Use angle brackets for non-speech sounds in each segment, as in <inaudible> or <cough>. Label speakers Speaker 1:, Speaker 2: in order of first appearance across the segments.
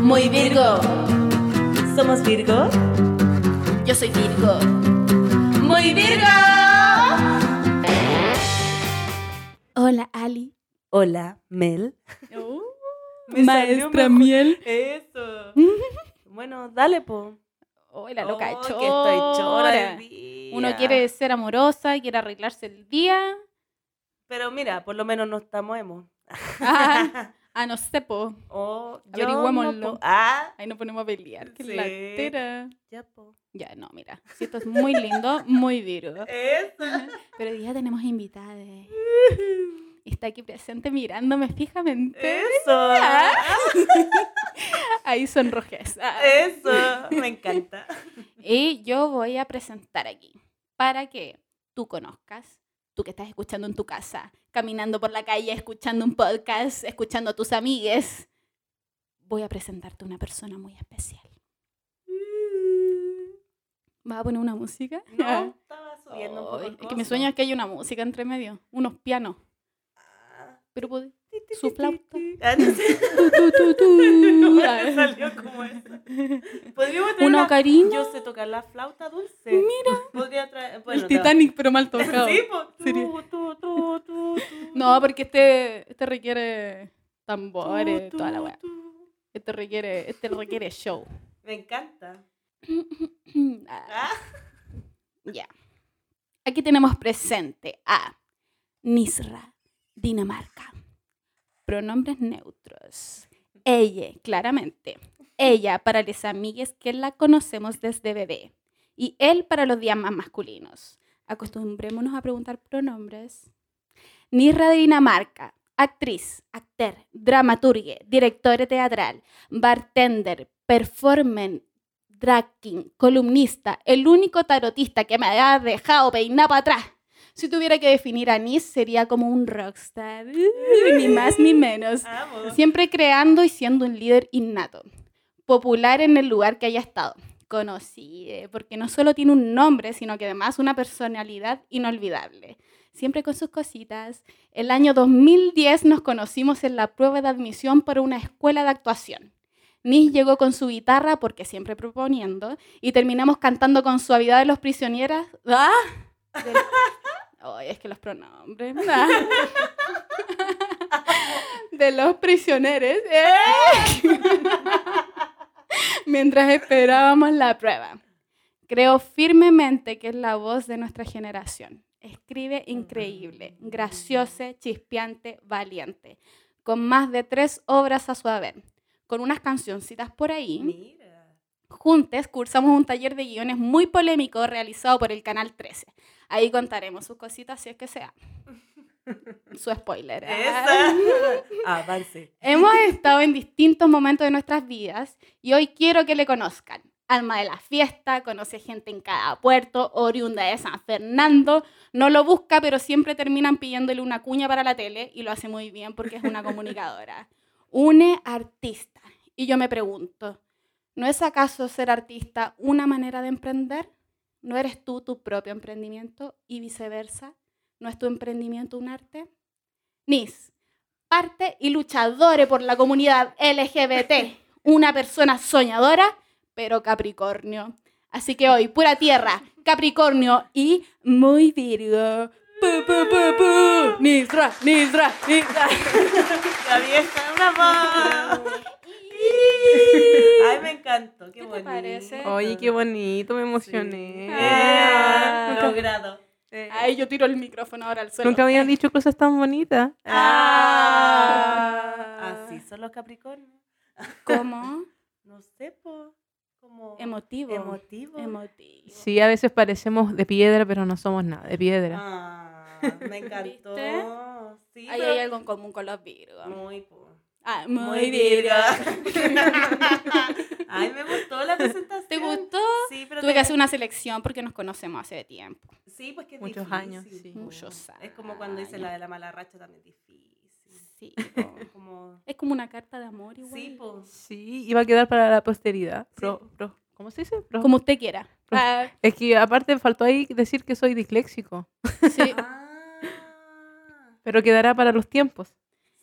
Speaker 1: Muy Virgo.
Speaker 2: ¿Somos Virgo?
Speaker 1: Yo soy Virgo. Muy Virgo.
Speaker 3: Hola, Ali.
Speaker 2: Hola, Mel. Uh, Me salió
Speaker 3: Maestra
Speaker 2: mejor.
Speaker 3: Miel.
Speaker 2: <laughs> Eso. bueno, dale, po.
Speaker 3: Hola, loca
Speaker 2: Oh, que estoy chora
Speaker 3: chora.
Speaker 2: de día.
Speaker 3: Uno quiere ser amorosa, quiere arreglarse el día.
Speaker 2: Pero mira, por lo menos no estamos emo.
Speaker 3: Ah,
Speaker 2: <laughs>
Speaker 3: ah, no sé, po.
Speaker 2: O yo
Speaker 3: Averigüémoslo.
Speaker 2: no po- ah,
Speaker 3: Ahí nos ponemos a pelear. Que la
Speaker 2: Sí.
Speaker 3: altera.
Speaker 2: ya, po.
Speaker 3: Ya, no, mira. Si esto es muy lindo, muy virgo.
Speaker 2: Eso.
Speaker 3: <laughs> Pero hoy día tenemos invitadas. Está aquí presente mirándome fijamente.
Speaker 2: Eso.
Speaker 3: <laughs> Ahí sonrojes. Ah.
Speaker 2: Eso.
Speaker 3: <laughs>
Speaker 2: Me encanta.
Speaker 3: Y yo voy a presentar aquí para que tú conozcas, tú que estás escuchando en tu casa, caminando por la calle, escuchando un podcast, escuchando a tus amigues. Voy a presentarte una persona muy especial. ¿Vas a poner una música?
Speaker 2: No,
Speaker 3: <laughs>
Speaker 2: estaba subiendo un poco
Speaker 3: Ay,
Speaker 2: el
Speaker 3: es que mi
Speaker 2: coso.
Speaker 3: sueño es que haya una música entre medio, unos pianos.
Speaker 2: Ah.
Speaker 3: Pero pod- su flauta.
Speaker 2: Ah, no sé.
Speaker 3: Tu, tu, tu, tu.
Speaker 2: <laughs> Bueno, salió
Speaker 3: <laughs>
Speaker 2: como eso. Podríamos traer
Speaker 3: Una
Speaker 2: una...
Speaker 3: ocarina.
Speaker 2: Yo sé tocar la flauta dulce. Mira. <laughs> Podría traer... Bueno,
Speaker 3: el
Speaker 2: te va-
Speaker 3: Titanic, pero mal tocado.
Speaker 2: Sí, pues, tú,
Speaker 3: Sería-
Speaker 2: tú, tú, tú, tú.
Speaker 3: <laughs> No, porque este, este requiere tambores,
Speaker 2: Tú,
Speaker 3: toda la
Speaker 2: tú,
Speaker 3: weá.
Speaker 2: tú.
Speaker 3: Este requiere, este requiere show.
Speaker 2: Me encanta.
Speaker 3: Ah,
Speaker 2: Ah,
Speaker 3: Ya. Aquí tenemos presente a Nisra, Dinamarca. Pronombres neutros. Ella, claramente. Ella para las amigas que la conocemos desde bebé. Y él para los días más masculinos. Acostumbrémonos a preguntar pronombres. Nisra de Dinamarca. Actriz, actor, dramaturgue, directora teatral, bartender, performer, drag king, columnista, el único tarotista que me ha dejado peinar para atrás. Si tuviera que definir a Nis, sería como un rockstar, Uh, ni más ni menos.
Speaker 2: amo.
Speaker 3: Siempre creando y siendo un líder innato, popular en el lugar que haya estado, conocida, porque no solo tiene un nombre, sino que además una personalidad inolvidable. Siempre con sus cositas. El año 2010 nos conocimos en la prueba de admisión para una escuela de actuación. Nis llegó con su guitarra, porque siempre proponiendo, y terminamos cantando con suavidad de los prisioneras. ¡Ah! Del- Ay, es que los pronombres. Ah. De los prisioneros. ¡eh! Mientras esperábamos la prueba. Creo firmemente que es la voz de nuestra generación. Escribe increíble, graciosa, chispeante, valiente. Con más de tres obras a su haber. Con unas cancioncitas por ahí.
Speaker 2: Mira.
Speaker 3: Juntes cursamos un taller de guiones muy polémico realizado por el Canal 13. Ahí contaremos sus cositas si es que sea. Su spoiler. ¿ah?
Speaker 2: Esa. <laughs> Avance.
Speaker 3: Hemos estado en distintos momentos de nuestras vidas y hoy quiero que le conozcan. Alma de la fiesta, conoce gente en cada puerto, oriunda de San Fernando, no lo busca pero siempre terminan pidiéndole una cuña para la tele y lo hace muy bien porque es una comunicadora. Une artista. Y yo me pregunto, ¿no es acaso ser artista una manera de emprender? ¿No eres tú tu propio emprendimiento y viceversa? ¿No es tu emprendimiento un arte? Nis, parte y luchadore por la comunidad LGBT. Una persona soñadora, pero Capricornio. Así que hoy, pura tierra, Capricornio y muy Virgo. Pu, pu, pu, pu. Nisra, Nisra, Nisra.
Speaker 2: La vieja, una voz. Ay, me encantó. Qué,
Speaker 3: ¿Qué te
Speaker 2: bonito.
Speaker 3: parece?
Speaker 4: Oye, qué bonito, me
Speaker 2: Sí.
Speaker 4: emocioné.
Speaker 2: Eh,
Speaker 3: Ah.
Speaker 2: Logrado. Eh.
Speaker 3: Ay, yo tiro el micrófono ahora al suelo.
Speaker 4: Nunca habían dicho cosas tan bonitas.
Speaker 2: Ah.
Speaker 4: Ah.
Speaker 2: Así son los Capricornios.
Speaker 3: ¿Cómo?
Speaker 2: No sé, po. Como
Speaker 3: Emotivo.
Speaker 2: emotivo.
Speaker 3: Emotivo.
Speaker 4: Sí, a veces parecemos de piedra, pero no somos nada de piedra.
Speaker 2: Ah, me
Speaker 3: <laughs>
Speaker 2: encantó.
Speaker 3: ¿Viste?
Speaker 2: Sí,
Speaker 3: Ahí
Speaker 2: pero-
Speaker 3: hay algo en común con los Virgos.
Speaker 2: Muy, po.
Speaker 3: Ah, muy, <laughs> Virgo.
Speaker 2: <laughs> bien. Ay, me gustó la presentación.
Speaker 3: ¿Te gustó?
Speaker 2: Sí, pero
Speaker 3: Tuve
Speaker 2: te-
Speaker 3: que hacer una selección porque nos conocemos hace tiempo.
Speaker 2: Sí, pues que es
Speaker 4: Muchos
Speaker 2: difícil,
Speaker 4: años, sí.
Speaker 2: po.
Speaker 3: Muchos
Speaker 2: Es como cuando dice la de la mala racha también difícil.
Speaker 3: <laughs> Sí.
Speaker 2: Como...
Speaker 3: Es como una carta de amor igual.
Speaker 2: Sí, pues.
Speaker 4: Sí, iba a quedar para la posteridad.
Speaker 2: Sí.
Speaker 4: Pro- pro- ¿Cómo se dice? Pro-
Speaker 3: Como usted quiera.
Speaker 4: Pro-
Speaker 3: Ah,
Speaker 4: Es que aparte faltó ahí decir que soy disléxico,
Speaker 3: sí.
Speaker 2: Ah,
Speaker 4: pero quedará para los tiempos.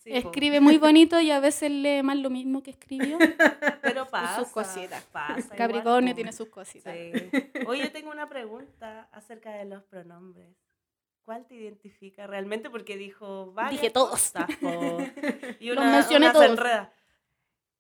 Speaker 2: Sí, po.
Speaker 3: Escribe muy bonito y a veces lee más lo mismo que
Speaker 2: <laughs>
Speaker 3: escribió.
Speaker 2: Pero pasa.
Speaker 3: cositas.
Speaker 2: pasa igual,
Speaker 3: Capricornio
Speaker 2: po.
Speaker 3: tiene sus cositas.
Speaker 2: Sí. Oye, yo tengo una pregunta acerca de los pronombres. ¿Cuál te identifica realmente? Porque dijo varias
Speaker 3: Dije todos.
Speaker 2: cosas,
Speaker 3: <laughs>
Speaker 2: po. Y
Speaker 3: Los
Speaker 2: una,
Speaker 3: mencioné
Speaker 2: una se
Speaker 3: todos.
Speaker 2: enreda.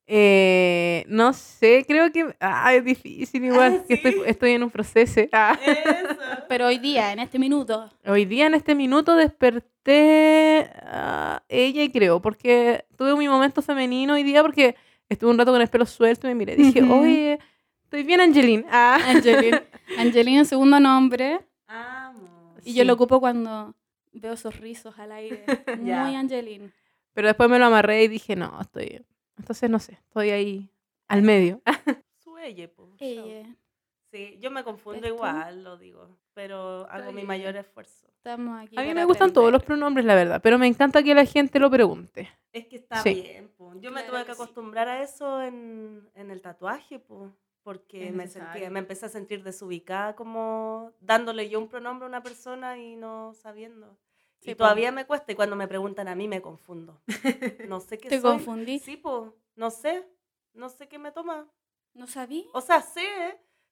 Speaker 4: Eh, no sé, creo que. Ah, es difícil igual.
Speaker 2: Ah,
Speaker 4: que
Speaker 2: sí.
Speaker 4: estoy, estoy en un proceso. Ah.
Speaker 2: Eso.
Speaker 3: <laughs> Pero hoy día, en este minuto,
Speaker 4: Hoy día en este minuto desperté a ella, creo, porque tuve mi momento femenino hoy día porque estuve un rato con el pelo suelto y me miré. Dije,
Speaker 3: Ujú.
Speaker 4: oye, estoy bien, Angeline. Ah.
Speaker 3: Angelina. Angelina es segundo nombre
Speaker 2: Amo.
Speaker 3: y yo
Speaker 4: Sí.
Speaker 3: lo ocupo cuando veo esos rizos al aire. Muy
Speaker 2: <laughs> Ya.
Speaker 3: Angelina.
Speaker 4: Pero después me lo amarré y dije, no, estoy. Entonces, no sé, estoy ahí al medio. Ah,
Speaker 2: Suelle, po.
Speaker 3: Ella.
Speaker 2: Sí, yo me confundo
Speaker 3: ¿Ves tú?
Speaker 2: igual, lo digo. Pero hago mi
Speaker 4: bien.
Speaker 2: mayor esfuerzo.
Speaker 3: Estamos aquí.
Speaker 4: A mí
Speaker 3: para
Speaker 4: me gustan todos los
Speaker 3: aprender.
Speaker 4: pronombres, la verdad, pero me encanta que la gente lo pregunte.
Speaker 2: Es que está
Speaker 4: Sí.
Speaker 2: bien, po. Yo me
Speaker 3: Claro
Speaker 2: tuve que
Speaker 3: que sí.
Speaker 2: acostumbrar a eso en, en el tatuaje, po, Porque
Speaker 4: Es
Speaker 2: me,
Speaker 4: necesario.
Speaker 2: sentía, me empecé a sentir desubicada como dándole yo un pronombre a una persona y no sabiendo.
Speaker 3: Sí,
Speaker 2: y
Speaker 3: po.
Speaker 2: todavía me cuesta y cuando me preguntan a mí me confundo. No sé
Speaker 3: <laughs>
Speaker 2: qué
Speaker 3: Te
Speaker 2: soy.
Speaker 3: confundí.
Speaker 2: Sí, po. No sé. No sé qué me toma.
Speaker 3: ¿No sabí?
Speaker 2: O sea, sé,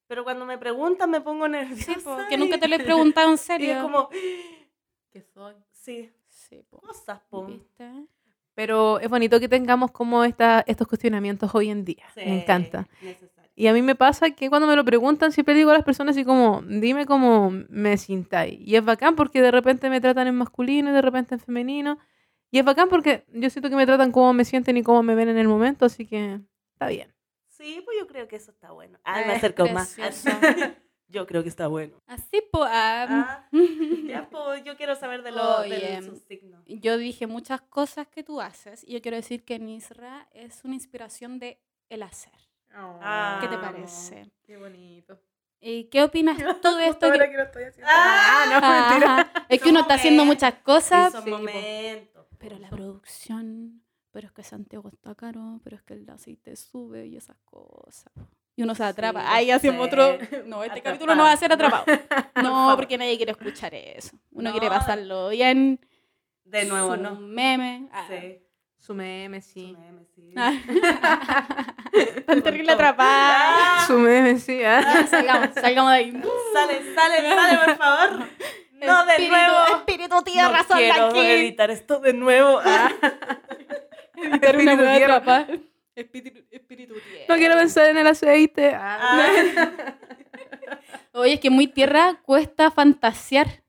Speaker 2: pero cuando me preguntan me pongo <laughs> nerviosa.
Speaker 3: Sí, porque nunca te lo he
Speaker 2: <laughs> y-
Speaker 3: preguntado en
Speaker 2: Y
Speaker 3: serio.
Speaker 2: es como,
Speaker 4: Que soy.
Speaker 2: sí,
Speaker 3: Sí, po.
Speaker 2: cosas, po.
Speaker 3: ¿Viste?
Speaker 4: Pero es bonito que tengamos como esta, estos cuestionamientos hoy en día.
Speaker 2: Sí,
Speaker 4: Me encanta.
Speaker 2: necesario.
Speaker 4: Y a mí me pasa que cuando me lo preguntan, siempre digo a las personas así como, dime cómo me sintáis. Y es bacán porque de repente me tratan en masculino y de repente en femenino. Y es bacán porque yo siento que me tratan como me sienten y cómo me ven en el momento, así que está bien.
Speaker 2: Sí, pues yo creo que eso está bueno. Ah, me
Speaker 4: Eh,
Speaker 2: acerco más.
Speaker 3: precioso.
Speaker 2: <laughs> yo creo que está bueno.
Speaker 3: Así, po. ah, <laughs>
Speaker 2: Ah, ya, pues yo quiero saber de los
Speaker 3: Oye. em,
Speaker 2: signos.
Speaker 3: Yo dije muchas cosas que tú haces y yo quiero decir que Nisra es una inspiración de el hacer. ¿Qué te
Speaker 2: Ah,
Speaker 3: parece?
Speaker 4: Qué bonito.
Speaker 3: ¿Y qué
Speaker 2: <laughs>
Speaker 3: opinas tú de esto? que-
Speaker 2: Ah,
Speaker 3: Ajá. Es que uno está haciendo muchas cosas,
Speaker 2: son
Speaker 4: sí, po.
Speaker 2: momentos. po.
Speaker 3: pero la producción, pero es que Santiago está caro, pero es que el aceite sube y esas cosas. Y uno se atrapa.
Speaker 2: Sí,
Speaker 3: Ahí
Speaker 2: lo
Speaker 3: hacemos
Speaker 2: sé.
Speaker 3: otro. <laughs> No, este
Speaker 2: Atrapado.
Speaker 3: capítulo no va a ser
Speaker 2: <laughs>
Speaker 3: atrapado. No,
Speaker 2: favor.
Speaker 3: porque nadie quiere escuchar eso. Uno
Speaker 2: No.
Speaker 3: quiere pasarlo bien.
Speaker 2: De nuevo,
Speaker 3: su
Speaker 2: ¿no?
Speaker 3: Meme. Ah. <laughs>
Speaker 2: Sí.
Speaker 4: Su meme,
Speaker 2: Su
Speaker 4: sí.
Speaker 2: meme, sí.
Speaker 3: Tan terrible
Speaker 2: <laughs>
Speaker 3: atrapada.
Speaker 2: Ah,
Speaker 4: Su meme, sí. ah.
Speaker 3: Ya, salgamos, salgamos de ahí.
Speaker 2: Sale, sale, sale,
Speaker 3: <laughs>
Speaker 2: por favor. No, de
Speaker 3: Espíritu-
Speaker 2: nuevo.
Speaker 3: Espíritu tierra,
Speaker 2: no
Speaker 3: sal de
Speaker 2: quiero
Speaker 3: aquí.
Speaker 2: editar esto de nuevo. Ah.
Speaker 3: Editar una
Speaker 4: Espíritu
Speaker 3: hueá
Speaker 4: tierra.
Speaker 3: atrapada. Espíritu, espíritu tierra.
Speaker 4: No quiero pensar en el aceite. Ah.
Speaker 3: <laughs>
Speaker 2: Ah. <laughs>
Speaker 3: Oye, es que muy tierra cuesta fantasear.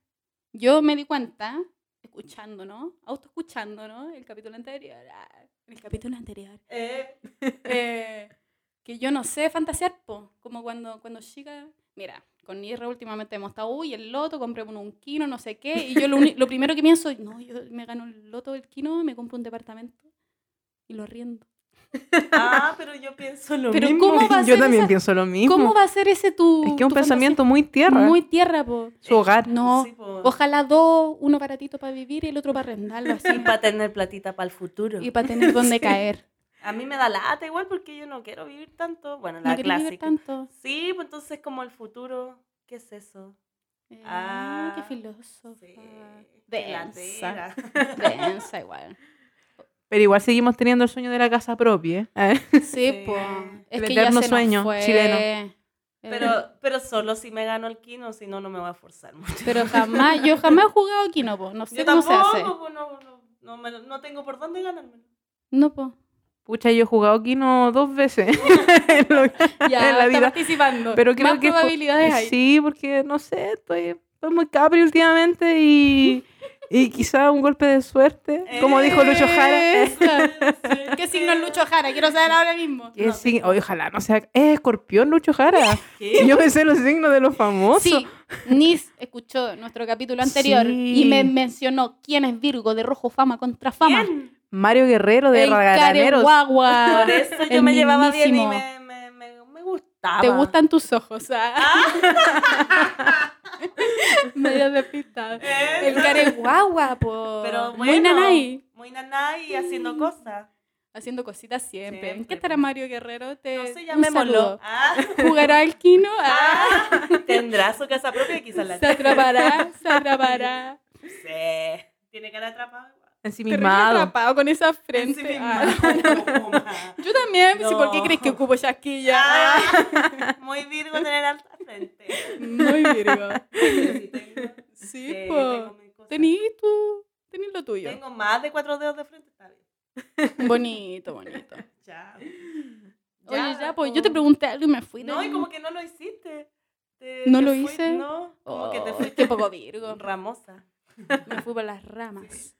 Speaker 3: Yo me di cuenta, escuchando, ¿no? Autoescuchando, ¿no? El capítulo anterior. ah, el capítulo anterior.
Speaker 2: Eh,
Speaker 3: Eh, que yo no sé fantasear, po. Como cuando, cuando chica. Mira, con Irra últimamente hemos estado, uy, el loto, compré un quino, no sé qué. Y yo lo, uni- lo primero que pienso, no, yo me gano el loto, el quino, me compro un departamento y lo arriendo.
Speaker 2: ah, pero yo pienso lo
Speaker 3: Pero
Speaker 2: mismo.
Speaker 3: ¿cómo va a
Speaker 4: Yo
Speaker 3: ser
Speaker 4: también
Speaker 3: esa-
Speaker 4: pienso lo mismo.
Speaker 3: ¿Cómo va a ser ese tu.
Speaker 4: Es que es un
Speaker 3: tu fantasía?
Speaker 4: pensamiento muy tierra.
Speaker 3: Muy tierra, po.
Speaker 4: Su hogar.
Speaker 3: No,
Speaker 2: Sí, pues. po.
Speaker 3: ojalá dos, uno baratito para vivir y el otro para arrendarlo
Speaker 4: <laughs>
Speaker 3: así.
Speaker 2: Y para tener platita para el futuro.
Speaker 3: y para tener dónde caer.
Speaker 2: A mí me da lata igual porque yo no quiero vivir tanto. Bueno, la
Speaker 3: no quería vivir
Speaker 2: clásica.
Speaker 3: tanto.
Speaker 2: Sí, pues entonces como el futuro, ¿qué es eso?
Speaker 3: Eh,
Speaker 2: Ah,
Speaker 3: qué filósofa.
Speaker 2: Sí,
Speaker 3: Densa.
Speaker 2: latera.
Speaker 3: Densa igual.
Speaker 4: Pero igual seguimos teniendo el sueño de la casa propia. ¿eh?
Speaker 3: Sí,
Speaker 2: Sí.
Speaker 3: po. Es
Speaker 4: El
Speaker 3: que ya
Speaker 4: eterno
Speaker 3: se nos
Speaker 4: sueño
Speaker 3: fue.
Speaker 4: chileno.
Speaker 3: Eh,
Speaker 2: <laughs> Pero, pero solo si me gano el kino, si no, no me voy a forzar mucho.
Speaker 3: pero jamás, yo jamás he jugado Kino, po. No sé
Speaker 2: <laughs> Yo
Speaker 3: cómo
Speaker 2: tampoco,
Speaker 3: se hace.
Speaker 2: pues, no, no, no, me lo- no tengo por dónde
Speaker 3: <laughs>
Speaker 2: ganármelo.
Speaker 3: No,
Speaker 4: <laughs>
Speaker 3: po.
Speaker 4: Pucha, yo he jugado Kino
Speaker 3: <laughs>
Speaker 4: dos veces en, lo-
Speaker 3: Ya
Speaker 4: en
Speaker 3: está
Speaker 4: la vida.
Speaker 3: participando.
Speaker 4: Pero creo
Speaker 3: Más
Speaker 4: que fue-
Speaker 3: probabilidades hay.
Speaker 4: Sí, porque no sé, estoy, estoy muy capri últimamente y, y quizá un golpe de suerte, como dijo Lucho Jara. eh,
Speaker 3: Esa. ¿Qué signo es Lucho Jara? Quiero saber ahora mismo.
Speaker 4: que sí, oye, ojalá no sea. Es escorpión
Speaker 3: <laughs>
Speaker 4: Lucho Jara. Y yo me sé los signos de los famosos.
Speaker 3: Sí, Nis escuchó nuestro capítulo anterior
Speaker 4: Sí.
Speaker 3: y me mencionó quién es Virgo de Rojo Fama contra Fama.
Speaker 2: ¿Quién?
Speaker 4: Mario Guerrero de
Speaker 3: el
Speaker 4: Raganeros.
Speaker 3: Careguagua.
Speaker 2: Por eso yo
Speaker 3: El
Speaker 2: me llevaba bien y
Speaker 3: mismísimo.
Speaker 2: me, me, me, me gustaba.
Speaker 3: Te gustan tus ojos. Ah.
Speaker 2: <laughs>
Speaker 3: Medio despistado.
Speaker 2: Eso.
Speaker 3: El Careguagua, po.
Speaker 2: Eh, Pero bueno,
Speaker 3: Muy nanay.
Speaker 2: Muy nanay haciendo cosas.
Speaker 3: Haciendo cositas siempre. ¿En
Speaker 2: Siempre,
Speaker 3: qué estará
Speaker 2: po.
Speaker 3: Mario Guerrero? Te...
Speaker 2: No sé,
Speaker 3: Eh, un
Speaker 2: llamémoslo.
Speaker 3: saludo.
Speaker 2: Ah, <laughs>
Speaker 3: ¿Jugará el Kino? Ah.
Speaker 2: ah, <laughs> Tendrá su casa propia, quizás la <laughs>
Speaker 3: Se atrapará, se atrapará.
Speaker 2: Sí. Tiene cara atrapada. igual.
Speaker 3: Terrible
Speaker 4: ensimismado.
Speaker 3: atrapado con esa frente. Ah.
Speaker 2: <laughs>
Speaker 3: Yo también, sí, ¿por qué
Speaker 2: No.
Speaker 3: crees que ocupo chasquilla?
Speaker 2: Ah, Muy Virgo tener alta frente.
Speaker 3: Muy
Speaker 2: <laughs>
Speaker 3: virgo.
Speaker 2: Pero sí tengo,
Speaker 3: Sí,
Speaker 2: sí,
Speaker 3: po.
Speaker 2: tengo mil cosas.
Speaker 3: Tenís tú, tenís lo tuyo.
Speaker 2: Tengo más de cuatro dedos de frente, está bien.
Speaker 3: Bonito, bonito.
Speaker 2: Ya.
Speaker 3: Oye, ya, pues
Speaker 2: po.
Speaker 3: yo te pregunté algo y me fui.
Speaker 2: No,
Speaker 3: del-
Speaker 2: y como que no lo hiciste. Te-
Speaker 3: ¿No
Speaker 2: te
Speaker 3: lo
Speaker 2: fui-
Speaker 3: hice?
Speaker 2: No, como que te
Speaker 3: Oh,
Speaker 2: fuiste
Speaker 3: qué poco
Speaker 2: <laughs>
Speaker 3: virgo.
Speaker 2: ramosa.
Speaker 3: Me fui por las ramas.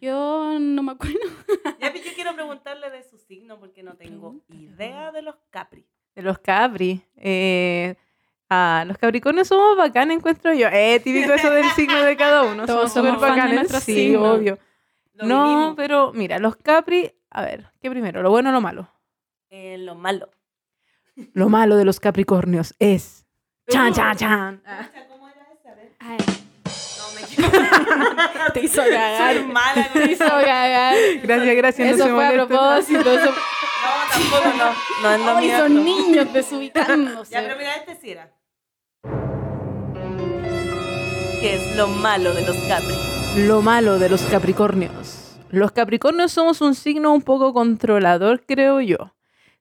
Speaker 3: Yo no me acuerdo.
Speaker 2: <laughs> Ya, pero yo quiero preguntarle de su signo
Speaker 3: <laughs>
Speaker 2: porque no tengo
Speaker 3: Pregúntalo.
Speaker 2: idea de los Capri.
Speaker 4: De los Capri. Eh, ah, los Capricornios somos bacanes, encuentro yo. Eh, típico
Speaker 3: <laughs>
Speaker 4: eso del signo de cada uno.
Speaker 3: Todos
Speaker 4: somos
Speaker 3: somos
Speaker 4: súper
Speaker 3: fans de
Speaker 4: bacanes.
Speaker 3: nuestro
Speaker 4: Sí,
Speaker 3: signo.
Speaker 4: obvio.
Speaker 2: Lo
Speaker 4: no,
Speaker 2: vivimos.
Speaker 4: pero mira, los Capri. A ver, ¿qué primero? ¿Lo bueno o lo malo?
Speaker 2: Eh, lo malo.
Speaker 4: Lo malo de los Capricornios es.
Speaker 3: Uh.
Speaker 4: Chan, chan, chan.
Speaker 2: Pucha, ¿Cómo era esa? A ver.
Speaker 3: Ay,
Speaker 2: Ah. No, me <laughs> equivoco.
Speaker 3: te hizo cagar.
Speaker 2: Soy mala con
Speaker 3: Te hizo
Speaker 2: eso.
Speaker 3: cagar.
Speaker 4: Gracias, gracias.
Speaker 3: Eso
Speaker 4: no se
Speaker 3: fue a
Speaker 4: molesten.
Speaker 3: propósito. Eso...
Speaker 2: No, tampoco no. No es lo
Speaker 3: Ay,
Speaker 2: mío
Speaker 3: son
Speaker 2: esto. <laughs>
Speaker 3: niños
Speaker 2: Ya, pero
Speaker 3: desubicándose.
Speaker 2: mira, este sí era. ¿Qué es lo malo de los <laughs> Capri?
Speaker 4: Lo malo de los Capricornios. Los Capricornios somos un signo un poco controlador, creo yo.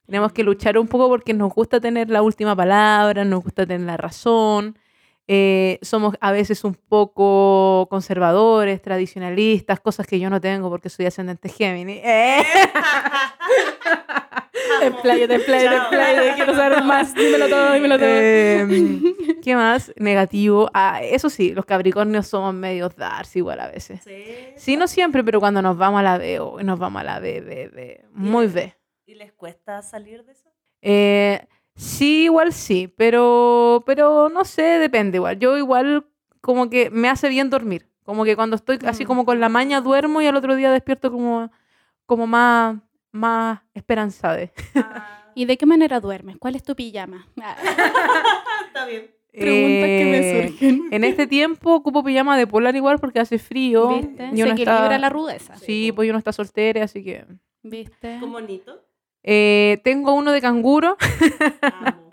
Speaker 4: Tenemos que luchar un poco porque nos gusta tener la última palabra, nos gusta tener la razón. Eh, somos a veces un poco conservadores, tradicionalistas, cosas que yo no tengo porque soy ascendente Géminis. <laughs> ¡Eh!
Speaker 3: Desplaya, desplaya,
Speaker 2: Chao.
Speaker 3: desplaya. Quiero
Speaker 2: <laughs>
Speaker 3: saber más. Dímelo todo, dímelo todo.
Speaker 4: Em, <laughs> ¿Qué más? Negativo. Ah, eso sí, los Capricornios somos medios darks igual a veces.
Speaker 2: Sí.
Speaker 4: Sí, no siempre, pero cuando nos vamos a la B, oh, nos vamos a la B, B, B, muy B.
Speaker 2: ¿Y les cuesta salir de eso?
Speaker 4: Eh, sí, igual sí, pero, pero no sé, depende igual. Yo igual como que me hace bien dormir. Como que cuando estoy así
Speaker 3: Mm.
Speaker 4: como con la maña duermo y al otro día despierto como, como más, más esperanzada.
Speaker 2: Ah,
Speaker 3: ¿Y de qué manera duermes? ¿Cuál es tu
Speaker 2: <laughs>
Speaker 3: pijama? Ah,
Speaker 2: está bien.
Speaker 3: preguntas que me
Speaker 4: Eh,
Speaker 3: surgen.
Speaker 4: En este tiempo ocupo pijama de polar igual porque hace frío.
Speaker 3: ¿Viste?
Speaker 4: y
Speaker 3: Se
Speaker 4: uno
Speaker 3: equilibra
Speaker 4: está-
Speaker 3: la rudeza.
Speaker 4: Sí, pues yo no está soltera, así que...
Speaker 3: ¿Viste?
Speaker 2: ¿Con <laughs> bonito?
Speaker 4: Eh, tengo uno de canguro <laughs>
Speaker 2: Amo.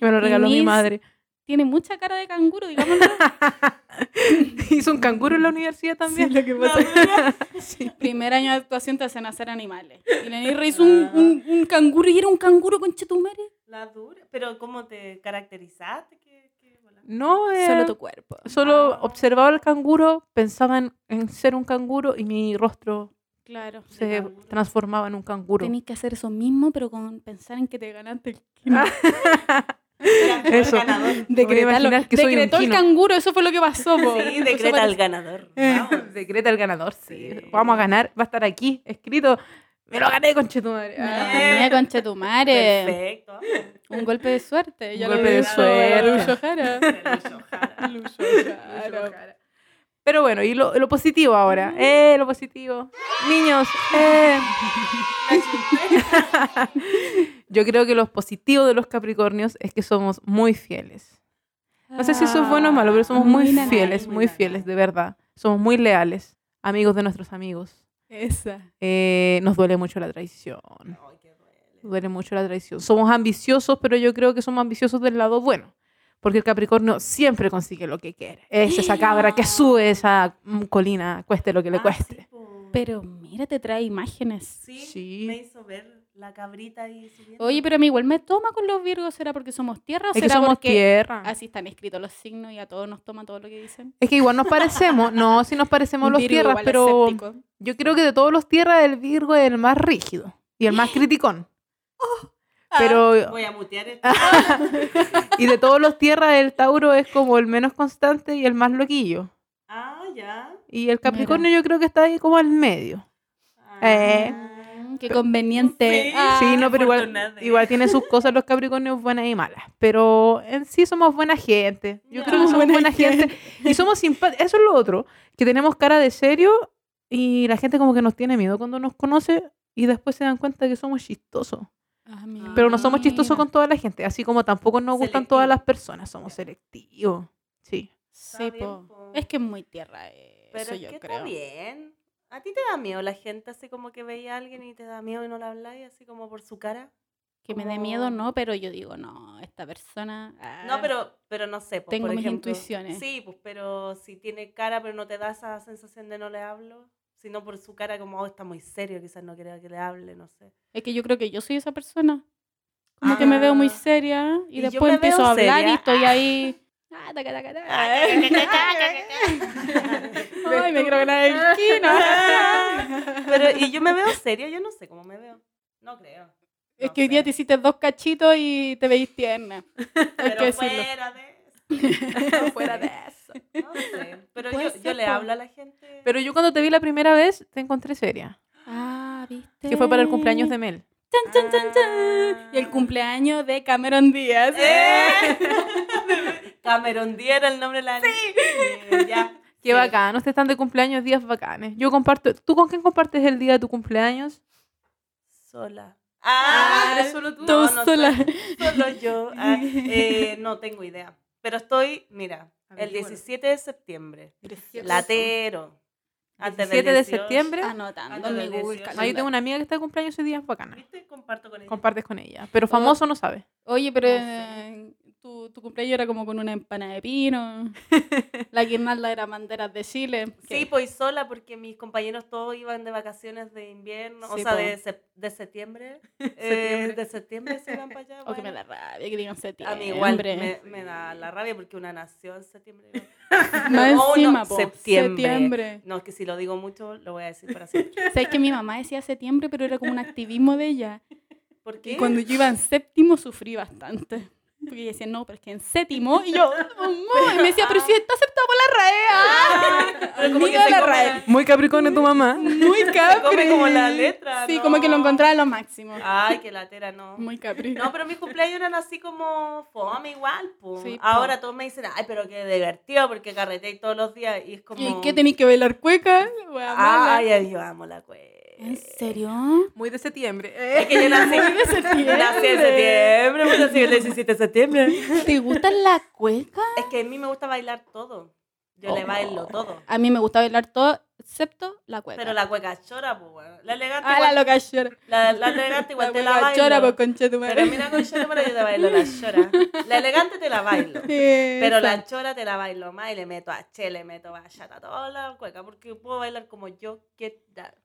Speaker 4: que me lo regaló mi
Speaker 3: Miss-
Speaker 4: madre.
Speaker 3: Tiene mucha cara de canguro,
Speaker 2: <laughs>
Speaker 3: digámoslo.
Speaker 4: <laughs> Hizo un canguro en la universidad también.
Speaker 3: lo que
Speaker 2: Pues, eh.
Speaker 3: Primer año de actuación te hacen hacer animales. Y la
Speaker 2: <laughs>
Speaker 3: Nirra hizo un,
Speaker 2: Ah.
Speaker 3: un, un canguro y era un canguro con chetumare.
Speaker 2: La dura. Pero ¿cómo te caracterizaste? ¿Qué, qué bola?
Speaker 4: No, eh,
Speaker 3: Solo tu cuerpo.
Speaker 4: solo
Speaker 2: Ah.
Speaker 4: observaba al canguro, pensaba en, en ser un canguro y mi rostro
Speaker 3: Claro.
Speaker 4: se
Speaker 2: canguro.
Speaker 4: transformaba en un canguro.
Speaker 3: Tenés que hacer eso mismo, pero con pensar en que te ganaste
Speaker 4: <laughs> Ah,
Speaker 3: el kino.
Speaker 2: Era como el
Speaker 4: Eso. <laughs>
Speaker 2: ganador.
Speaker 4: Podría
Speaker 3: Decretarlo.
Speaker 4: imaginar que soy un
Speaker 3: Decretó el
Speaker 4: kino.
Speaker 3: canguro, eso fue lo que
Speaker 4: <laughs>
Speaker 3: pasó. po.
Speaker 2: Sí,
Speaker 3: Entonces
Speaker 2: decreta
Speaker 3: parece-
Speaker 2: al ganador.
Speaker 4: Eh,
Speaker 2: Vamos.
Speaker 4: Decreta el ganador, sí.
Speaker 2: Sí.
Speaker 4: Vamos a ganar, va a estar aquí escrito. Me lo gané con
Speaker 3: Me la
Speaker 2: Ah.
Speaker 3: gané con chetumare.
Speaker 2: Perfecto. vamos.
Speaker 3: Un golpe de suerte.
Speaker 4: Un
Speaker 3: ya
Speaker 4: golpe de
Speaker 3: dijo
Speaker 4: suerte.
Speaker 3: Lucho Jara.
Speaker 2: Lucho Jara.
Speaker 3: Lucho
Speaker 4: <laughs>
Speaker 3: Jara.
Speaker 4: Pero bueno, y lo, lo positivo ahora. Eh, lo positivo. Niños, <laughs> eh. Yo creo que lo positivo de los Capricornios es que somos muy fieles. No sé si eso es bueno o malo, pero somos
Speaker 3: Ah,
Speaker 4: muy
Speaker 3: mira,
Speaker 4: fieles,
Speaker 2: muy
Speaker 4: muy
Speaker 2: leal.
Speaker 4: fieles, de verdad. Somos muy leales, amigos de nuestros amigos.
Speaker 3: Esa.
Speaker 4: Eh, nos duele mucho la traición.
Speaker 2: Ay, qué duele.
Speaker 4: Duele mucho la traición. Somos ambiciosos, pero yo creo que somos ambiciosos del lado bueno. Porque el Capricornio siempre consigue lo que quiere. Es esa cabra que sube esa mm, colina, cueste lo que le
Speaker 2: Ah, sí,
Speaker 4: cueste.
Speaker 2: po.
Speaker 3: Pero mira, te trae imágenes.
Speaker 2: Sí,
Speaker 4: Sí.
Speaker 2: me hizo ver la cabrita ahí subiendo.
Speaker 3: Oye, pero a mí igual me toma con los virgos. ¿Será porque somos tierra o
Speaker 4: Es que
Speaker 3: será
Speaker 4: somos
Speaker 3: porque Ah,
Speaker 4: tierra.
Speaker 3: así están escritos los signos y a todos nos toma todo lo que dicen?
Speaker 4: Es que igual nos parecemos. No, si nos parecemos
Speaker 3: Un
Speaker 4: los
Speaker 3: Virgo
Speaker 4: tierras,
Speaker 3: igual es
Speaker 4: pero
Speaker 3: escéptico.
Speaker 4: yo creo que de todos los tierras, el Virgo es el más rígido y el más criticón.
Speaker 3: Ah,
Speaker 4: Pero Ah.
Speaker 2: Voy a mutear
Speaker 4: <laughs>
Speaker 2: esto.
Speaker 4: Y de todos los tierras, el Tauro es como el menos constante y el más loquillo.
Speaker 2: ah, ya.
Speaker 4: Y el Capricornio yo creo que está ahí como al medio.
Speaker 2: Ah.
Speaker 4: Eh.
Speaker 3: Mm, Qué conveniente.
Speaker 2: Sí.
Speaker 3: Ah,
Speaker 4: sí, no, pero igual,
Speaker 2: afortunada.
Speaker 4: igual tiene sus cosas los Capricornios buenas y malas. Pero en sí somos buena gente. Yo creo que
Speaker 3: Ah,
Speaker 4: somos
Speaker 3: buena
Speaker 4: buena, gente. Y somos simpáticos. Eso es lo otro. Que tenemos cara de serio y la gente como que nos tiene miedo cuando nos conoce y después se dan cuenta que somos chistosos.
Speaker 3: Ah, mira.
Speaker 4: Pero no somos chistosos
Speaker 3: Mira.
Speaker 4: con toda la gente. Así como tampoco nos gustan
Speaker 2: Selectivo.
Speaker 4: todas las personas. Somos selectivos. Sí.
Speaker 3: Sí,
Speaker 2: Está bien,
Speaker 3: po.
Speaker 2: po.
Speaker 3: Es que es muy tierra eh,
Speaker 2: Pero
Speaker 3: eso,
Speaker 2: es
Speaker 3: yo
Speaker 2: que
Speaker 3: creo.
Speaker 2: está bien. ¿A ti te da miedo la gente así como que veía a alguien y te da miedo y no le habláis así como por su cara?
Speaker 3: Que me dé
Speaker 2: Como-
Speaker 3: miedo, no, pero yo digo, no, esta persona. ah,
Speaker 2: No, pero, pero no sé. pues,
Speaker 3: Tengo
Speaker 2: por
Speaker 3: mis
Speaker 2: ejemplo.
Speaker 3: intuiciones.
Speaker 2: Sí, pues, pero si tiene cara pero no te da esa sensación de no le hablo. sino por su cara como, oh, está muy serio, quizás no quiera que le hable, no sé.
Speaker 3: Es que yo creo que yo soy esa persona. Como que me veo muy
Speaker 2: Ah.
Speaker 3: seria y,
Speaker 2: Y yo
Speaker 3: después
Speaker 2: me
Speaker 3: empiezo
Speaker 2: veo
Speaker 3: a hablar
Speaker 2: seria.
Speaker 3: y estoy ahí. <laughs> Ah, taca, taca, taca. Ay, me quiero ganar el kino.
Speaker 2: Ah. Pero, y yo me veo seria, yo no sé cómo me veo. No creo.
Speaker 3: Es
Speaker 2: No
Speaker 3: que hoy día
Speaker 2: sé.
Speaker 3: te hiciste dos cachitos y te veís tierna. <laughs> Hay
Speaker 2: Pero
Speaker 3: que decirlo.
Speaker 2: fuera
Speaker 3: <laughs>
Speaker 2: de eso.
Speaker 4: Fuera de eso.
Speaker 2: <laughs> No sé. Pero
Speaker 3: Puede
Speaker 2: yo,
Speaker 3: ser,
Speaker 2: yo le
Speaker 3: po.
Speaker 2: hablo a la gente.
Speaker 4: Pero yo cuando te vi la primera vez, te encontré seria.
Speaker 3: Ah, viste.
Speaker 4: Que fue para el cumpleaños de Mel.
Speaker 3: Chan, chan, chan, chan. Y el cumpleaños de Cameron Díaz. <laughs>
Speaker 2: ¡Eh! Ah. <laughs> Cameron Díaz era el nombre de la niña. Ya.
Speaker 4: Qué bacano, ustedes están de cumpleaños, días bacanes. Yo comparto. ¿Tú con quién compartes el día de tu cumpleaños?
Speaker 2: Sola.
Speaker 3: Ah,
Speaker 2: eres solo tú.
Speaker 3: Tú sola.
Speaker 2: Solo
Speaker 3: <laughs>
Speaker 2: yo. Ah, eh, no tengo idea. Pero estoy, mira, el
Speaker 4: Averígualo.
Speaker 2: 17 de septiembre. Latero. Antes del
Speaker 4: 7 de
Speaker 2: 18.
Speaker 4: septiembre.
Speaker 3: Anotando
Speaker 2: Ah,
Speaker 3: en mi
Speaker 2: del
Speaker 3: Google
Speaker 2: 18.
Speaker 4: No, yo tengo
Speaker 3: Calendar.
Speaker 4: una amiga que está de cumpleaños ese día, es bacana.
Speaker 2: ¿Viste? Comparto con ella.
Speaker 4: Compartes con ella. Pero famoso no sabe.
Speaker 3: Oye, pero
Speaker 2: No
Speaker 3: eh, tu, tu cumpleaños era como con una empanada de
Speaker 2: <laughs>
Speaker 3: pino. La guirnalda era banderas de Chile.
Speaker 2: Sí, pues sola porque mis compañeros todos iban de vacaciones de invierno, o
Speaker 3: Sí,
Speaker 2: sea,
Speaker 3: po.
Speaker 2: de, sep-
Speaker 3: <laughs>
Speaker 2: de septiembre. eh, de septiembre se iban para allá.
Speaker 3: O que me
Speaker 2: pues, bueno.
Speaker 3: da rabia que digan septiembre.
Speaker 2: A mí igual me, me da la rabia porque una nació en septiembre.
Speaker 3: <laughs> Más
Speaker 2: <laughs> Oh, no,
Speaker 3: encima, po,
Speaker 2: septiembre. <laughs>
Speaker 3: septiembre.
Speaker 2: No, es que si lo digo mucho, lo voy a decir para siempre.
Speaker 3: ¿Sabes que mi mamá decía septiembre, pero era como un activismo de ella?
Speaker 2: ¿Por
Speaker 3: Y
Speaker 2: qué?
Speaker 3: cuando yo iba en séptimo sufrí bastante. Porque ella decía, no, pero es que en séptimo. Y yo, "Mamá", y me decía, pero si está aceptado por la RAE. ah".
Speaker 2: Pero <laughs> como
Speaker 3: Amiga de
Speaker 2: que se
Speaker 3: la
Speaker 2: come
Speaker 3: RAE.
Speaker 4: Muy capricornio tu mamá. <laughs>
Speaker 3: Muy
Speaker 2: Se
Speaker 3: capri.
Speaker 2: come como la letra.
Speaker 3: Sí,
Speaker 2: no.
Speaker 3: como que lo encontraba lo máximo.
Speaker 2: Ay, qué latera, no.
Speaker 3: Muy capri.
Speaker 2: No, pero mis cumpleaños eran así como fome igual, po.
Speaker 3: Sí, po.
Speaker 2: Ahora todos me dicen, ay, pero qué divertido porque carreteé todos los días y es pues, como... Ah,
Speaker 3: ¿Y qué tenéis que bailar cueca? Wea mala.
Speaker 2: Ay, eh, ay, yo amo la cueca.
Speaker 3: ¿En serio?
Speaker 4: Muy de septiembre. <laughs>
Speaker 2: Es que yo nací,
Speaker 3: Muy de
Speaker 2: <laughs>
Speaker 3: septiembre.
Speaker 2: nací en septiembre, pues nací el 17 de septiembre.
Speaker 3: ¿Te gusta la cueca?
Speaker 2: Es que a mí me gusta bailar todo. Yo le
Speaker 3: Ah. Oh.
Speaker 2: bailo todo.
Speaker 3: A mí me gusta bailar todo, excepto la cueca.
Speaker 2: Pero la cueca chora, pues, weón. La elegante
Speaker 3: Ah, la
Speaker 2: igual, la,
Speaker 3: loca llora.
Speaker 2: la elegante
Speaker 3: <laughs>
Speaker 2: igual
Speaker 3: La
Speaker 2: te la
Speaker 3: cueca
Speaker 2: bailo.
Speaker 3: llora, pues concha tu
Speaker 2: Pero
Speaker 3: madre.
Speaker 2: mira con chora, pero yo te bailo la chora. La elegante te la bailo. Pero la chora te la bailo más y le meto a Che, le meto a Chata, toda la cueca, porque puedo bailar como yo quiera.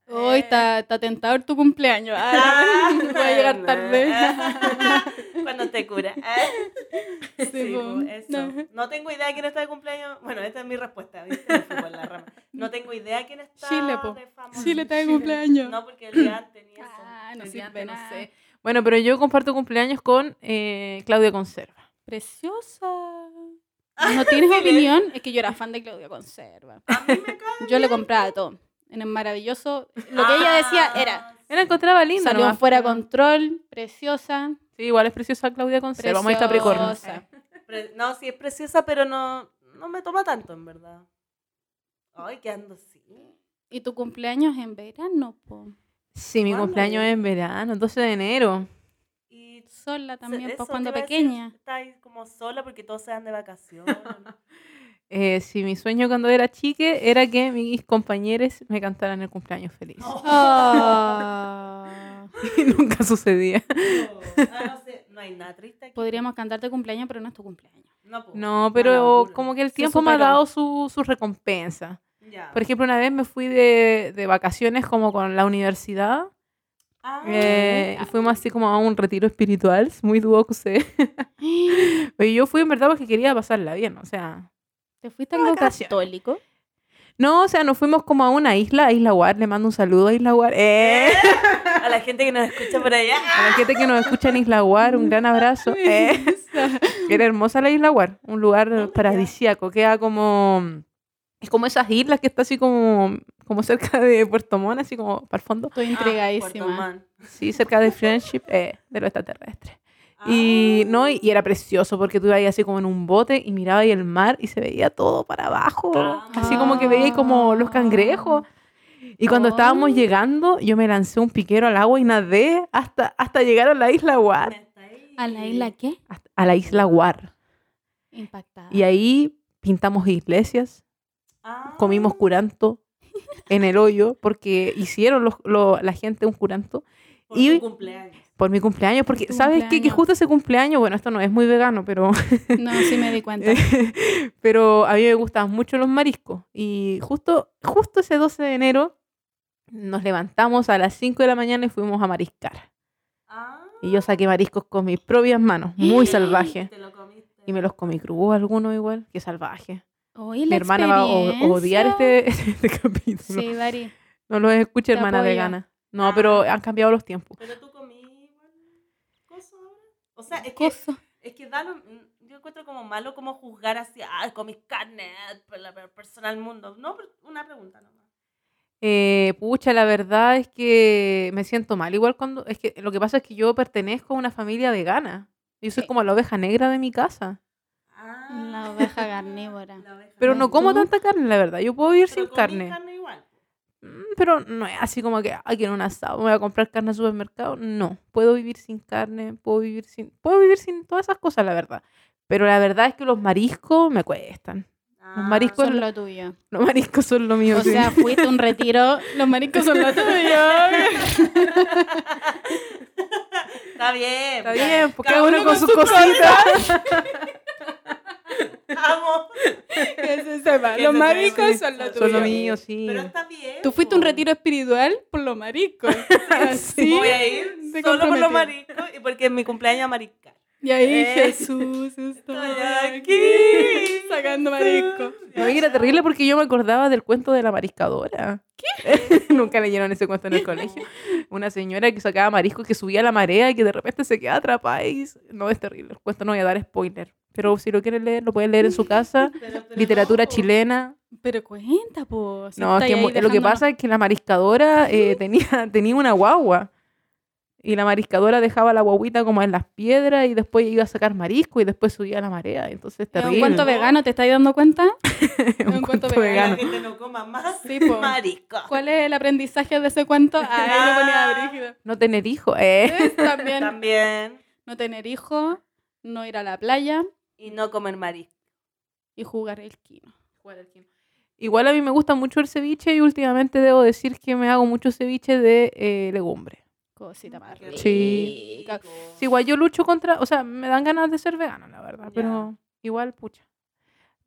Speaker 3: Hoy
Speaker 2: <laughs>
Speaker 3: está, está tentador tu cumpleaños. Ah,
Speaker 2: Eh. Ah,
Speaker 3: <laughs> voy a llegar tarde.
Speaker 2: <laughs>
Speaker 3: <laughs>
Speaker 2: Cuando te <laughs> cura. ¿eh?
Speaker 3: Sí,
Speaker 2: Sí,
Speaker 3: po.
Speaker 2: po, eso.
Speaker 3: No.
Speaker 2: No tengo idea de quién está de cumpleaños. Bueno, esta es mi respuesta. ¿viste? Me fui por la rama. No tengo idea de quién está
Speaker 3: Chile, po.
Speaker 2: de famoso.
Speaker 3: Sí, le está de cumpleaños.
Speaker 2: No, pues, porque el día antes ni eso.
Speaker 3: Ah, no
Speaker 4: El
Speaker 3: sirve
Speaker 4: día antes, no
Speaker 3: nada.
Speaker 4: sé. Bueno, pero yo comparto cumpleaños con eh, Claudia Conserva.
Speaker 3: Preciosa. ¿No tienes opinión? Es que yo era fan de Claudia Conserva.
Speaker 2: A <laughs> mí me cae.
Speaker 3: Yo le compraba todo. En el maravilloso. Lo que ella decía era.
Speaker 4: Yo la encontraba linda.
Speaker 3: Salió
Speaker 4: nomás,
Speaker 3: fuera
Speaker 4: pero-
Speaker 3: control, preciosa.
Speaker 4: Sí, igual es preciosa Claudia Conserva. Vamos a ir Capricornio.
Speaker 3: Preciosa.
Speaker 2: Pre- No, sí es preciosa, pero no, no me toma tanto, en verdad. Ay, que ando así.
Speaker 3: ¿Y tu cumpleaños en verano, po?
Speaker 4: Sí, mi
Speaker 2: ¿Cuándo?
Speaker 4: cumpleaños es en verano, 12 de enero.
Speaker 2: Y
Speaker 3: Sola también,
Speaker 2: eso
Speaker 3: pues
Speaker 2: te
Speaker 3: cuando
Speaker 2: iba a decir, <laughs>
Speaker 3: pequeña.
Speaker 2: Estáis como sola porque todos se dan de vacaciones.
Speaker 4: Eh, sí, mi sueño cuando era chique era que mis compañeros me cantaran el cumpleaños feliz.
Speaker 3: <laughs> Ah.
Speaker 4: <laughs> Y nunca sucedía.
Speaker 2: Ah, no, sé, no hay nada triste aquí.
Speaker 3: Podríamos cantarte cumpleaños, pero no es tu cumpleaños.
Speaker 2: No, pues, po.
Speaker 4: No,
Speaker 2: Mala
Speaker 4: pero
Speaker 2: locura.
Speaker 4: como que el
Speaker 3: Ah, Se
Speaker 4: tiempo me ha
Speaker 3: superó.
Speaker 4: dado su, su recompensa.
Speaker 2: Ya.
Speaker 4: Por ejemplo, una vez me fui de, de vacaciones como con la universidad
Speaker 2: Ah,
Speaker 4: <laughs> eh, y fuimos así como a un retiro espiritual, <laughs>
Speaker 3: <gasps>
Speaker 4: muy duocuse. Y yo fui en verdad porque quería pasarla bien, o sea,
Speaker 3: ¿Te fuiste algo
Speaker 4: Vacaciones.
Speaker 3: católico?
Speaker 4: No, o sea, nos fuimos como a una isla, a Isla Guar, le mando un saludo a Isla Guar. ¡Eh!
Speaker 2: a la gente que nos escucha por allá.
Speaker 4: <laughs> A la gente que nos escucha en Isla Guar, un gran abrazo. ¡Eh! Era hermosa la Isla Guar, un
Speaker 2: ¿Dónde
Speaker 4: lugar
Speaker 2: queda?
Speaker 4: paradisíaco, queda como... Es como esas islas que está así como, como cerca de Puerto Montt, así como para el fondo.
Speaker 3: Estoy
Speaker 2: Ah,
Speaker 3: intrigadísima.
Speaker 4: Sí, cerca de Friendship, eh, de lo extraterrestre.
Speaker 2: Ah.
Speaker 4: Y no, y, y era precioso porque tú ibas ahí así como en un bote y mirabas ahí el mar y se veía todo para abajo.
Speaker 2: Ah.
Speaker 4: Así como que veía ahí como los cangrejos. Y cuando
Speaker 3: Oh.
Speaker 4: estábamos llegando, yo me lancé un piquero al agua y nadé hasta, hasta llegar a la isla War.
Speaker 3: ¿A la isla qué?
Speaker 4: Hasta- A la isla War.
Speaker 3: Impactada.
Speaker 4: Y ahí pintamos iglesias,
Speaker 2: Ah,
Speaker 3: Ah.
Speaker 4: comimos curanto en el hoyo porque hicieron los- lo- la gente un curanto. y-
Speaker 2: y cumpleaños.
Speaker 4: Por mi cumpleaños, porque
Speaker 3: Tu
Speaker 4: sabes qué? que
Speaker 3: cumpleaños.
Speaker 4: justo ese cumpleaños, bueno, esto no es muy vegano, pero
Speaker 3: No, sí me di
Speaker 4: <laughs>
Speaker 3: cuenta.
Speaker 4: pero a mí me gustaban mucho los mariscos. Y justo, justo ese 12 de enero nos levantamos a las 5 de la mañana y fuimos a mariscar.
Speaker 2: Ah,
Speaker 4: Y yo saqué mariscos con mis propias manos,
Speaker 3: <gasps>
Speaker 4: muy salvaje.
Speaker 2: te lo comiste.
Speaker 4: Y me los comí crudos algunos igual, que salvaje.
Speaker 3: Oye,
Speaker 4: Mi
Speaker 3: Oh, la
Speaker 4: hermana va a o- a odiar
Speaker 3: experiencia.
Speaker 4: este, <laughs> este capítulo. <laughs>
Speaker 3: Sí, Dari.
Speaker 4: No lo
Speaker 3: Te
Speaker 4: escucha, hermana
Speaker 3: apoyo. Ah.
Speaker 4: vegana. No, pero han cambiado los tiempos.
Speaker 2: Pero tú comí igual cosas ahora. O sea, es que,
Speaker 3: Coso.
Speaker 2: es que da lo- mm, yo encuentro como malo como juzgar así, ah, comí carne, ah, por la per- persona del mundo. No, pero una pregunta nomás.
Speaker 4: Eh, pucha, la verdad es que me siento mal. Igual cuando. Es que lo que pasa es que yo pertenezco a una familia vegana. Yo soy
Speaker 3: Sí.
Speaker 4: como la oveja negra de mi casa.
Speaker 2: Ah,
Speaker 3: La oveja carnívora.
Speaker 2: <laughs> la oveja
Speaker 4: Pero no
Speaker 3: ¿Ves
Speaker 4: como
Speaker 3: tú?
Speaker 4: tanta carne, la verdad. Yo puedo vivir
Speaker 2: Pero
Speaker 4: sin
Speaker 2: comí
Speaker 4: carne.
Speaker 2: carne igual.
Speaker 4: Mm, Pero no es así como que aquí en un asado me voy a comprar carne al supermercado. No, puedo vivir sin carne, puedo vivir sin. Puedo vivir sin todas esas cosas, la verdad. Pero la verdad es que los mariscos me cuestan.
Speaker 2: Ah,
Speaker 4: mariscos-
Speaker 3: Son lo tuyo.
Speaker 4: Los mariscos son lo mío.
Speaker 3: O
Speaker 4: sí.
Speaker 3: sea, fuiste a un retiro. Los mariscos son
Speaker 4: <laughs>
Speaker 3: lo <laughs> tuyo.
Speaker 2: Está bien.
Speaker 4: Está
Speaker 2: ya.
Speaker 4: bien, porque
Speaker 2: Cada
Speaker 4: uno
Speaker 2: uno
Speaker 4: con
Speaker 2: con
Speaker 4: sus cositas.
Speaker 2: Amo.
Speaker 3: que se sepa.
Speaker 2: Que se sepa.
Speaker 3: Los mariscos son lo tuyo.
Speaker 4: Son lo mío, <laughs> sí.
Speaker 2: Pero está bien.
Speaker 3: Tú fuiste a un
Speaker 2: po.
Speaker 3: retiro espiritual por los
Speaker 4: <laughs>
Speaker 3: mariscos. Así
Speaker 2: Voy a ir
Speaker 3: te
Speaker 2: solo por los
Speaker 3: comprometí.
Speaker 2: mariscos y porque en mi cumpleaños a mariscar.
Speaker 3: Y ahí
Speaker 2: Eh.
Speaker 3: Jesús está
Speaker 2: Estoy
Speaker 3: aquí
Speaker 2: <laughs> aquí.
Speaker 3: sacando marisco.
Speaker 4: No, y era terrible porque yo me acordaba del cuento de la mariscadora. ¿Qué? <laughs> Nunca leyeron ese cuento en el colegio. Una señora que sacaba marisco, que subía a la marea y que de repente se quedaba atrapada. y s- No, es terrible. El cuento no voy a dar spoiler. Pero si lo quieren leer, lo pueden leer en su casa.
Speaker 2: Pero- pero
Speaker 4: Literatura
Speaker 2: no, po.
Speaker 4: chilena.
Speaker 3: Pero cuenta, pues.
Speaker 4: No, es que mu- lo que pasa es que la mariscadora eh, tenía, tenía una guagua. Y la mariscadora dejaba la guaguita como en las piedras y después iba a sacar marisco y después subía a la marea. Entonces, terrible.
Speaker 3: un cuento vegano, ¿te estáis dando <laughs> cuenta? Es un cuento
Speaker 2: Que
Speaker 3: vegano.
Speaker 2: La gente no coma más <laughs>
Speaker 3: Sí, po.
Speaker 2: mariscos.
Speaker 3: ¿Cuál es el aprendizaje de ese <laughs> cuento? Ahí lo ponía <laughs> Brígido.
Speaker 4: No tener hijos.
Speaker 3: <laughs>
Speaker 4: Eh.
Speaker 3: Eh, También
Speaker 2: También.
Speaker 3: no tener hijos, no ir a la playa
Speaker 2: Y no comer marisco.
Speaker 3: y jugar el kino.
Speaker 4: Igual a mí me gusta mucho el ceviche y últimamente debo decir que me hago mucho ceviche de eh, legumbre.
Speaker 3: Cosita más
Speaker 2: Mm, Qué
Speaker 3: rica.
Speaker 4: Sí.
Speaker 2: rico.
Speaker 4: Sí, igual yo lucho contra, o sea, me dan ganas de ser vegana, la verdad, pero igual, pucha.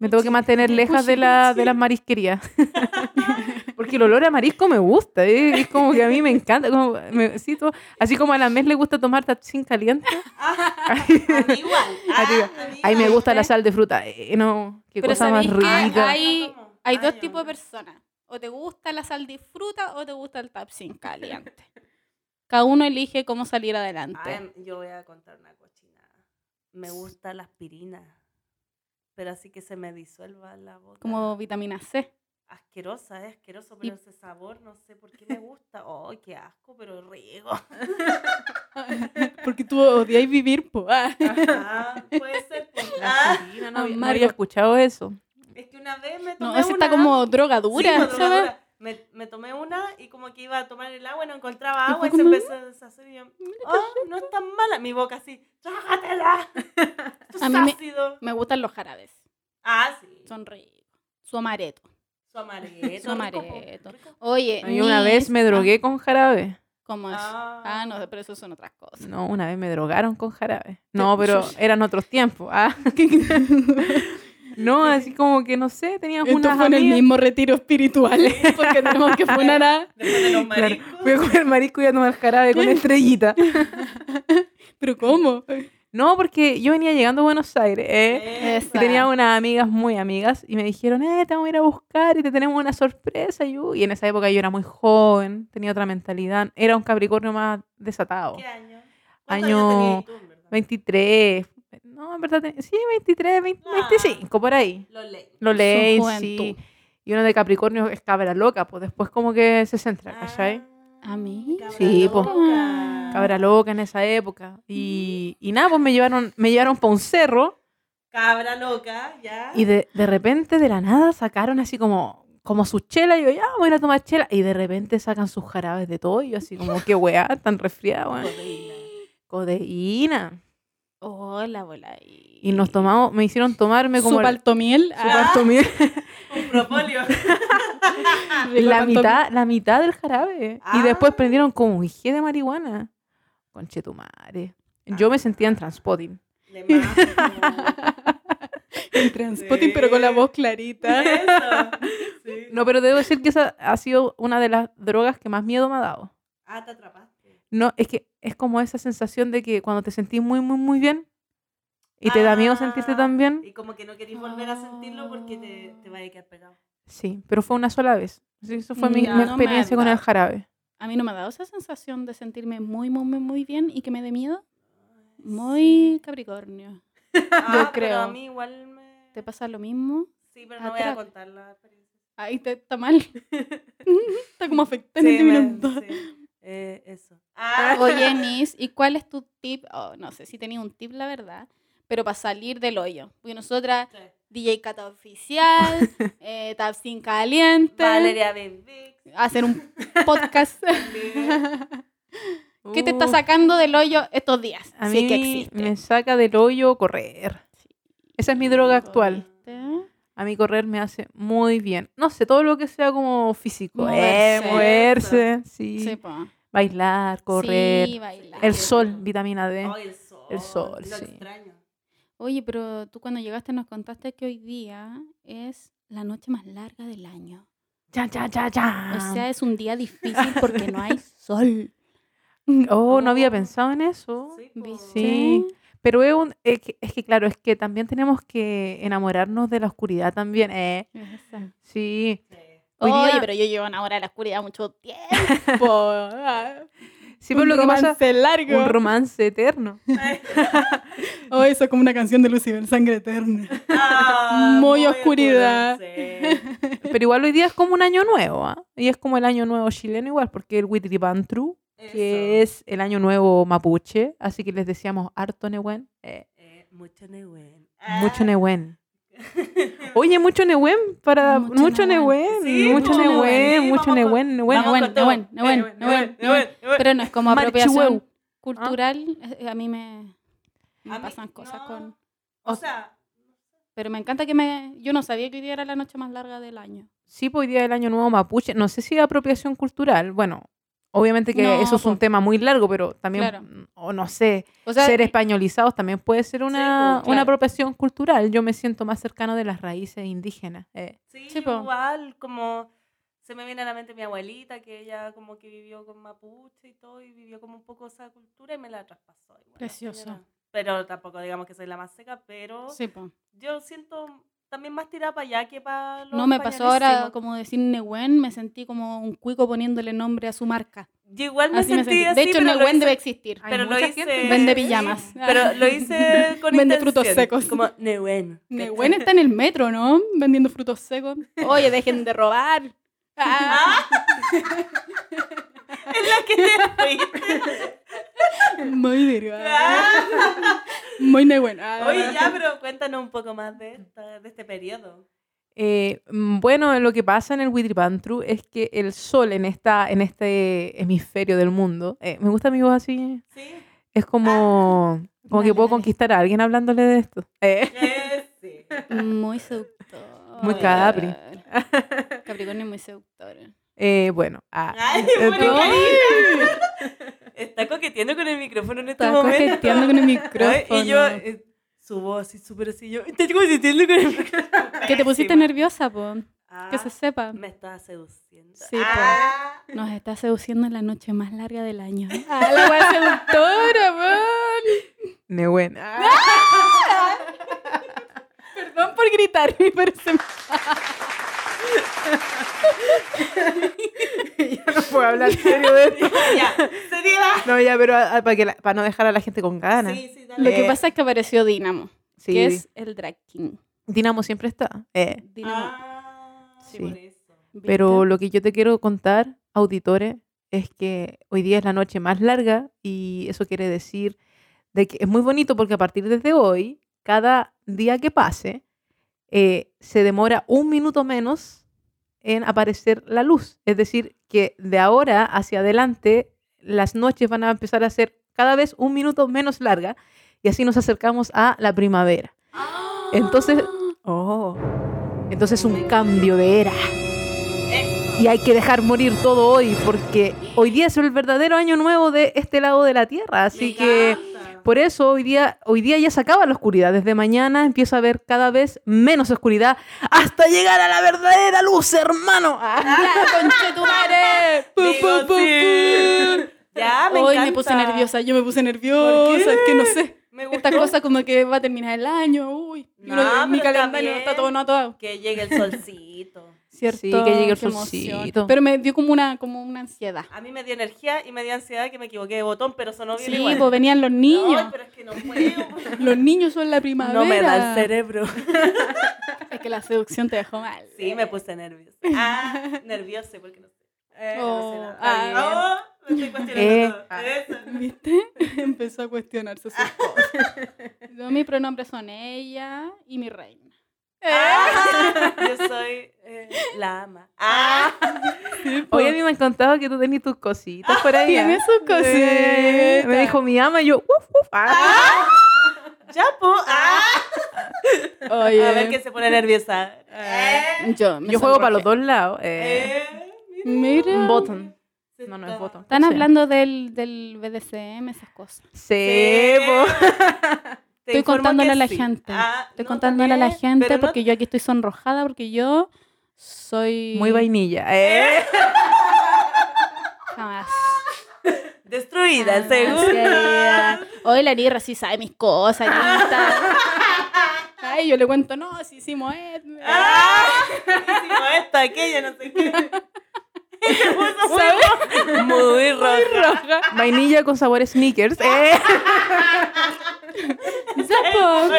Speaker 4: Me tengo que mantener
Speaker 3: pues
Speaker 4: lejos de, la, de las marisquerías.
Speaker 3: <laughs>
Speaker 4: Porque el olor a marisco me gusta, eh, es como que a mí me encanta. como me- sí, todo- así como a la mes le gusta tomar sin caliente,
Speaker 2: A mí Ah, igual.
Speaker 4: Ah, digo,
Speaker 2: Ah, a mí
Speaker 4: a mí me
Speaker 2: igual.
Speaker 4: gusta la sal de fruta. eh, no, qué
Speaker 3: Pero
Speaker 4: cosa más
Speaker 3: ¿sabéis qué?
Speaker 2: Ay,
Speaker 4: rica.
Speaker 3: Hay-
Speaker 2: no como.
Speaker 3: Hay
Speaker 2: Ay,
Speaker 3: dos
Speaker 2: no,
Speaker 3: tipos de
Speaker 2: no.
Speaker 3: personas. O te gusta la sal de fruta o te gusta el tap sin caliente. Cada uno elige cómo salir adelante.
Speaker 2: Ay, yo voy a contar una cochinada. Me gusta la aspirina. Pero así que se me disuelva en la boca.
Speaker 3: Como vitamina C.
Speaker 2: <laughs> Asquerosa, es asqueroso, pero ese sabor no sé por qué me gusta. ¡Ay, qué asco, pero rico!
Speaker 3: Porque tú odias vivir, po. ah.
Speaker 2: Ah, puede ser. pues.
Speaker 4: La
Speaker 2: Ah,
Speaker 4: aspirina, no, había- no
Speaker 3: Amargo.
Speaker 4: había escuchado eso.
Speaker 2: es que una vez me tomé
Speaker 3: <laughs> No, esa
Speaker 2: una...
Speaker 3: está como droga
Speaker 2: Sí,
Speaker 3: dura, <laughs>
Speaker 2: como droga
Speaker 3: ¿sabes?
Speaker 2: dura. Me, me tomé una y como que iba a tomar el agua y no encontraba
Speaker 3: Y
Speaker 2: agua y
Speaker 3: fue
Speaker 2: se
Speaker 3: como,
Speaker 2: empezó a deshacer. Y yo, ¡oh, no es tan mala! Mi boca así,
Speaker 3: <laughs>
Speaker 2: ¡trágatela! Esto es
Speaker 3: A mí me-
Speaker 2: ácido.
Speaker 3: Me gustan los jarabes.
Speaker 2: Ah, sí.
Speaker 3: Son ricos. Su amareto.
Speaker 2: Su amareto.
Speaker 3: <laughs> Su amareto.
Speaker 2: rico, rico.
Speaker 3: Oye.
Speaker 4: Y una vez me
Speaker 3: Nis-
Speaker 4: drogué con jarabe.
Speaker 3: Ah, ¿Cómo es?
Speaker 2: Ah.
Speaker 3: Ah, no, pero eso son otras
Speaker 4: <laughs>
Speaker 3: cosas.
Speaker 4: No, una vez me drogaron con jarabe. No, pero eran otros tiempos. Ah. <laughs>
Speaker 3: <laughs>
Speaker 4: No, así como que no sé, teníamos
Speaker 3: Esto
Speaker 4: unas
Speaker 3: fue en el
Speaker 4: amigas-
Speaker 3: mismo retiro espiritual, porque tenemos
Speaker 4: <laughs>
Speaker 3: que funar a...
Speaker 2: Después de los
Speaker 4: Claro,
Speaker 2: mariscos.
Speaker 4: voy a comer marisco y voy a tomar
Speaker 2: <laughs>
Speaker 4: jarabe con estrellita.
Speaker 3: ¿Pero cómo?
Speaker 4: No, porque yo venía llegando a Buenos Aires, ¿eh?
Speaker 2: Eh,
Speaker 4: Y tenía unas amigas muy amigas y me dijeron, eh, te vamos a ir a buscar y te tenemos una sorpresa. Y, uh, y en esa época yo era muy joven, tenía otra mentalidad, era un capricornio más desatado.
Speaker 2: ¿Qué año? ¿Cuántos
Speaker 4: Año
Speaker 2: años tenías tú, en verdad?
Speaker 4: 23. No, en verdad, ten- sí, 23, 20,
Speaker 2: Ah.
Speaker 4: 25, por ahí.
Speaker 2: Lo leí.
Speaker 4: Lo leen, sí.
Speaker 3: juventud.
Speaker 4: Y uno de Capricornio es cabra loca, pues después como que se centra,
Speaker 2: Ah.
Speaker 4: ¿cachai?
Speaker 3: A mí.
Speaker 2: cabra
Speaker 4: Sí, po.
Speaker 2: loca.
Speaker 4: Cabra loca en esa época. Y, y nada, pues me llevaron, me llevaron pa' un cerro
Speaker 2: Cabra loca, ya.
Speaker 4: y de, de repente, de la nada, sacaron así como, como su chela. Y yo, ya, voy a ir a tomar chela. Y de repente sacan sus jarabes de todo. Y yo así como, qué weá, tan resfriada, weón. Codeína.
Speaker 3: Hola, bola.
Speaker 4: Y nos tomamos, me hicieron tomarme como...
Speaker 3: Su
Speaker 4: el-
Speaker 3: paltomiel.
Speaker 4: su paltomiel.
Speaker 2: Un propóleo.
Speaker 4: <laughs>
Speaker 3: Ah, rico
Speaker 4: la
Speaker 3: paltomiel.
Speaker 4: mitad, la mitad del jarabe. Y
Speaker 2: Ah.
Speaker 4: después prendieron como un IG de marihuana. <laughs> Conchetumare. Yo me sentía en transpotting.
Speaker 2: De más, po.
Speaker 3: en Transpotting, pero con la voz
Speaker 4: <laughs>
Speaker 3: clarita.
Speaker 2: Eso. Sí.
Speaker 4: No, pero debo decir que esa ha sido una de las drogas que más miedo me ha dado.
Speaker 2: Ah, te atrapaste.
Speaker 4: No, es que es como esa sensación de que cuando te sentís muy, muy, muy bien y te da miedo sentirte
Speaker 3: Ah,
Speaker 4: tan bien.
Speaker 2: Ah, Y como que no querís volver a sentirlo porque te, te va a quedar pegado.
Speaker 4: Sí, pero fue una sola vez. Así que eso fue mi,
Speaker 3: Ya,
Speaker 4: mi
Speaker 3: no me
Speaker 4: experiencia con
Speaker 3: anda.
Speaker 4: el jarabe.
Speaker 3: A mí no me ha dado esa sensación de sentirme muy, muy, muy, muy bien y que me dé miedo. Muy Capricornio.
Speaker 2: Ah, Pero
Speaker 3: creo.
Speaker 2: a mí igual me.
Speaker 3: ¿Te pasa lo mismo?
Speaker 2: Sí, pero no voy a
Speaker 3: Atra-
Speaker 2: contar la experiencia.
Speaker 3: Ahí te, está mal.
Speaker 4: <laughs>
Speaker 3: está como afectando
Speaker 2: Sí,
Speaker 3: este
Speaker 2: me-
Speaker 3: minuto.
Speaker 2: sí. Eh,
Speaker 4: <laughs>
Speaker 2: eso. Ah,
Speaker 3: Oye, Nis, ¿y cuál es tu tip? Oh, no sé si tenía un tip, la verdad, pero para salir del hoyo. Porque nosotras,
Speaker 2: sí.
Speaker 3: DJ Cata
Speaker 4: <laughs>
Speaker 3: Oficial, eh, Tap Sin Caliente,
Speaker 2: Ah, Valeria Benvix.
Speaker 3: hacer un
Speaker 4: <laughs>
Speaker 3: podcast. ¿Qué te está sacando del hoyo estos días?
Speaker 4: A
Speaker 3: si
Speaker 4: mí
Speaker 3: es que existe.
Speaker 4: me saca del hoyo correr. Esa es mi droga actual.
Speaker 3: ¿Viste?
Speaker 4: A mí correr me hace muy bien. No sé, todo lo que sea como físico. eh,
Speaker 3: Moverse.
Speaker 4: moverse, sí.
Speaker 3: Sí, po.
Speaker 4: Bailar, correr.
Speaker 3: Sí, bailar.
Speaker 4: El sol, vitamina D.
Speaker 2: Ay, el sol.
Speaker 4: El sol,
Speaker 2: Lo
Speaker 4: sí.
Speaker 2: extraño.
Speaker 3: Oye, pero tú cuando llegaste nos contaste que hoy día es la noche más larga del año.
Speaker 4: Chan, chan, chan, chan.
Speaker 3: O sea, es un día difícil porque no <laughs> hay sol.
Speaker 4: oh, no había
Speaker 2: Oh.
Speaker 4: pensado en eso.
Speaker 2: Sí, pues. po.
Speaker 3: ¿Viste?
Speaker 4: Sí. Pero es, un- es que, es que, claro, es que también tenemos que enamorarnos de la oscuridad también. eh.
Speaker 3: Es esa.
Speaker 4: Sí.
Speaker 2: Sí.
Speaker 4: Hoy
Speaker 3: Oye,
Speaker 4: día-
Speaker 3: pero yo llevo una hora en la oscuridad mucho <laughs> tiempo. Ah,
Speaker 4: Sí, pero lo que pasa
Speaker 3: largo.
Speaker 4: un romance eterno.
Speaker 3: Oh, eso es como una canción de Lucifer, sangre eterna.
Speaker 2: <laughs> Ah,
Speaker 3: Muy oscuridad.
Speaker 2: oscura, sí.
Speaker 4: Pero igual hoy día es como un año nuevo, ¿ah? Y es como el año nuevo chileno igual, porque el Huitripantru, que
Speaker 2: Eso.
Speaker 4: es el año nuevo mapuche, así que les decíamos harto Nehuen, eh,
Speaker 2: Eh, mucho Nehuen.
Speaker 4: mucho
Speaker 2: Ah. <laughs>
Speaker 4: Nehuen. Oye, mucho Nehuen para...
Speaker 3: Mucho
Speaker 4: Mucho,
Speaker 3: Nehuen.
Speaker 4: Nehuen,
Speaker 2: Sí,
Speaker 4: mucho
Speaker 2: po.
Speaker 4: Nehuen,
Speaker 2: Sí,
Speaker 4: mucho
Speaker 2: vamos
Speaker 4: Nehuen, Nehuen.
Speaker 3: Vamos
Speaker 2: Nehuen,
Speaker 3: con todo.
Speaker 2: Nehuen, Nehuen,
Speaker 3: Nehuen,
Speaker 2: Nehuen,
Speaker 3: Nehuen,
Speaker 2: Nehuen.
Speaker 3: Pero no es como apropiación
Speaker 4: Marchihueu.
Speaker 3: cultural. eh, A mí me, me
Speaker 2: A mí-
Speaker 3: pasan cosas
Speaker 2: no.
Speaker 3: con...
Speaker 2: O sea,
Speaker 3: Pero me encanta que me... Yo no sabía que hoy día era la noche más larga del año.
Speaker 4: Sí, pues hoy día del año nuevo mapuche, no sé si apropiación cultural, bueno... Obviamente que
Speaker 3: No,
Speaker 4: eso es un
Speaker 3: po.
Speaker 4: tema muy largo, pero también,
Speaker 3: Claro.
Speaker 4: mm, o no sé,
Speaker 3: O sea,
Speaker 4: ser españolizados también puede ser una,
Speaker 3: po, claro.
Speaker 4: una apropiación cultural. Yo me siento más cercano de las raíces indígenas. eh.
Speaker 2: sí,
Speaker 3: Sí, po.
Speaker 2: igual, como se me viene a la mente mi abuelita, que ella como que vivió con mapuche y todo, y vivió como un poco esa cultura y me la traspasó. igual, la
Speaker 3: Precioso.
Speaker 2: señora. Pero tampoco digamos que soy la más seca, pero
Speaker 3: sí, po.
Speaker 2: yo siento también más tirada para allá que para los
Speaker 3: No me pasó ahora
Speaker 2: españolísimos.
Speaker 3: como decir Nehuen, me sentí como un cuico poniéndole nombre a su marca.
Speaker 2: Yo igual <laughs> me
Speaker 3: Así me sentí.
Speaker 2: sentí así,
Speaker 3: De hecho,
Speaker 2: pero lo
Speaker 3: Nehuen
Speaker 2: hice-
Speaker 3: debe existir.
Speaker 4: Ay, Hay
Speaker 2: pero lo
Speaker 4: mucha
Speaker 2: hice...
Speaker 4: gente-
Speaker 3: Vende pijamas. Ah.
Speaker 2: Pero lo
Speaker 3: <laughs>
Speaker 2: hice con
Speaker 3: Vende
Speaker 2: intención,
Speaker 3: frutos secos.
Speaker 2: Como Nehuen.
Speaker 3: Nehuen está en el metro, ¿no? Vendiendo frutos secos. Oye, dejen de robar. Ah,
Speaker 2: <laughs> Es la que
Speaker 3: <laughs>
Speaker 2: te fuiste.
Speaker 3: muy virga.
Speaker 2: <laughs>
Speaker 3: Muy Nehuen. Ah.
Speaker 2: Oye, ya, pero cuéntanos un poco más de, esta- de este periodo.
Speaker 4: Eh, mm, bueno, lo que pasa en el Huitripantru es que el sol en, esta, en este hemisferio del mundo, eh, me gusta mi voz así,
Speaker 2: ¿Sí?
Speaker 4: es como, como
Speaker 3: Ah. Dale,
Speaker 4: que puedo
Speaker 3: dale.
Speaker 4: conquistar a alguien hablándole de esto. Eh,
Speaker 2: Eh, sí.
Speaker 3: Muy seductor.
Speaker 4: Muy capri.
Speaker 3: <laughs> Capricornio es muy seductor.
Speaker 4: eh, bueno, ah,
Speaker 2: Ay,
Speaker 4: eh,
Speaker 2: bueno,
Speaker 4: todo-
Speaker 3: <laughs>
Speaker 2: Está coqueteando con el micrófono en este
Speaker 3: Está
Speaker 2: momento.
Speaker 3: coqueteando con el
Speaker 2: Ay,
Speaker 3: micrófono.
Speaker 2: Y yo eh, subo así, súper así. Yo, está coqueteando con el micrófono.
Speaker 3: Que te pusiste
Speaker 2: Pésima.
Speaker 3: nerviosa, po.
Speaker 2: Ah,
Speaker 3: Que se sepa.
Speaker 2: Me estaba seduciendo.
Speaker 3: Sí, pues. po.
Speaker 2: Ah,
Speaker 3: Nos está seduciendo en la noche más larga del
Speaker 2: <laughs>
Speaker 3: año. ¡Ah, la wea seductora, man!
Speaker 4: Nehuen. Ah, <laughs>
Speaker 3: Perdón por gritar, <laughs> pero se me-
Speaker 4: ya no puedo hablar serio de esto.
Speaker 2: <laughs> ya, seriedad.
Speaker 4: No, ya, pero ah, para, que la- para no dejar a la gente con ganas.
Speaker 2: Sí, sí, dale.
Speaker 3: Lo que
Speaker 4: Eh.
Speaker 3: pasa es que apareció Dinamo,
Speaker 4: Sí. Mm.
Speaker 3: que es el drag king.
Speaker 4: Dinamo siempre está. eh.
Speaker 3: Dinamo,
Speaker 2: Ah,
Speaker 4: Sí.
Speaker 2: por eso.
Speaker 3: ¿viste?
Speaker 4: Pero lo que yo te quiero contar, auditores, es que hoy día es la noche más larga y eso quiere decir de que es muy bonito porque a partir desde hoy, cada día que pase, eh, se demora un minuto menos en aparecer la luz. Es decir, que de ahora hacia adelante las noches van a empezar a ser cada vez un minuto menos larga y así nos acercamos a la primavera. Entonces, oh, entonces es un cambio de era. Y hay que dejar morir todo hoy porque hoy día es el verdadero año nuevo de este lado de la Tierra.
Speaker 2: Me
Speaker 4: Así que
Speaker 2: encanta.
Speaker 4: Por eso hoy día, hoy día ya se acaba la oscuridad. Desde mañana empieza a haber cada vez menos oscuridad hasta llegar a la verdadera luz, hermano. Ah.
Speaker 3: ¡Ya, conchetumare! ¡Pu,
Speaker 2: Digo,
Speaker 3: pu, pu,
Speaker 2: sí.
Speaker 3: pu!
Speaker 2: <laughs> Ya, me
Speaker 3: Hoy
Speaker 2: encanta.
Speaker 3: me puse nerviosa, yo me puse nerviosa, es que no sé.
Speaker 2: Me gusta
Speaker 3: Esta cosa como que va a terminar el año, uy. y
Speaker 2: No,
Speaker 3: uno- mi
Speaker 2: pero está
Speaker 3: calendario
Speaker 2: bien.
Speaker 3: está todo no todo.
Speaker 2: que llegue el solcito.
Speaker 3: ¿Cierto?
Speaker 4: Sí, que llegue el
Speaker 3: Qué emoción.
Speaker 4: solcito.
Speaker 3: Pero me dio como una, como una ansiedad.
Speaker 2: A mí me dio energía y me dio ansiedad que me equivoqué de botón, pero sonó bien
Speaker 3: Sí,
Speaker 2: igual.
Speaker 3: pues venían los
Speaker 2: Ay,
Speaker 3: niños.
Speaker 2: pero es que no puedo.
Speaker 3: Los niños son la primavera.
Speaker 2: No me da el cerebro.
Speaker 3: Es que la seducción te dejó mal.
Speaker 2: Sí, me puse nerviosa.
Speaker 3: <laughs>
Speaker 2: Ah, nerviosa porque no sé. Eh, no sé
Speaker 3: Oh,
Speaker 2: nada.
Speaker 3: ah,
Speaker 2: Ah, oh, me estoy
Speaker 4: Eh.
Speaker 2: cuestionando todo. Eso.
Speaker 3: ¿Viste? Empezó a cuestionarse sus cosas. Yo, mis pronombres son ella y mi reina.
Speaker 2: Ah, yo soy eh, la ama. Ah,
Speaker 4: Hoy a mí me han contado que tú tenés tus cositas por ahí.
Speaker 3: Tiene sus cositas.
Speaker 4: Eh, Me dijo mi ama y yo, uf, uf. ah.
Speaker 2: ya, po. Ah.
Speaker 3: Oye, Eh.
Speaker 2: A ver que se pone nerviosa.
Speaker 3: yo, me
Speaker 4: Yo juego para los
Speaker 3: sonrojé.
Speaker 4: dos lados. Eh.
Speaker 2: Eh, mira.
Speaker 3: Mira.
Speaker 4: Un botón.
Speaker 2: Se
Speaker 4: No, no es
Speaker 2: está-
Speaker 4: botón.
Speaker 3: Están
Speaker 4: Sí.
Speaker 3: hablando del, del BDSM, esas cosas.
Speaker 4: Sí, po.
Speaker 2: <laughs> Te
Speaker 3: Eh, Estoy
Speaker 2: informo
Speaker 3: contándole
Speaker 2: que
Speaker 3: a la
Speaker 2: sí.
Speaker 3: gente.
Speaker 2: Ah,
Speaker 3: Estoy
Speaker 2: no,
Speaker 3: contándole a la
Speaker 2: también,
Speaker 3: gente
Speaker 2: pero no-
Speaker 3: porque yo aquí estoy sonrojada porque yo soy...
Speaker 4: Muy vainilla. eh.
Speaker 3: Jamás.
Speaker 2: Destruida,
Speaker 3: Jamás
Speaker 2: seguro.
Speaker 3: sería. Hoy la Nirra sí sabe mis cosas. Nita. Ay, yo le cuento, no, si hicimos esto.
Speaker 2: Ah, <laughs> hicimos esto, aquello, no sé
Speaker 3: <laughs>
Speaker 2: qué. <laughs> Se puso muy roja. Muy roja.
Speaker 4: Vainilla con sabor <laughs> sneakers. eh.
Speaker 3: Zapo,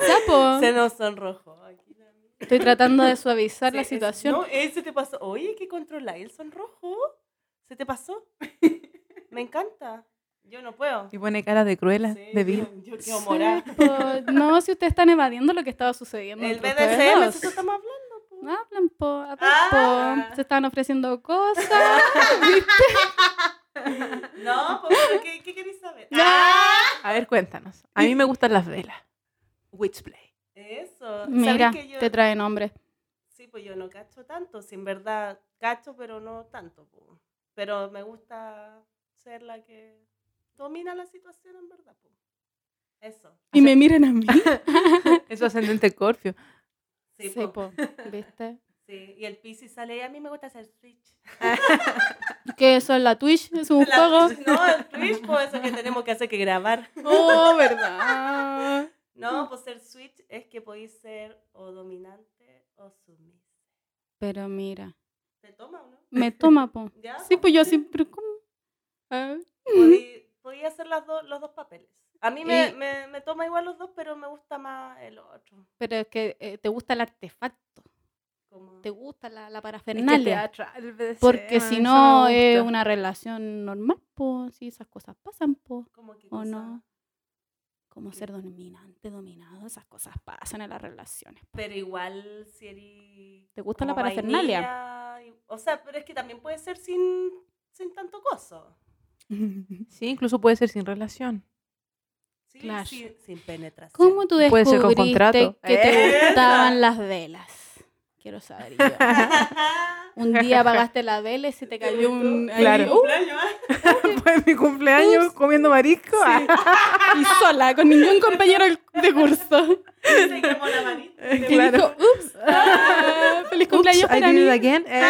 Speaker 3: zapo.
Speaker 2: <laughs> Se nos sonrojó. aquí la-
Speaker 3: Estoy tratando de
Speaker 2: <laughs>
Speaker 3: suavizar la
Speaker 2: Sí, es-
Speaker 3: situación.
Speaker 2: no, eh, se te pasó. Oye, ¿qué controla el sonrojo? ¿Se
Speaker 3: <laughs>
Speaker 2: te pasó? Me encanta. Yo no puedo.
Speaker 4: Y pone cara de cruela,
Speaker 2: Sí,
Speaker 4: de
Speaker 2: yo,
Speaker 4: vil.
Speaker 2: yo quiero morar.
Speaker 3: Zapo. <laughs> No, si ustedes están evadiendo lo que estaba sucediendo.
Speaker 2: El
Speaker 3: entre
Speaker 2: BDSM,
Speaker 3: ustedes
Speaker 2: eso
Speaker 3: dos.
Speaker 2: estamos hablando. po.
Speaker 3: No hablan, po, hablan,
Speaker 2: Ah.
Speaker 3: po. Se estaban ofreciendo
Speaker 2: <laughs>
Speaker 3: cosas. <laughs>
Speaker 2: No, po, pero ¿qué, qué queréis saber? Ah,
Speaker 4: A ver, cuéntanos. A mí me gustan las velas. Witchplay.
Speaker 2: Eso.
Speaker 3: Mira,
Speaker 2: ¿Sabéis que yo-
Speaker 3: te trae nombre.
Speaker 2: Sí, pues yo no cacho tanto. Si en verdad cacho, pero no tanto. po. Pero me gusta ser la que domina la situación en verdad. po. Eso.
Speaker 3: Y me miran a mí.
Speaker 4: <laughs> Eso ascendente Corpio.
Speaker 2: <laughs> Sí,
Speaker 3: Sí,
Speaker 2: po.
Speaker 3: po, ¿viste?
Speaker 2: Sí, Y el Piscis sale y a mí me gusta hacer Twitch.
Speaker 3: ¿Qué eso es la Twitch? ¿Es un
Speaker 2: La-
Speaker 3: juego?
Speaker 2: No, el Twitch, pues eso que tenemos que hacer que grabar.
Speaker 3: Oh, verdad.
Speaker 2: No, pues ser switch es que podéis ser o dominante o sumisa.
Speaker 3: Pero mira,
Speaker 2: ¿Te toma o no?
Speaker 3: me toma, po.
Speaker 2: ¿Ya?
Speaker 3: Sí, pues yo siempre. ¿Cómo? Ah,
Speaker 2: Podí- podía hacer las dos- los dos papeles. A mí me,
Speaker 3: Y-
Speaker 2: me, me toma igual los dos, pero me gusta más el otro.
Speaker 3: Pero es que eh, te gusta el artefacto,
Speaker 2: Como...
Speaker 3: te gusta la, la
Speaker 4: Es que
Speaker 3: parafernalia.
Speaker 4: teatral, BDSM,
Speaker 3: porque si
Speaker 4: eso
Speaker 3: no
Speaker 4: me gusta.
Speaker 3: es una relación normal, pues, si esas cosas pasan, pues,
Speaker 2: como que
Speaker 3: o
Speaker 2: cosa-
Speaker 3: no. Como ser dominante, dominado, esas cosas pasan en las relaciones.
Speaker 2: Pero igual si eres...
Speaker 3: ¿Te gusta la
Speaker 2: como
Speaker 3: parafernalia?
Speaker 2: vainilla, y- O sea, pero es que también puede ser sin, sin tanto coso.
Speaker 3: <laughs>
Speaker 4: Sí, incluso puede ser sin <laughs> relación.
Speaker 2: ¿sí?
Speaker 3: Claro.
Speaker 2: Sin, sin penetración.
Speaker 3: ¿Cómo
Speaker 2: <laughs>
Speaker 3: tú
Speaker 4: Puede ser con
Speaker 3: descubriste
Speaker 4: contrato.
Speaker 3: que te
Speaker 4: Eh.
Speaker 2: ¡Esa!
Speaker 3: gustaban las velas? Quiero saber yo. Un día apagaste la vela y se
Speaker 4: <laughs>
Speaker 3: te cayó un... ahí,
Speaker 4: Claro.
Speaker 3: uh,
Speaker 4: Fue Pues, mi cumpleaños comiendo marisco. Ah,
Speaker 3: y sola, con ningún compañero de curso.
Speaker 2: <laughs> Se quemó la manita.
Speaker 4: eh,
Speaker 3: Y
Speaker 2: <laughs>
Speaker 4: claro.
Speaker 3: dijo,
Speaker 4: <laughs>
Speaker 3: ups, ah, feliz cumpleaños
Speaker 4: Oops, I
Speaker 3: para
Speaker 4: did it
Speaker 3: mí. Ah.
Speaker 4: again. Eh,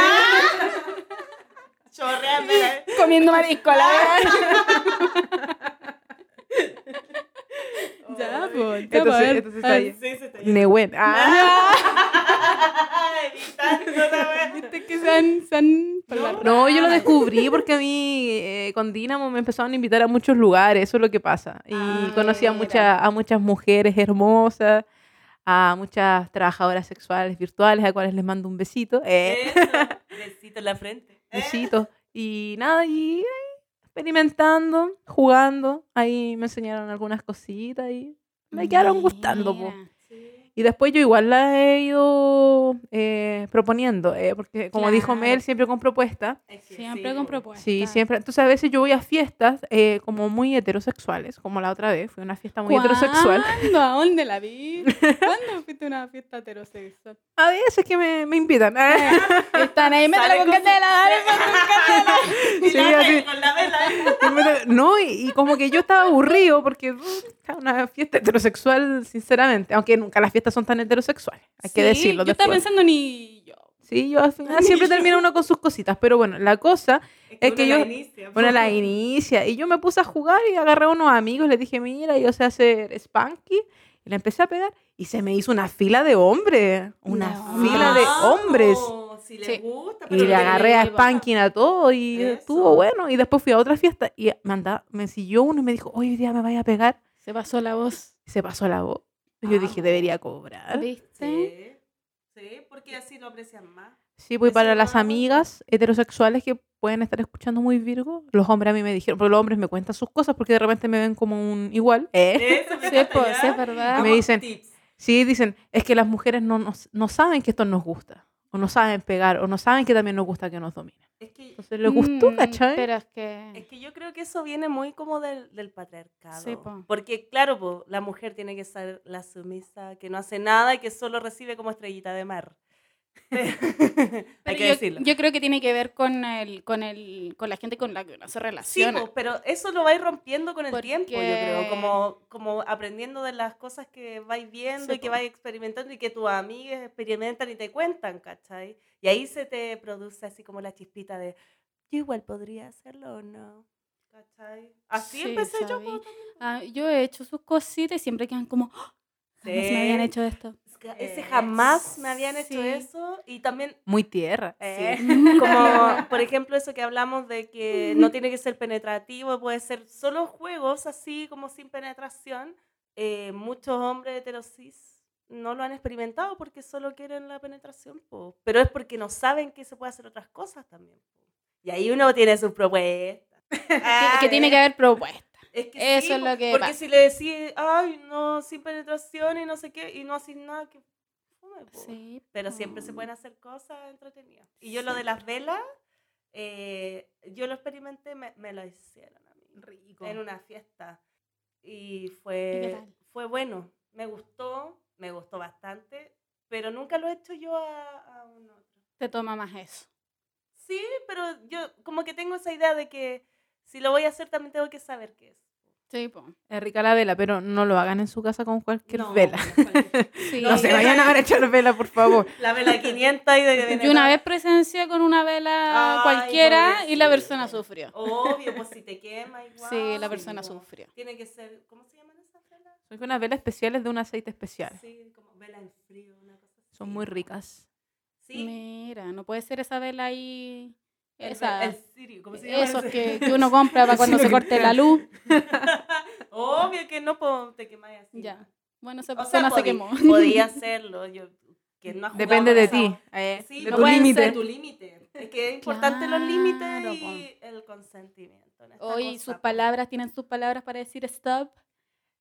Speaker 2: Chorrea, mira.
Speaker 3: comiendo marisco a
Speaker 4: <laughs>
Speaker 3: la vez. Ya,
Speaker 2: Ay.
Speaker 3: pues, ya,
Speaker 4: Entonces-
Speaker 3: pues,
Speaker 4: entonces está
Speaker 3: ay,
Speaker 4: bien.
Speaker 2: Sí, se te <laughs>
Speaker 4: Nehuen. Ah.
Speaker 2: Evitando la wea.
Speaker 3: <laughs> Viste que se han, se han- por la ra-
Speaker 4: No, yo lo descubrí porque a mí eh, con Dinamo me empezaron a invitar a muchos lugares, eso es lo que pasa. Y
Speaker 3: Ah,
Speaker 4: conocí a,
Speaker 3: mira.
Speaker 4: mucha- a muchas mujeres hermosas, a muchas trabajadoras sexuales virtuales, a cuales les mando un besito. Eh,
Speaker 2: Eso. Besito en la frente.
Speaker 4: besitos. Y nada, y ahí experimentando, jugando. Ahí me enseñaron algunas cositas y me quedaron gustando. po.
Speaker 3: Mira.
Speaker 2: Sí.
Speaker 4: Y después yo igual la he ido eh, proponiendo, eh, porque como dijo
Speaker 3: Claro.
Speaker 4: Mel, siempre con propuestas.
Speaker 2: Es que
Speaker 3: Siempre
Speaker 2: sí,
Speaker 3: con
Speaker 2: po.
Speaker 3: propuestas.
Speaker 4: Sí, siempre. Entonces a veces yo voy a fiestas eh, como muy heterosexuales, como la otra vez, fue una fiesta muy heterosexual.
Speaker 3: ¿Cuándo? ¿A dónde la vi? ¿Cuándo fuiste a una fiesta heterosexual?
Speaker 4: A veces que me,
Speaker 3: <laughs>
Speaker 4: me invitan. ¿eh?
Speaker 3: Están ahí, métela
Speaker 2: Sale
Speaker 3: con
Speaker 2: con su-
Speaker 3: candela, dale con candela.
Speaker 2: Y
Speaker 4: <laughs> Sí,
Speaker 2: la
Speaker 4: así.
Speaker 2: vela, eh, con la vela.
Speaker 4: No, y, y como que yo estaba aburrido porque uh, está una fiesta heterosexual, sinceramente, aunque nunca las fiestas son tan heterosexuales, hay que
Speaker 3: pues. Sí,
Speaker 4: decirlo.
Speaker 3: Yo estaba
Speaker 4: después.
Speaker 3: pensando ni yo.
Speaker 4: Sí, yo al
Speaker 3: <laughs>
Speaker 4: final siempre termina uno con sus cositas, pero bueno, la cosa, <laughs> Es que
Speaker 2: uno la
Speaker 4: yo-
Speaker 2: inicia,
Speaker 4: bueno,
Speaker 2: po. <laughs>
Speaker 4: la inicia y yo me puse a jugar y agarré a unos amigos, les dije, mira, yo sé hacer spanky y la empecé a pegar y se me hizo una fila de hombres, una
Speaker 3: No.
Speaker 4: fila de
Speaker 2: Vamos,
Speaker 4: hombres.
Speaker 2: Ah, Si les
Speaker 3: Sí.
Speaker 2: gusta,
Speaker 4: Y le
Speaker 2: no
Speaker 4: agarré a
Speaker 2: tienen-
Speaker 4: spanking a todo y
Speaker 2: Eso.
Speaker 4: estuvo bueno. Y después fui a otra fiesta y me, anda- me siguió uno y me dijo, oye, hoy día me vaya a pegar.
Speaker 3: Se pasó la voz.
Speaker 4: Y se pasó la voz. Y Yo dije, debería cobrar.
Speaker 3: ¿Viste?
Speaker 2: Sí. Sí, porque así lo aprecian más.
Speaker 4: Sí, voy
Speaker 2: Eso
Speaker 4: para
Speaker 2: es
Speaker 4: las
Speaker 2: una buena
Speaker 4: amigas heterosexuales que pueden estar escuchando muy Virgo. Los hombres a mí me dijeron, pero los hombres me cuentan sus cosas porque de repente me ven como un igual. ¿Eh?
Speaker 2: Eso me
Speaker 3: Sí,
Speaker 2: encanta,
Speaker 3: po,
Speaker 2: ¿ya?
Speaker 3: sí, es verdad.
Speaker 4: Me
Speaker 2: Vamos,
Speaker 4: dicen-
Speaker 2: tips.
Speaker 4: Sí, dicen, es que las mujeres no, nos- no saben que esto nos gusta. O no saben pegar, o no saben que también nos gusta que nos dominen.
Speaker 2: Es que,
Speaker 4: Entonces les gustó,
Speaker 3: Mm,
Speaker 4: ¿cachai?
Speaker 3: Pero es
Speaker 2: es
Speaker 3: que.
Speaker 2: que yo creo que eso viene muy como del, del patriarcado.
Speaker 3: Sí, po.
Speaker 2: Porque, claro, po, la mujer tiene que ser la sumisa, que no hace nada y que solo recibe como estrellita de mar. <laughs> Hay
Speaker 3: Pero
Speaker 2: que
Speaker 3: yo,
Speaker 2: decirlo.
Speaker 3: yo creo que tiene que ver con el, con el, con la gente con la que uno se
Speaker 2: Sí,
Speaker 3: relaciona.
Speaker 2: po, pero eso lo vais rompiendo con el
Speaker 3: Porque-
Speaker 2: tiempo, yo creo, como, como aprendiendo de las cosas que vais viendo
Speaker 3: Sí,
Speaker 2: y que
Speaker 3: po.
Speaker 2: vais experimentando y que tus amigas experimentan y te cuentan, ¿cachai? Y ahí se te produce así como la chispita de, yo igual podría hacerlo o no, ¿cachai? Así
Speaker 3: Sí,
Speaker 2: empecé yo.
Speaker 3: sabí.
Speaker 2: po,
Speaker 3: Ah, yo he hecho sus cositas y siempre quedan como, ¡Ah!
Speaker 2: Sí.
Speaker 3: jamás me habían hecho esto.
Speaker 2: Es que Ese jamás me habían hecho
Speaker 3: Sí.
Speaker 2: eso y también
Speaker 4: Muy tierra.
Speaker 2: eh,
Speaker 3: <laughs> Sí.
Speaker 2: como
Speaker 3: <laughs>
Speaker 2: por ejemplo eso que hablamos de que no tiene que ser penetrativo, puede ser solo juegos así como sin penetración. Eh, muchos hombres heterosis no lo han experimentado porque solo quieren la penetración, po. pero es porque no saben que se puede hacer otras cosas también. po. Y ahí uno tiene sus propuestas.
Speaker 3: Que- que tiene que haber propuesta.
Speaker 2: Es que
Speaker 3: Eso
Speaker 2: sí,
Speaker 3: es
Speaker 2: po,
Speaker 3: lo que
Speaker 2: Porque
Speaker 3: pasa.
Speaker 2: si le decís, ay, no, sin penetración y no sé qué, y no haces nada, que fome, po.
Speaker 3: Sí,
Speaker 2: Pero siempre se
Speaker 3: po.
Speaker 2: pueden hacer cosas entretenidas. Y yo lo de las velas, eh, yo lo experimenté, me, me lo hicieron a mí.
Speaker 4: Rico.
Speaker 2: En una fiesta. Y
Speaker 3: ¿Y qué
Speaker 2: fue,
Speaker 3: tal?
Speaker 2: fue bueno. Me gustó, me gustó bastante, pero nunca lo he hecho yo a, a un otro.
Speaker 3: Te toma más eso.
Speaker 2: Sí, pero yo como que tengo esa idea de que si lo voy a hacer también tengo que saber qué es.
Speaker 3: Sí, po.
Speaker 4: Es rica la vela, pero no lo hagan en su casa con cualquier
Speaker 2: No,
Speaker 4: vela.
Speaker 2: bueno, cualquier-
Speaker 3: Sí.
Speaker 2: No
Speaker 4: No se
Speaker 2: sé.
Speaker 4: vayan a ver echar vela, por favor.
Speaker 3: <laughs>
Speaker 2: La vela 500 y de
Speaker 3: Yo una vez presencié con una vela
Speaker 2: Ay,
Speaker 3: cualquiera y la
Speaker 2: pobrecita.
Speaker 3: persona sufrió.
Speaker 2: Obvio, pues si te quema igual.
Speaker 3: Sí, la persona
Speaker 2: po.
Speaker 3: sufrió.
Speaker 2: Tiene que ser, ¿cómo se llaman esas velas?
Speaker 4: Son <laughs> unas velas especiales de un aceite especial.
Speaker 2: Sí, como vela en frío, una cosa así.
Speaker 4: Son muy ricas.
Speaker 2: Sí,
Speaker 3: Mira, no puede ser esa vela ahí.
Speaker 2: el,
Speaker 3: Esa,
Speaker 2: el sirio, ¿cómo se llama?
Speaker 3: esos
Speaker 2: ese?
Speaker 3: que,
Speaker 2: <laughs>
Speaker 3: que uno compra para cuando
Speaker 4: Sí,
Speaker 3: se
Speaker 4: lo que
Speaker 3: corte la luz.
Speaker 2: Obvio que no po, te quemáis así.
Speaker 3: Ya. Bueno, esa
Speaker 2: O sea,
Speaker 3: persona se
Speaker 2: podí-
Speaker 3: quemó. <laughs>
Speaker 2: podía hacerlo. Yo, que no ha jugado
Speaker 4: Depende de
Speaker 2: con
Speaker 4: ti,
Speaker 2: esa-
Speaker 4: eh,
Speaker 2: Sí,
Speaker 4: de
Speaker 2: no
Speaker 4: tu
Speaker 2: pueden ser
Speaker 4: límite.
Speaker 2: tu límite. Es que es importante los límites y el consentimiento. en
Speaker 3: <laughs>
Speaker 2: esta
Speaker 3: Hoy
Speaker 2: cosa,
Speaker 3: sus
Speaker 2: po.
Speaker 3: palabras, tienen sus palabras para decir stop.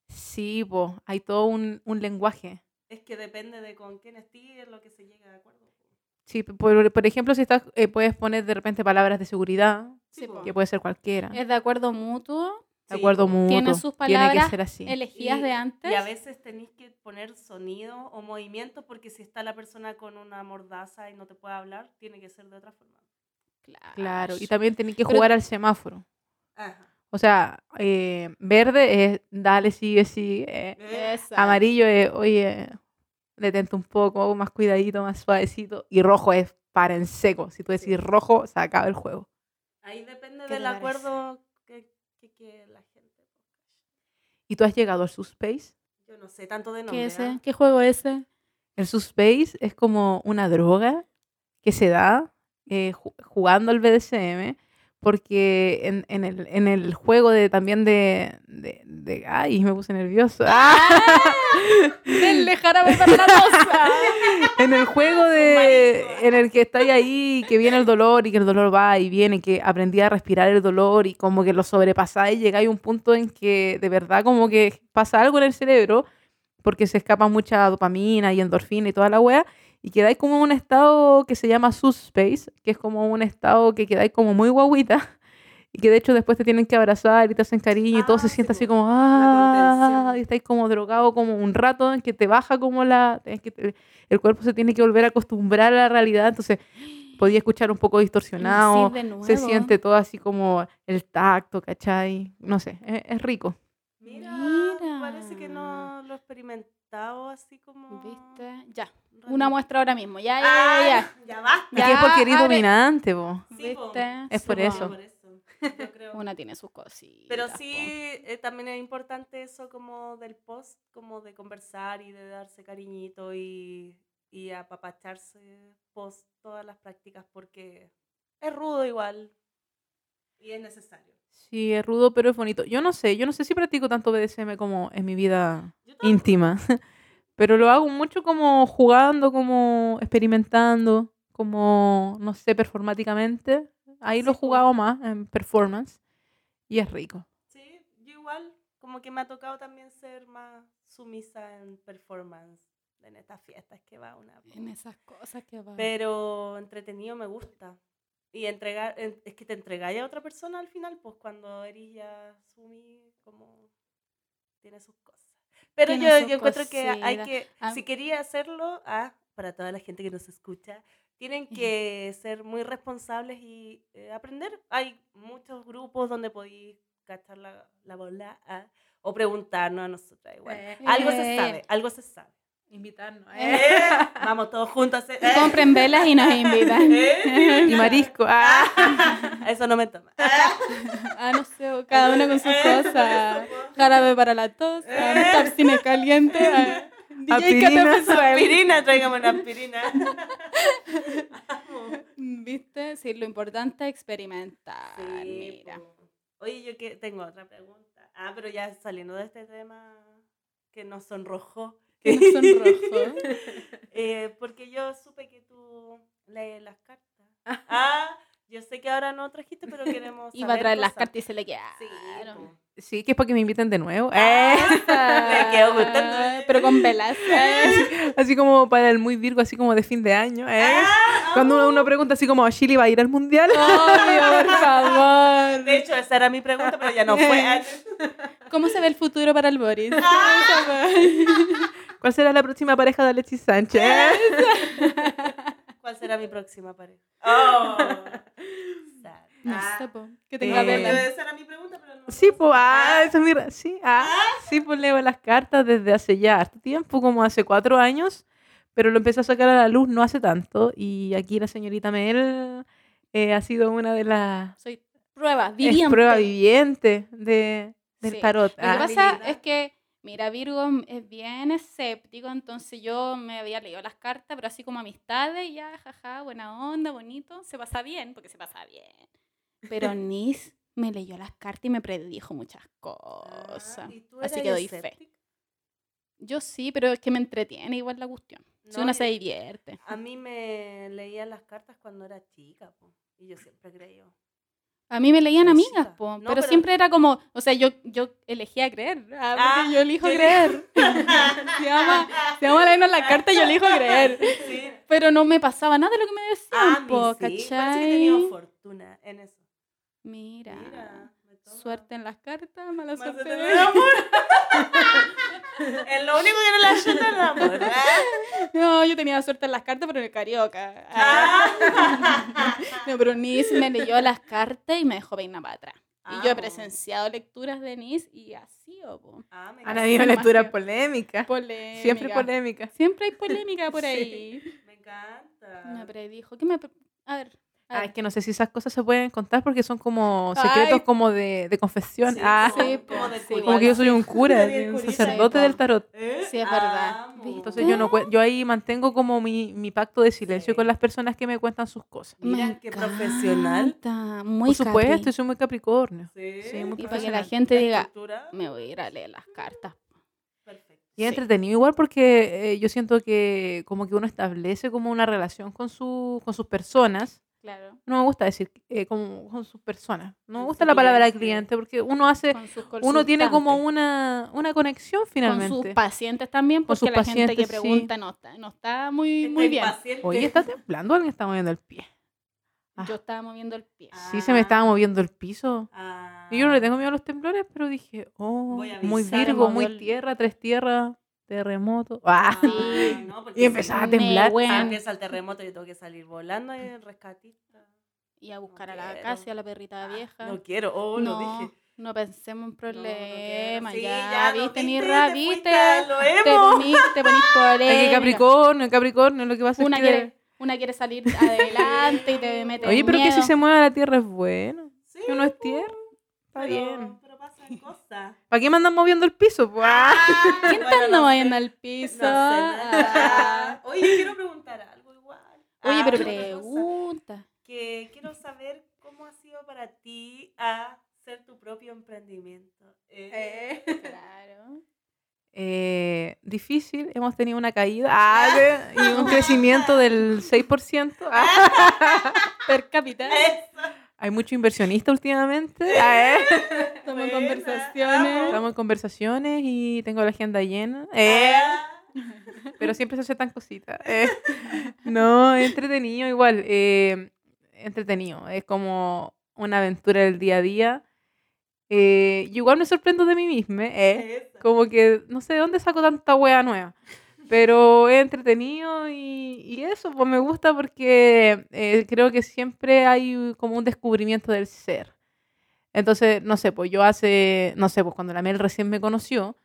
Speaker 4: Sí, po, hay todo un, un lenguaje.
Speaker 2: Es que depende de con quién estés, es lo que se llega de acuerdo. po.
Speaker 4: Sí, por, por ejemplo, si estás, eh, puedes poner de repente palabras de seguridad,
Speaker 3: Sí, po.
Speaker 4: que puede ser cualquiera. De
Speaker 3: Es de acuerdo mutuo,
Speaker 2: Sí,
Speaker 4: acuerdo
Speaker 2: po.
Speaker 4: mutuo.
Speaker 3: Tiene sus
Speaker 4: Tiene
Speaker 3: palabras,
Speaker 4: que ser así.
Speaker 3: elegidas
Speaker 2: Y-
Speaker 3: de antes.
Speaker 2: Y a veces tenéis que poner sonido o movimientos porque si está la persona con una mordaza y no te puede hablar, tiene que ser de otra forma.
Speaker 3: Claro.
Speaker 4: Claro. Y también tenés que
Speaker 3: Pero-
Speaker 4: jugar al semáforo.
Speaker 2: Ajá.
Speaker 4: O sea, eh, verde es dale, sigue, sigue. eh.
Speaker 3: Esa.
Speaker 4: Amarillo es, oye, detente un poco, más cuidadito, más suavecito. Y rojo es para en seco. Si tú decís
Speaker 2: Sí.
Speaker 4: rojo, se acaba el juego.
Speaker 2: Ahí depende
Speaker 3: ¿Qué
Speaker 2: del
Speaker 3: te parece?
Speaker 2: acuerdo que, que, que la gente.
Speaker 4: ¿Y tú has llegado al Suspace?
Speaker 2: Yo no sé tanto de nombre.
Speaker 3: ¿Qué,
Speaker 2: ¿ah?
Speaker 3: ese? ¿Qué juego
Speaker 2: <laughs>
Speaker 3: ese?
Speaker 4: El Suspace es como una droga que se da eh, ju- jugando al BDSM. Porque en, en el, en el juego de también de, de, de- Ay, me puse nervioso. <laughs>
Speaker 3: Denle jarabe para la
Speaker 2: <laughs>
Speaker 3: rosa.
Speaker 4: en el juego de en el que estáis ahí que viene el dolor y que el dolor va y viene que aprendí a respirar el dolor y como que lo sobrepasáis llegáis a un punto en que de verdad como que pasa algo en el cerebro porque se escapa mucha dopamina y endorfina y toda la wea, y quedáis como en un estado que se llama subspace, que es como un estado que quedáis como muy guaguita, y que de hecho después te tienen que abrazar y te hacen cariño y todo
Speaker 2: Ah,
Speaker 4: se
Speaker 2: sí,
Speaker 4: siente así
Speaker 2: po.
Speaker 4: como, ah, y estáis como drogado como un rato en que te baja como la, es que te- el cuerpo se tiene que volver a acostumbrar a la realidad, entonces podía escuchar un poco distorsionado,
Speaker 3: Sí, de nuevo.
Speaker 4: se siente todo así como el tacto, ¿cachai? No sé, es, es rico.
Speaker 2: Mira,
Speaker 3: Mira.
Speaker 2: parece que no lo he experimentado así como...
Speaker 3: ¿Viste? Ya.
Speaker 2: raro.
Speaker 3: Una muestra ahora mismo. Ya, ya,
Speaker 2: Ay,
Speaker 3: ya.
Speaker 2: ya, basta.
Speaker 4: Y que es
Speaker 3: Ya,
Speaker 4: porque eres
Speaker 3: abre-
Speaker 4: dominante, vos.
Speaker 2: Ah, Sí, po.
Speaker 3: ¿Viste?
Speaker 4: Es por
Speaker 3: Sí,
Speaker 2: Sí,
Speaker 3: po.
Speaker 4: eso.
Speaker 2: yo creo.
Speaker 3: Una tiene sus cositas.
Speaker 2: Pero
Speaker 3: po.
Speaker 2: sí, eh, también es importante eso como del post, como de conversar y de darse cariñito y, y apapacharse post todas las prácticas porque es rudo igual y es necesario.
Speaker 4: Sí, es rudo, pero es bonito. Yo no sé, yo no sé si practico tanto BDSM como en mi vida
Speaker 2: Yo tampoco.
Speaker 4: íntima, <laughs> pero lo hago mucho como jugando, como experimentando, como, no sé, performáticamente. Ahí lo he
Speaker 2: Sí, po.
Speaker 4: jugado más en performance y es rico.
Speaker 2: Sí, yo igual, como que me ha tocado también ser más sumisa en performance en estas fiestas que va una. po.
Speaker 3: En esas cosas que va.
Speaker 2: Pero entretenido me gusta. Y entregar, en- es que te entregáis a otra persona al final, pues cuando eres ya sumi, como tiene sus cosas. Pero yo,
Speaker 3: Tiene sus
Speaker 2: yo encuentro que hay
Speaker 3: cositas.
Speaker 2: que,
Speaker 3: A-
Speaker 2: si quería hacerlo, ah, para toda la gente que nos escucha, tienen que ser muy responsables y eh, aprender. Hay muchos grupos donde podéis gastar la, la bola ah, o preguntarnos a nosotras igual. Algo se
Speaker 3: Eh.
Speaker 2: sabe, algo
Speaker 3: <laughs>
Speaker 2: se sabe.
Speaker 4: eh, Invitarnos.
Speaker 2: Vamos todos juntos. a hacer-
Speaker 3: Compren velas y nos
Speaker 2: <laughs>
Speaker 3: invitan.
Speaker 2: Eh.
Speaker 4: <laughs> Y
Speaker 3: <laughs>
Speaker 4: marisco. ah.
Speaker 2: Eso no me toma.
Speaker 3: Ah, no sé, o cada uno con sus
Speaker 2: Eh.
Speaker 3: cosas. Jarabe para la tos, ah, tartines
Speaker 2: <laughs>
Speaker 3: caliente, ah, DJ
Speaker 4: Aspirina.
Speaker 3: Cata Fesuel.
Speaker 2: Aspirina, tráigame una aspirina. Amo.
Speaker 3: Mm, ¿Viste? Sí, lo importante es experimentar.
Speaker 2: Sí,
Speaker 3: mira.
Speaker 2: po. Oye, yo que tengo otra pregunta. Ah, pero ya saliendo de este tema que nos sonrojó.
Speaker 3: Que no son rojos.
Speaker 2: <laughs> Eh, porque yo supe que tú lees las
Speaker 3: <laughs>
Speaker 2: cartas. Ah, yo sé que ahora no trajiste, pero queremos.
Speaker 3: Iba a
Speaker 2: saber
Speaker 3: traer las
Speaker 2: cosas.
Speaker 3: cartas Ah, pues. y se le quedaron.
Speaker 2: Sí, pues. po.
Speaker 4: Sí, que es para que me inviten de nuevo. Eh.
Speaker 3: Ah,
Speaker 2: Me quedó gustando.
Speaker 3: Pero con velas.
Speaker 4: Así como para el muy Virgo, así como de fin de año. ¿eh?
Speaker 2: Ah,
Speaker 3: Ah.
Speaker 4: Cuando uno, uno pregunta así como, ¿Chile va a ir al
Speaker 3: <laughs>
Speaker 4: mundial?
Speaker 3: Obvio, por favor.
Speaker 2: De hecho, esa era mi pregunta, pero ya no fue.
Speaker 3: <laughs>
Speaker 2: Ah,
Speaker 3: ¿Cómo se ve el futuro para el Boris? Ah.
Speaker 4: ¿Cuál será la próxima pareja de Alexis Sánchez? ¿Eh?
Speaker 2: ¿Cuál será mi próxima pareja? Oh. Sad.
Speaker 3: No
Speaker 2: Ah.
Speaker 3: sé, po, que
Speaker 4: Eh,
Speaker 3: tenga velas.
Speaker 2: Esa era mi pregunta, pero no.
Speaker 4: Sí, pues, ah, esa es mi ra- Sí, ah, sí, pues leo las cartas desde hace ya harto tiempo, como hace cuatro años, pero lo empecé a sacar a la luz no hace tanto. Y aquí la señorita Mel eh, ha sido una de las
Speaker 3: Soy prueba,
Speaker 4: es
Speaker 3: viviente.
Speaker 4: prueba viviente de, del
Speaker 3: Sí.
Speaker 4: tarot.
Speaker 3: Lo
Speaker 4: Ah.
Speaker 3: que pasa
Speaker 2: habilidad.
Speaker 3: es que, mira, Virgo es bien escéptico, entonces yo me había leído las cartas, pero así como amistades, ya, jaja, buena onda, bonito, se pasa bien, porque se pasa bien. Pero Nis me leyó las cartas y me predijo muchas cosas.
Speaker 2: Ah, ¿y tú
Speaker 3: Así
Speaker 2: eras
Speaker 3: que doy fe.
Speaker 2: escéptica?
Speaker 3: Yo sí, pero es que me entretiene igual la cuestión. si
Speaker 2: No,
Speaker 3: uno
Speaker 2: yo-
Speaker 3: se divierte.
Speaker 2: A mí me leían las cartas cuando era chica, po, y yo siempre creí.
Speaker 3: A mí me leían
Speaker 2: Pero
Speaker 3: amigas,
Speaker 2: chica,
Speaker 3: po,
Speaker 2: no,
Speaker 3: pero,
Speaker 2: pero-
Speaker 3: siempre era como, o sea, yo, yo elegía creer, ah,
Speaker 2: Ah,
Speaker 3: porque yo elijo
Speaker 2: yo <laughs>
Speaker 3: creer. <laughs> se llama, se llama leernos la carta, yo elijo creer.
Speaker 2: Sí.
Speaker 3: Pero no me pasaba nada de lo que me
Speaker 2: Ah,
Speaker 3: decían,
Speaker 2: a mí
Speaker 3: po,
Speaker 2: sí. Parece que
Speaker 3: Pues,
Speaker 2: he
Speaker 3: ¿cachai?
Speaker 2: tenido fortuna en eso.
Speaker 3: Mira,
Speaker 2: Mira, me toma.
Speaker 3: suerte en las cartas, mala
Speaker 2: Más
Speaker 3: suerte.
Speaker 2: de tener <laughs> amor. es lo único que no le ayuda el amor. ¿eh?
Speaker 3: <laughs> No, yo tenía suerte en las cartas, pero en el carioca. Ah.
Speaker 2: Ah.
Speaker 3: No, pero Nis me leyó las cartas y me dejó peinar para atrás. Y yo he
Speaker 2: Amo.
Speaker 3: presenciado lecturas de Nis y así, o po.
Speaker 2: Ah, me
Speaker 4: Han
Speaker 2: encanta.
Speaker 4: habido
Speaker 3: Más
Speaker 4: lecturas
Speaker 3: que-
Speaker 4: polémicas.
Speaker 3: Polémica.
Speaker 4: Siempre polémicas.
Speaker 3: Siempre hay polémica <laughs> por
Speaker 4: Sí.
Speaker 3: ahí.
Speaker 2: Me encanta.
Speaker 3: Me predijo. ¿Qué me.? pre- A ver. A
Speaker 4: Ah, es
Speaker 3: ver.
Speaker 4: que no sé si esas cosas se pueden contar porque son como
Speaker 3: Ay.
Speaker 4: secretos como de, de confesión.
Speaker 2: Sí,
Speaker 4: ah,
Speaker 2: como-
Speaker 3: Sí,
Speaker 2: como de
Speaker 3: sí,
Speaker 2: curioso.
Speaker 4: como que yo soy un cura,
Speaker 2: Sí,
Speaker 4: un
Speaker 2: curita.
Speaker 4: sacerdote del tarot.
Speaker 2: ¿Eh?
Speaker 3: Sí, es verdad.
Speaker 2: Amo.
Speaker 3: ¿Viste?
Speaker 4: Entonces yo no cuen- yo ahí mantengo como mi, mi pacto de silencio
Speaker 2: Sí.
Speaker 4: con las personas que me cuentan sus cosas.
Speaker 2: Mira,
Speaker 3: Me
Speaker 2: qué profesional.
Speaker 3: encanta, Muy
Speaker 4: Por supuesto,
Speaker 3: capri.
Speaker 4: soy muy capricornio.
Speaker 2: Sí,
Speaker 4: Sí, muy
Speaker 3: Y para que la
Speaker 4: profesional.
Speaker 3: gente diga,
Speaker 2: estructura,
Speaker 3: me voy a ir a leer las cartas.
Speaker 2: perfecto.
Speaker 4: Y es
Speaker 3: Sí.
Speaker 4: entretenido igual porque eh, yo siento que como que uno establece como una relación con, su, con sus personas
Speaker 3: claro.
Speaker 4: No me gusta decir eh, con, con sus personas. No me
Speaker 3: Con
Speaker 4: gusta
Speaker 3: su
Speaker 4: la palabra
Speaker 3: cliente.
Speaker 4: cliente porque uno hace,
Speaker 3: Con sus
Speaker 4: uno tiene como
Speaker 3: consultantes.
Speaker 4: una, una conexión finalmente.
Speaker 3: Con sus pacientes también,
Speaker 4: Con
Speaker 3: porque
Speaker 4: sus
Speaker 3: la gente que
Speaker 4: pacientes, sí.
Speaker 3: pregunta no está, no está muy, muy bien.
Speaker 4: Oye, está temblando, alguien está moviendo el pie. Ah.
Speaker 3: Yo estaba moviendo el pie.
Speaker 4: Sí, se me
Speaker 2: Ah.
Speaker 4: estaba moviendo el piso.
Speaker 2: Ah.
Speaker 4: Y yo no le tengo miedo a los temblores, pero dije, oh,
Speaker 2: Voy a
Speaker 4: muy
Speaker 2: avisar,
Speaker 4: Virgo,
Speaker 3: movió
Speaker 4: muy
Speaker 3: el-
Speaker 4: tierra, tres tierras, terremoto. <laughs> Ah,
Speaker 3: Sí. <laughs>
Speaker 2: no, porque
Speaker 4: Y empezaba a
Speaker 2: si
Speaker 3: Me
Speaker 4: temblar.
Speaker 3: huele.
Speaker 2: Ah,
Speaker 4: Ah,
Speaker 2: empieza el terremoto y tengo que salir volando y el rescatista.
Speaker 3: Y a buscar a
Speaker 2: No
Speaker 3: la
Speaker 2: quiero. Ah,
Speaker 3: Acacia, a la perrita vieja.
Speaker 2: No quiero, oh,
Speaker 3: No,
Speaker 2: lo dije.
Speaker 3: no pensemos en
Speaker 2: No, no
Speaker 3: problemas.
Speaker 2: quiero. Sí,
Speaker 3: ya,
Speaker 2: lo
Speaker 3: viste, mi
Speaker 2: viste,
Speaker 3: ra,
Speaker 2: te fuiste
Speaker 3: viste.
Speaker 2: a lo
Speaker 3: Te
Speaker 2: emo.
Speaker 3: ponís, te ponís
Speaker 4: Aquí
Speaker 3: polémica.
Speaker 4: Capricornio, Capricornio, lo que pasa
Speaker 3: Una
Speaker 4: es que...
Speaker 3: quiere, una quiere salir adelante y te mete
Speaker 4: Oye, pero
Speaker 3: miedo.
Speaker 4: que si se mueve la tierra es bueno.
Speaker 2: Sí,
Speaker 4: Que uno es tierra. Está
Speaker 2: pero-
Speaker 4: bien.
Speaker 2: Pero
Speaker 3: <laughs>
Speaker 2: pasan cosas.
Speaker 4: ¿Para qué me andan moviendo el piso? po? Ah.
Speaker 3: ¿Quién está andando moviendo al piso?
Speaker 2: No sé
Speaker 3: <laughs>
Speaker 2: nada. Oye, quiero preguntar algo igual.
Speaker 3: Oye,
Speaker 2: Ah,
Speaker 3: pero uh.
Speaker 2: otra cosa,
Speaker 3: pregunta.
Speaker 2: Que quiero saber cómo ha sido para ti a ser tu propio emprendimiento. Eh.
Speaker 3: Claro.
Speaker 4: Eh, difícil, hemos tenido una caída <laughs> ah, de- y un crecimiento del 6%. Ah,
Speaker 3: Per cápita.
Speaker 2: Eh,
Speaker 4: hay mucho inversionista últimamente. Ah, eh.
Speaker 3: Estamos en
Speaker 2: Buena,
Speaker 3: conversaciones.
Speaker 4: Estamos en conversaciones y tengo la agenda llena. Eh, pero siempre se aceptan cositas. Eh, No, es entretenido igual. eh, entretenido. Es como una aventura del día a día. Eh, y igual me sorprendo de mí misma. Eh.
Speaker 2: Eso.
Speaker 4: <laughs> Como que no sé de dónde saco tanta wea nueva. Pero es entretenido y, y eso, pues me gusta porque eh, creo que siempre hay como un descubrimiento del ser. Entonces, no sé, pues yo hace, no sé, pues cuando la Mel recién me conoció,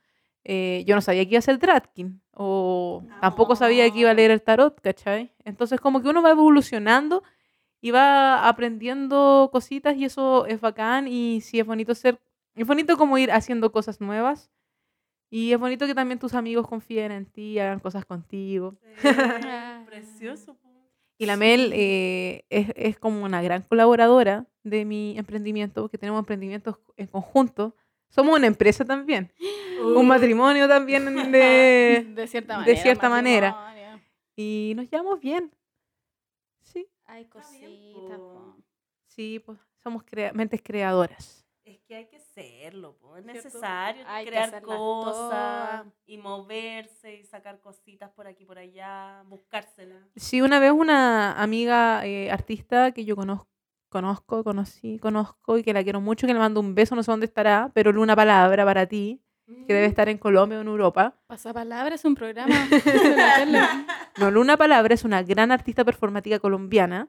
Speaker 4: eh, yo no sabía que iba a ser Dratkin, o tampoco sabía que iba a leer el tarot, ¿cachai? Entonces, como que uno va evolucionando y va aprendiendo cositas y eso es bacán y sí es bonito ser, es bonito como ir haciendo cosas nuevas y es bonito que también tus amigos confíen en ti, hagan cosas contigo.
Speaker 2: Eh,
Speaker 3: <laughs>
Speaker 2: Precioso. po.
Speaker 4: Y la Mel eh, es, es como una gran colaboradora de mi emprendimiento, porque tenemos emprendimientos en conjunto. Somos una empresa también,
Speaker 2: Uh.
Speaker 4: un matrimonio
Speaker 3: <laughs>
Speaker 4: también de...
Speaker 3: Ah, De cierta
Speaker 4: de
Speaker 3: manera.
Speaker 4: cierta manera.
Speaker 3: matrimonio.
Speaker 4: Y nos llevamos bien. Sí,
Speaker 3: Ay,
Speaker 2: bien,
Speaker 3: cositas.
Speaker 2: po.
Speaker 3: po.
Speaker 4: sí, pues somos crea- mentes creadoras.
Speaker 2: Es que hay que serlo, po, es
Speaker 4: ¿Cierto?
Speaker 2: necesario
Speaker 3: Hay que
Speaker 2: crear
Speaker 3: hacerlas
Speaker 2: cosas
Speaker 3: todas.
Speaker 2: y moverse y sacar cositas por aquí por allá, buscárselas.
Speaker 4: Sí, una vez una amiga eh, artista que yo conozco, conozco, conocí, conozco y que la quiero mucho, que le mando un beso, no sé dónde estará, pero una palabra para ti, que debe estar en Colombia o en Europa.
Speaker 3: Pasapalabra es un programa. de la tele.
Speaker 4: No, Luna Palabra es una gran artista performática colombiana,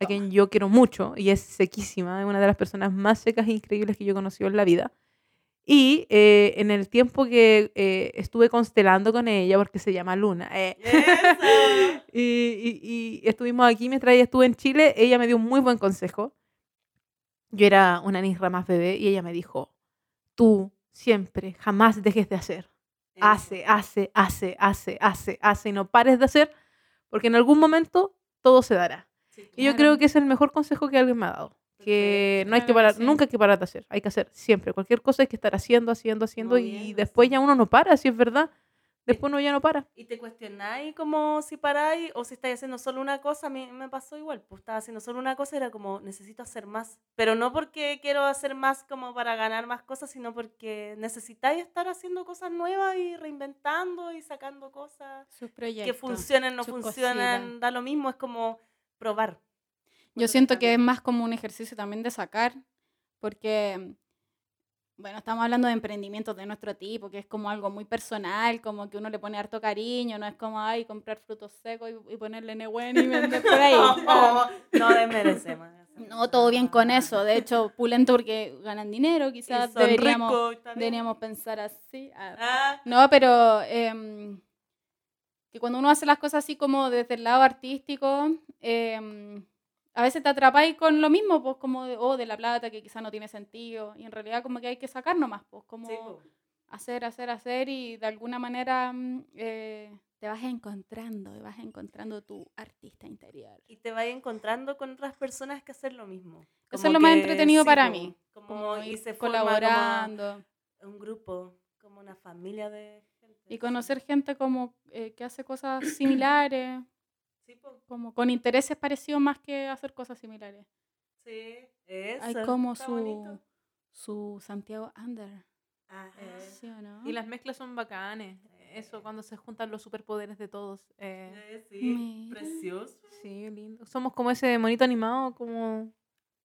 Speaker 4: a quien yo quiero mucho y es sequísima, es una de las personas más secas e increíbles que yo he conocido en la vida. Y eh, en el tiempo que eh, estuve constelando con ella, porque se llama Luna, eh,
Speaker 2: <laughs> Eso.
Speaker 4: y, <laughs> y- y estuvimos aquí mientras ella estuvo en Chile, ella me dio un muy buen consejo. Yo era una nisra más bebé y ella me dijo, tú siempre, jamás dejes de hacer hace, hace, hace, hace, hace, hace y no pares de hacer, porque en algún momento todo se dará.
Speaker 2: Sí,
Speaker 4: Y yo
Speaker 3: Claro.
Speaker 4: creo que es el mejor consejo que alguien me ha dado. Que no hay
Speaker 3: Claro
Speaker 4: que
Speaker 3: que
Speaker 4: parar,
Speaker 3: sí.
Speaker 4: nunca hay que parar de hacer, hay que hacer siempre. Cualquier cosa hay que estar haciendo, haciendo, haciendo y
Speaker 2: Moviéndose.
Speaker 4: después ya uno no para, si es verdad. Después uno ya no para.
Speaker 2: y te cuestionáis como si paráis o si estáis haciendo solo una cosa. A mí me pasó igual, pues estaba haciendo solo una cosa, era como necesito hacer más. Pero no porque quiero hacer más como para ganar más cosas, sino porque necesitáis estar haciendo cosas nuevas y reinventando y sacando cosas
Speaker 3: Sus
Speaker 2: que
Speaker 3: proyectos.
Speaker 2: funcionen, no
Speaker 3: sus
Speaker 2: funcionan,
Speaker 3: cositas.
Speaker 2: da lo mismo, es como
Speaker 3: <laughs>
Speaker 2: probar.
Speaker 3: Yo siento que es más como un ejercicio también de sacar, porque, bueno, estamos hablando de emprendimientos de nuestro tipo, que es como algo muy personal, como que uno le pone harto cariño, no es como, ay, comprar frutos secos y, y ponerle newen y vender por
Speaker 2: <laughs>
Speaker 3: ahí.
Speaker 2: No, no desmerecemos.
Speaker 3: No, todo bien con eso. De hecho, pulento porque ganan dinero,
Speaker 2: Y
Speaker 3: quizás
Speaker 2: son
Speaker 3: deberíamos,
Speaker 2: ricos, está bien.
Speaker 3: deberíamos pensar así. Ah,
Speaker 2: Ah,
Speaker 3: no, pero em, que cuando uno hace las cosas así como desde el lado artístico, em, a veces te atrapáis con lo mismo, pues como de, oh, de la plata que quizá no tiene sentido. Y en realidad como que hay que sacar nomás, pues como
Speaker 2: sí, po.
Speaker 3: hacer, hacer, hacer y de alguna manera mm, eh, te vas encontrando, y vas encontrando tu artista interior.
Speaker 2: y te vas encontrando con otras personas que hacen lo mismo.
Speaker 3: Eso es
Speaker 2: Como
Speaker 3: lo más
Speaker 2: que,
Speaker 3: entretenido para
Speaker 2: po,
Speaker 3: mí,
Speaker 2: Como,
Speaker 3: Como
Speaker 2: y
Speaker 3: ir
Speaker 2: se forma como
Speaker 3: colaborando
Speaker 2: un grupo, como una familia de gente.
Speaker 3: y conocer gente como eh, que hace cosas similares.
Speaker 2: Sí, po.
Speaker 3: como con intereses parecidos más que hacer cosas similares.
Speaker 2: Sí, eso.
Speaker 3: Hay como
Speaker 2: está
Speaker 3: su, Ah,
Speaker 2: bonito. Ah,
Speaker 3: su Santiago Under,
Speaker 2: Ajá.
Speaker 3: ¿sí o no?
Speaker 4: Y
Speaker 2: Ah.
Speaker 4: las mezclas son bacanes. eh, Eso, cuando se juntan los superpoderes de todos. eh,
Speaker 2: Eh, sí,
Speaker 3: Mira.
Speaker 2: precioso.
Speaker 4: sí, lindo. Somos como ese monito animado, como...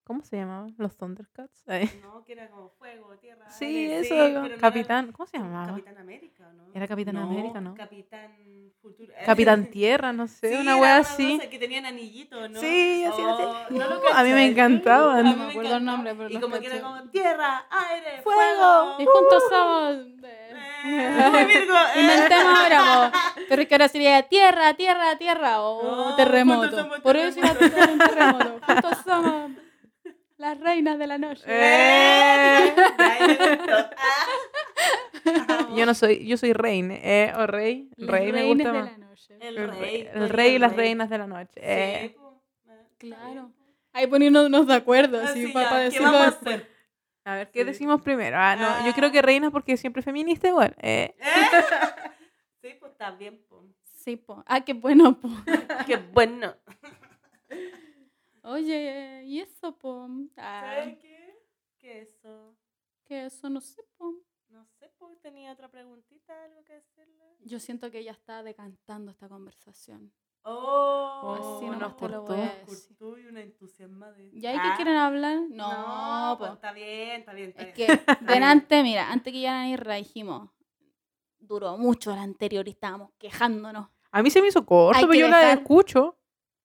Speaker 4: ¿Cómo se llamaba? Los Thundercats. <laughs> Eh,
Speaker 2: No, que era como fuego, tierra.
Speaker 4: Sí,
Speaker 2: aire,
Speaker 4: eso.
Speaker 2: pero no era-
Speaker 4: Capitán. ¿Cómo se llamaba?
Speaker 2: Capitán América, ¿o ¿no?
Speaker 4: Era Capitán América, ¿no?
Speaker 2: Capitán Futuro. eh, <laughs>
Speaker 4: Capitán Tierra, no sé,
Speaker 2: Sí,
Speaker 4: una
Speaker 2: era
Speaker 4: wea
Speaker 2: una
Speaker 4: así.
Speaker 2: cosa que tenían anillito, ¿no?
Speaker 4: Sí, así, así.
Speaker 2: Oh, ¿no lo
Speaker 4: Uh, <laughs> a mí me
Speaker 2: cachai?
Speaker 4: encantaba,
Speaker 2: A
Speaker 4: no
Speaker 2: mí
Speaker 3: me acuerdo el
Speaker 2: encantaba.
Speaker 3: nombre, pero
Speaker 2: Y
Speaker 3: los
Speaker 2: como que era
Speaker 3: caché.
Speaker 2: como tierra, aire,
Speaker 4: Fuego.
Speaker 2: fuego.
Speaker 3: Y juntos somos...
Speaker 4: <laughs>
Speaker 2: Eh, muy Virgo, eh. <laughs>
Speaker 3: Inventemos ahora, po. pero es que ahora sería tierra, tierra, tierra o
Speaker 2: No, juntos
Speaker 3: terremoto.
Speaker 2: somos
Speaker 3: Por eso iba a tocar un
Speaker 2: <laughs>
Speaker 3: terremoto. Juntos somos las reinas de la noche.
Speaker 4: Eh.
Speaker 2: Ay, me
Speaker 4: <laughs>
Speaker 2: gustó. Ah.
Speaker 4: Yo no soy, yo soy reine, eh, o rey,
Speaker 3: Las
Speaker 4: rey me
Speaker 3: reinas
Speaker 4: gusta
Speaker 3: de
Speaker 4: más.
Speaker 3: la noche.
Speaker 2: <laughs> El
Speaker 4: El
Speaker 2: rey.
Speaker 4: rey,
Speaker 2: tú eres
Speaker 4: y
Speaker 2: el
Speaker 4: las
Speaker 2: rey.
Speaker 4: reinas de la noche.
Speaker 2: Sí,
Speaker 4: eh.
Speaker 2: po. Ah, está
Speaker 3: Claro.
Speaker 2: bien.
Speaker 3: Ahí poniéndonos de acuerdo,
Speaker 2: Ah,
Speaker 3: así,
Speaker 2: sí,
Speaker 3: para
Speaker 2: ya, ¿qué
Speaker 3: decirlo
Speaker 2: vamos a
Speaker 3: después.
Speaker 2: hacer?
Speaker 4: A ver, ¿qué
Speaker 2: Sí.
Speaker 4: decimos primero? Ah, no, yo
Speaker 2: Ah.
Speaker 4: creo que reinas porque siempre feminista igual. eh.
Speaker 2: ¿Eh? <laughs> Sí, pues está bien, po.
Speaker 3: Sí, po. Ah, qué bueno, po.
Speaker 2: Qué bueno.
Speaker 3: Oye, y eso, po. Ah,
Speaker 2: ¿Sabes qué? ¿Qué eso?
Speaker 3: que eso no sé, po.
Speaker 2: No sé, pues tenía otra preguntita, algo que decirle.
Speaker 3: Yo siento que ya está decantando esta conversación.
Speaker 2: Oh,
Speaker 3: Así
Speaker 4: Oh,
Speaker 3: nomás
Speaker 4: nos
Speaker 3: te lo
Speaker 4: cortó.
Speaker 3: voy a decir.
Speaker 2: Curtú y una entusiasma de...
Speaker 3: ¿Y ahí
Speaker 2: Ah,
Speaker 3: qué quieren hablar? No,
Speaker 2: No, pues
Speaker 3: po.
Speaker 2: está bien, está bien, está
Speaker 3: Es
Speaker 2: bien. <laughs>
Speaker 3: que,
Speaker 2: bien.
Speaker 3: delante, mira, antes que ya Irra dijimos, duró mucho la anterior y estábamos quejándonos.
Speaker 4: A mí se me hizo corto,
Speaker 3: Hay
Speaker 4: pero
Speaker 3: que
Speaker 4: yo la
Speaker 3: dejar
Speaker 4: escucho.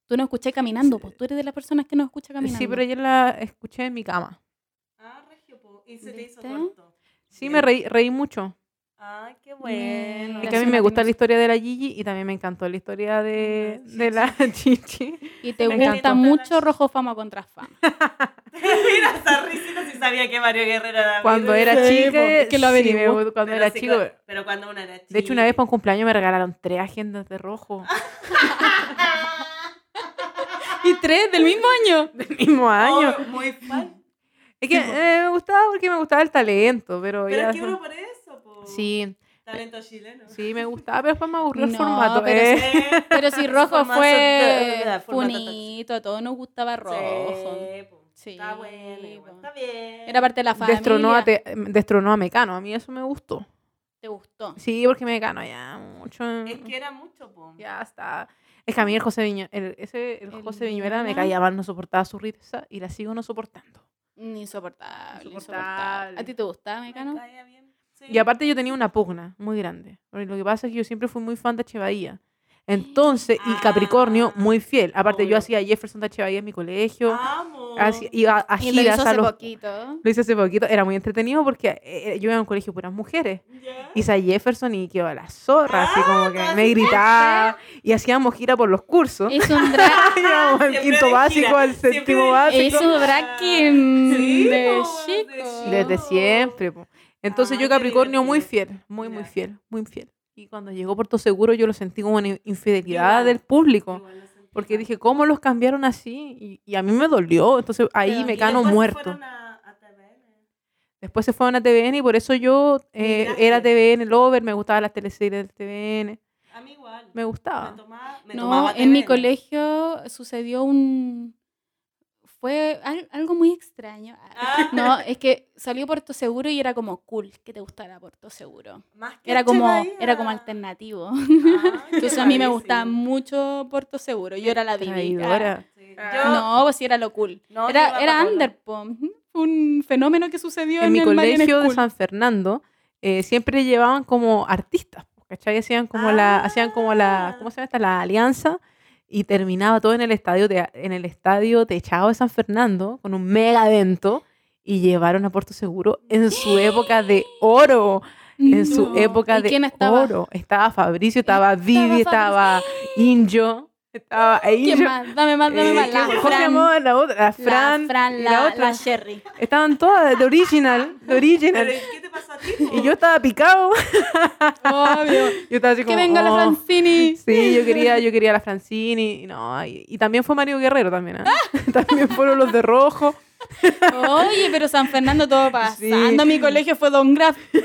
Speaker 3: Tú no escuché caminando, pues tú eres de las personas que no escucha caminando.
Speaker 4: Sí, pero yo la escuché en mi cama.
Speaker 2: Ah, Regio, po. Y se te hizo
Speaker 3: ¿Viste?
Speaker 2: corto.
Speaker 4: Sí, me reí, reí mucho.
Speaker 2: Ay, qué bueno.
Speaker 4: Es
Speaker 3: La
Speaker 4: que a mí
Speaker 3: Suna
Speaker 4: me gusta
Speaker 3: tiene
Speaker 4: la historia de la Gigi y también me encantó la historia de, de la <laughs> Chichi.
Speaker 3: Y te
Speaker 4: Me
Speaker 3: gusta
Speaker 2: encantó.
Speaker 3: mucho rojo fama contra fama.
Speaker 2: <laughs> Mira esa risita si sabía que Mario Guerrero era...
Speaker 4: Cuando era
Speaker 3: Sí,
Speaker 4: chica,
Speaker 3: pues, es que lo
Speaker 4: sí, me
Speaker 3: averiguó.
Speaker 4: gustó cuando
Speaker 2: pero
Speaker 4: era
Speaker 2: sí,
Speaker 4: chico.
Speaker 2: cu- Pero cuando una era chica.
Speaker 4: De hecho, una vez para un cumpleaños me regalaron tres agendas de rojo
Speaker 3: <laughs> Y tres del mismo año.
Speaker 4: <laughs> del mismo año.
Speaker 2: Oh, muy fan.
Speaker 4: Es que
Speaker 3: Sí, po.
Speaker 4: eh, me gustaba porque me gustaba el talento, pero,
Speaker 2: Pero
Speaker 4: ya.
Speaker 2: es que uno por eso, po.
Speaker 4: Sí,
Speaker 2: Talento chileno.
Speaker 4: sí, me gustaba, pero después me aburrió el
Speaker 3: No,
Speaker 4: formato.
Speaker 3: pero
Speaker 4: eh.
Speaker 3: sí.
Speaker 2: Eh,
Speaker 3: Pero
Speaker 2: <laughs>
Speaker 3: si rojo
Speaker 2: Formato de- de-
Speaker 3: fue
Speaker 2: de- formato
Speaker 3: bonito, a todos nos gustaba rojo.
Speaker 2: Sí, po.
Speaker 3: Sí,
Speaker 2: Está bueno, igual.
Speaker 3: po.
Speaker 2: está bien.
Speaker 3: Era parte de la familia.
Speaker 4: Destronó, a Te- em, destronó a Mecano, a mí eso me gustó.
Speaker 3: Te gustó.
Speaker 4: Sí, porque Mecano ya mucho.
Speaker 2: Es que era mucho, po.
Speaker 4: Ya está. Es que a mí el José Viñuela, el, ese, el
Speaker 3: El
Speaker 4: José Viñuela me
Speaker 3: Viñuela.
Speaker 4: caía mal, no soportaba su risa y la sigo no soportando.
Speaker 3: Insoportable, insoportable.
Speaker 4: Insoportable.
Speaker 3: ¿A ti te gustaba,
Speaker 2: Me
Speaker 3: Mecano?
Speaker 2: caía bien. Sí.
Speaker 4: Y aparte yo tenía una pugna muy grande. Porque lo que pasa es que yo siempre fui muy fan de Chevahía. Entonces, y Capricornio,
Speaker 3: Ah.
Speaker 4: muy fiel. Aparte,
Speaker 2: obvio.
Speaker 4: yo hacía Jefferson de Chevahía en mi colegio.
Speaker 2: Amo.
Speaker 4: hacía- iba a
Speaker 3: Y lo hizo
Speaker 4: giras a
Speaker 3: hace
Speaker 4: los-
Speaker 3: poquito.
Speaker 4: Lo hice hace poquito. Era muy entretenido porque eh, eh, yo iba a un colegio de puras mujeres.
Speaker 2: ¿Ya?
Speaker 4: Isa Jefferson y quedó a la zorra,
Speaker 2: Ah,
Speaker 4: así como que me gritaba. Y hacíamos gira por los cursos.
Speaker 3: Es un drag.
Speaker 4: <laughs> Íbamos al
Speaker 2: Ah, Siempre
Speaker 4: quinto
Speaker 2: de
Speaker 4: básico,
Speaker 2: gira,
Speaker 4: al
Speaker 2: siempre
Speaker 4: séptimo
Speaker 2: de-
Speaker 4: básico.
Speaker 3: es un drag king
Speaker 2: Sí,
Speaker 3: de
Speaker 2: po, de
Speaker 3: chico.
Speaker 2: chico.
Speaker 4: Desde siempre. po. Entonces
Speaker 2: Ay,
Speaker 4: yo
Speaker 2: Ah, qué
Speaker 4: Capricornio muy
Speaker 2: divertido.
Speaker 4: fiel, muy, muy
Speaker 2: Ya.
Speaker 4: fiel, muy fiel. Y cuando llegó Puerto Seguro yo lo sentí como una infidelidad
Speaker 2: Igual.
Speaker 4: del público.
Speaker 2: Igual lo sentí
Speaker 4: Porque
Speaker 2: mal.
Speaker 4: dije, ¿cómo los cambiaron así? Y, y a mí me dolió. Entonces ahí
Speaker 3: dolió.
Speaker 4: me
Speaker 2: Y
Speaker 4: cano
Speaker 2: después
Speaker 4: muerto.
Speaker 2: fueron a- a TVN.
Speaker 4: Después se fueron a TVN y por eso yo eh,
Speaker 2: Migraste.
Speaker 4: era TVN Lover, me gustaban las teleseries del TVN.
Speaker 2: A mí igual.
Speaker 4: Me
Speaker 2: Me
Speaker 4: gustaba.
Speaker 2: tomaba, me
Speaker 3: No,
Speaker 2: tomaba
Speaker 3: en mi
Speaker 2: TVN.
Speaker 3: colegio sucedió un... Fue al- algo muy extraño.
Speaker 2: Ah.
Speaker 3: <laughs> No, es que salió Puerto Seguro y era como cool que te gustara Puerto Seguro.
Speaker 2: Más que
Speaker 3: Era como,
Speaker 2: Chevahía.
Speaker 3: era como
Speaker 2: <laughs>
Speaker 3: alternativo.
Speaker 2: Ah,
Speaker 3: Entonces
Speaker 2: qué
Speaker 3: a mí me
Speaker 2: rarísimo.
Speaker 3: gustaba mucho Puerto Seguro. Yo era la dividida.
Speaker 4: Traidora.
Speaker 2: Sí.
Speaker 4: Ah.
Speaker 2: Yo-
Speaker 3: No, pues sí era lo cool.
Speaker 2: no, yo iba
Speaker 3: Era, era
Speaker 2: para todo lado.
Speaker 3: underpom. Un fenómeno que sucedió en,
Speaker 4: En mi
Speaker 3: el Marian
Speaker 4: colegio de
Speaker 3: School.
Speaker 4: San Fernando eh, siempre llevaban como artistas, po, ¿cachai? Hacían como la, hacían como la,
Speaker 2: Ah.
Speaker 4: ¿cómo se llama esta? La alianza y terminaba todo en el estadio, de, en el estadio techado de San Fernando con un mega evento y llevaron a Puerto Seguro
Speaker 3: <gasps>
Speaker 4: en su época de oro, en su
Speaker 3: No.
Speaker 4: época
Speaker 3: ¿Y
Speaker 4: de
Speaker 3: quién estaba?
Speaker 4: oro. Estaba Fabricio, estaba, Vivi,
Speaker 3: Fabri-
Speaker 4: estaba Injo, estaba
Speaker 3: ¿Quién
Speaker 4: Injo,
Speaker 3: más? Dame más, dame
Speaker 4: eh,
Speaker 3: más. La
Speaker 4: ¿cómo se
Speaker 3: Fran,
Speaker 4: llamaba la otra? La Fran,
Speaker 3: la, Fran,
Speaker 4: y
Speaker 3: la,
Speaker 4: la, otra.
Speaker 3: la
Speaker 2: <laughs>
Speaker 3: Sherry.
Speaker 4: Estaban todas de original, de original.
Speaker 2: Pero,
Speaker 3: <laughs>
Speaker 2: ¿y ¿Qué te pasó a ti? po?
Speaker 4: Y yo estaba picado.
Speaker 3: Obvio.
Speaker 4: Yo estaba así
Speaker 3: que
Speaker 4: como,
Speaker 3: venga la
Speaker 4: "Oh".
Speaker 3: Francini.
Speaker 4: Sí, yo quería, yo quería la Francini. y No, y, y también fue Mario Guerrero también. ¿ah? <laughs> también fueron los de rojo.
Speaker 3: <laughs> Oye, pero San Fernando todo pasando.
Speaker 4: Sí.
Speaker 3: Mi colegio fue Don Graf.
Speaker 2: En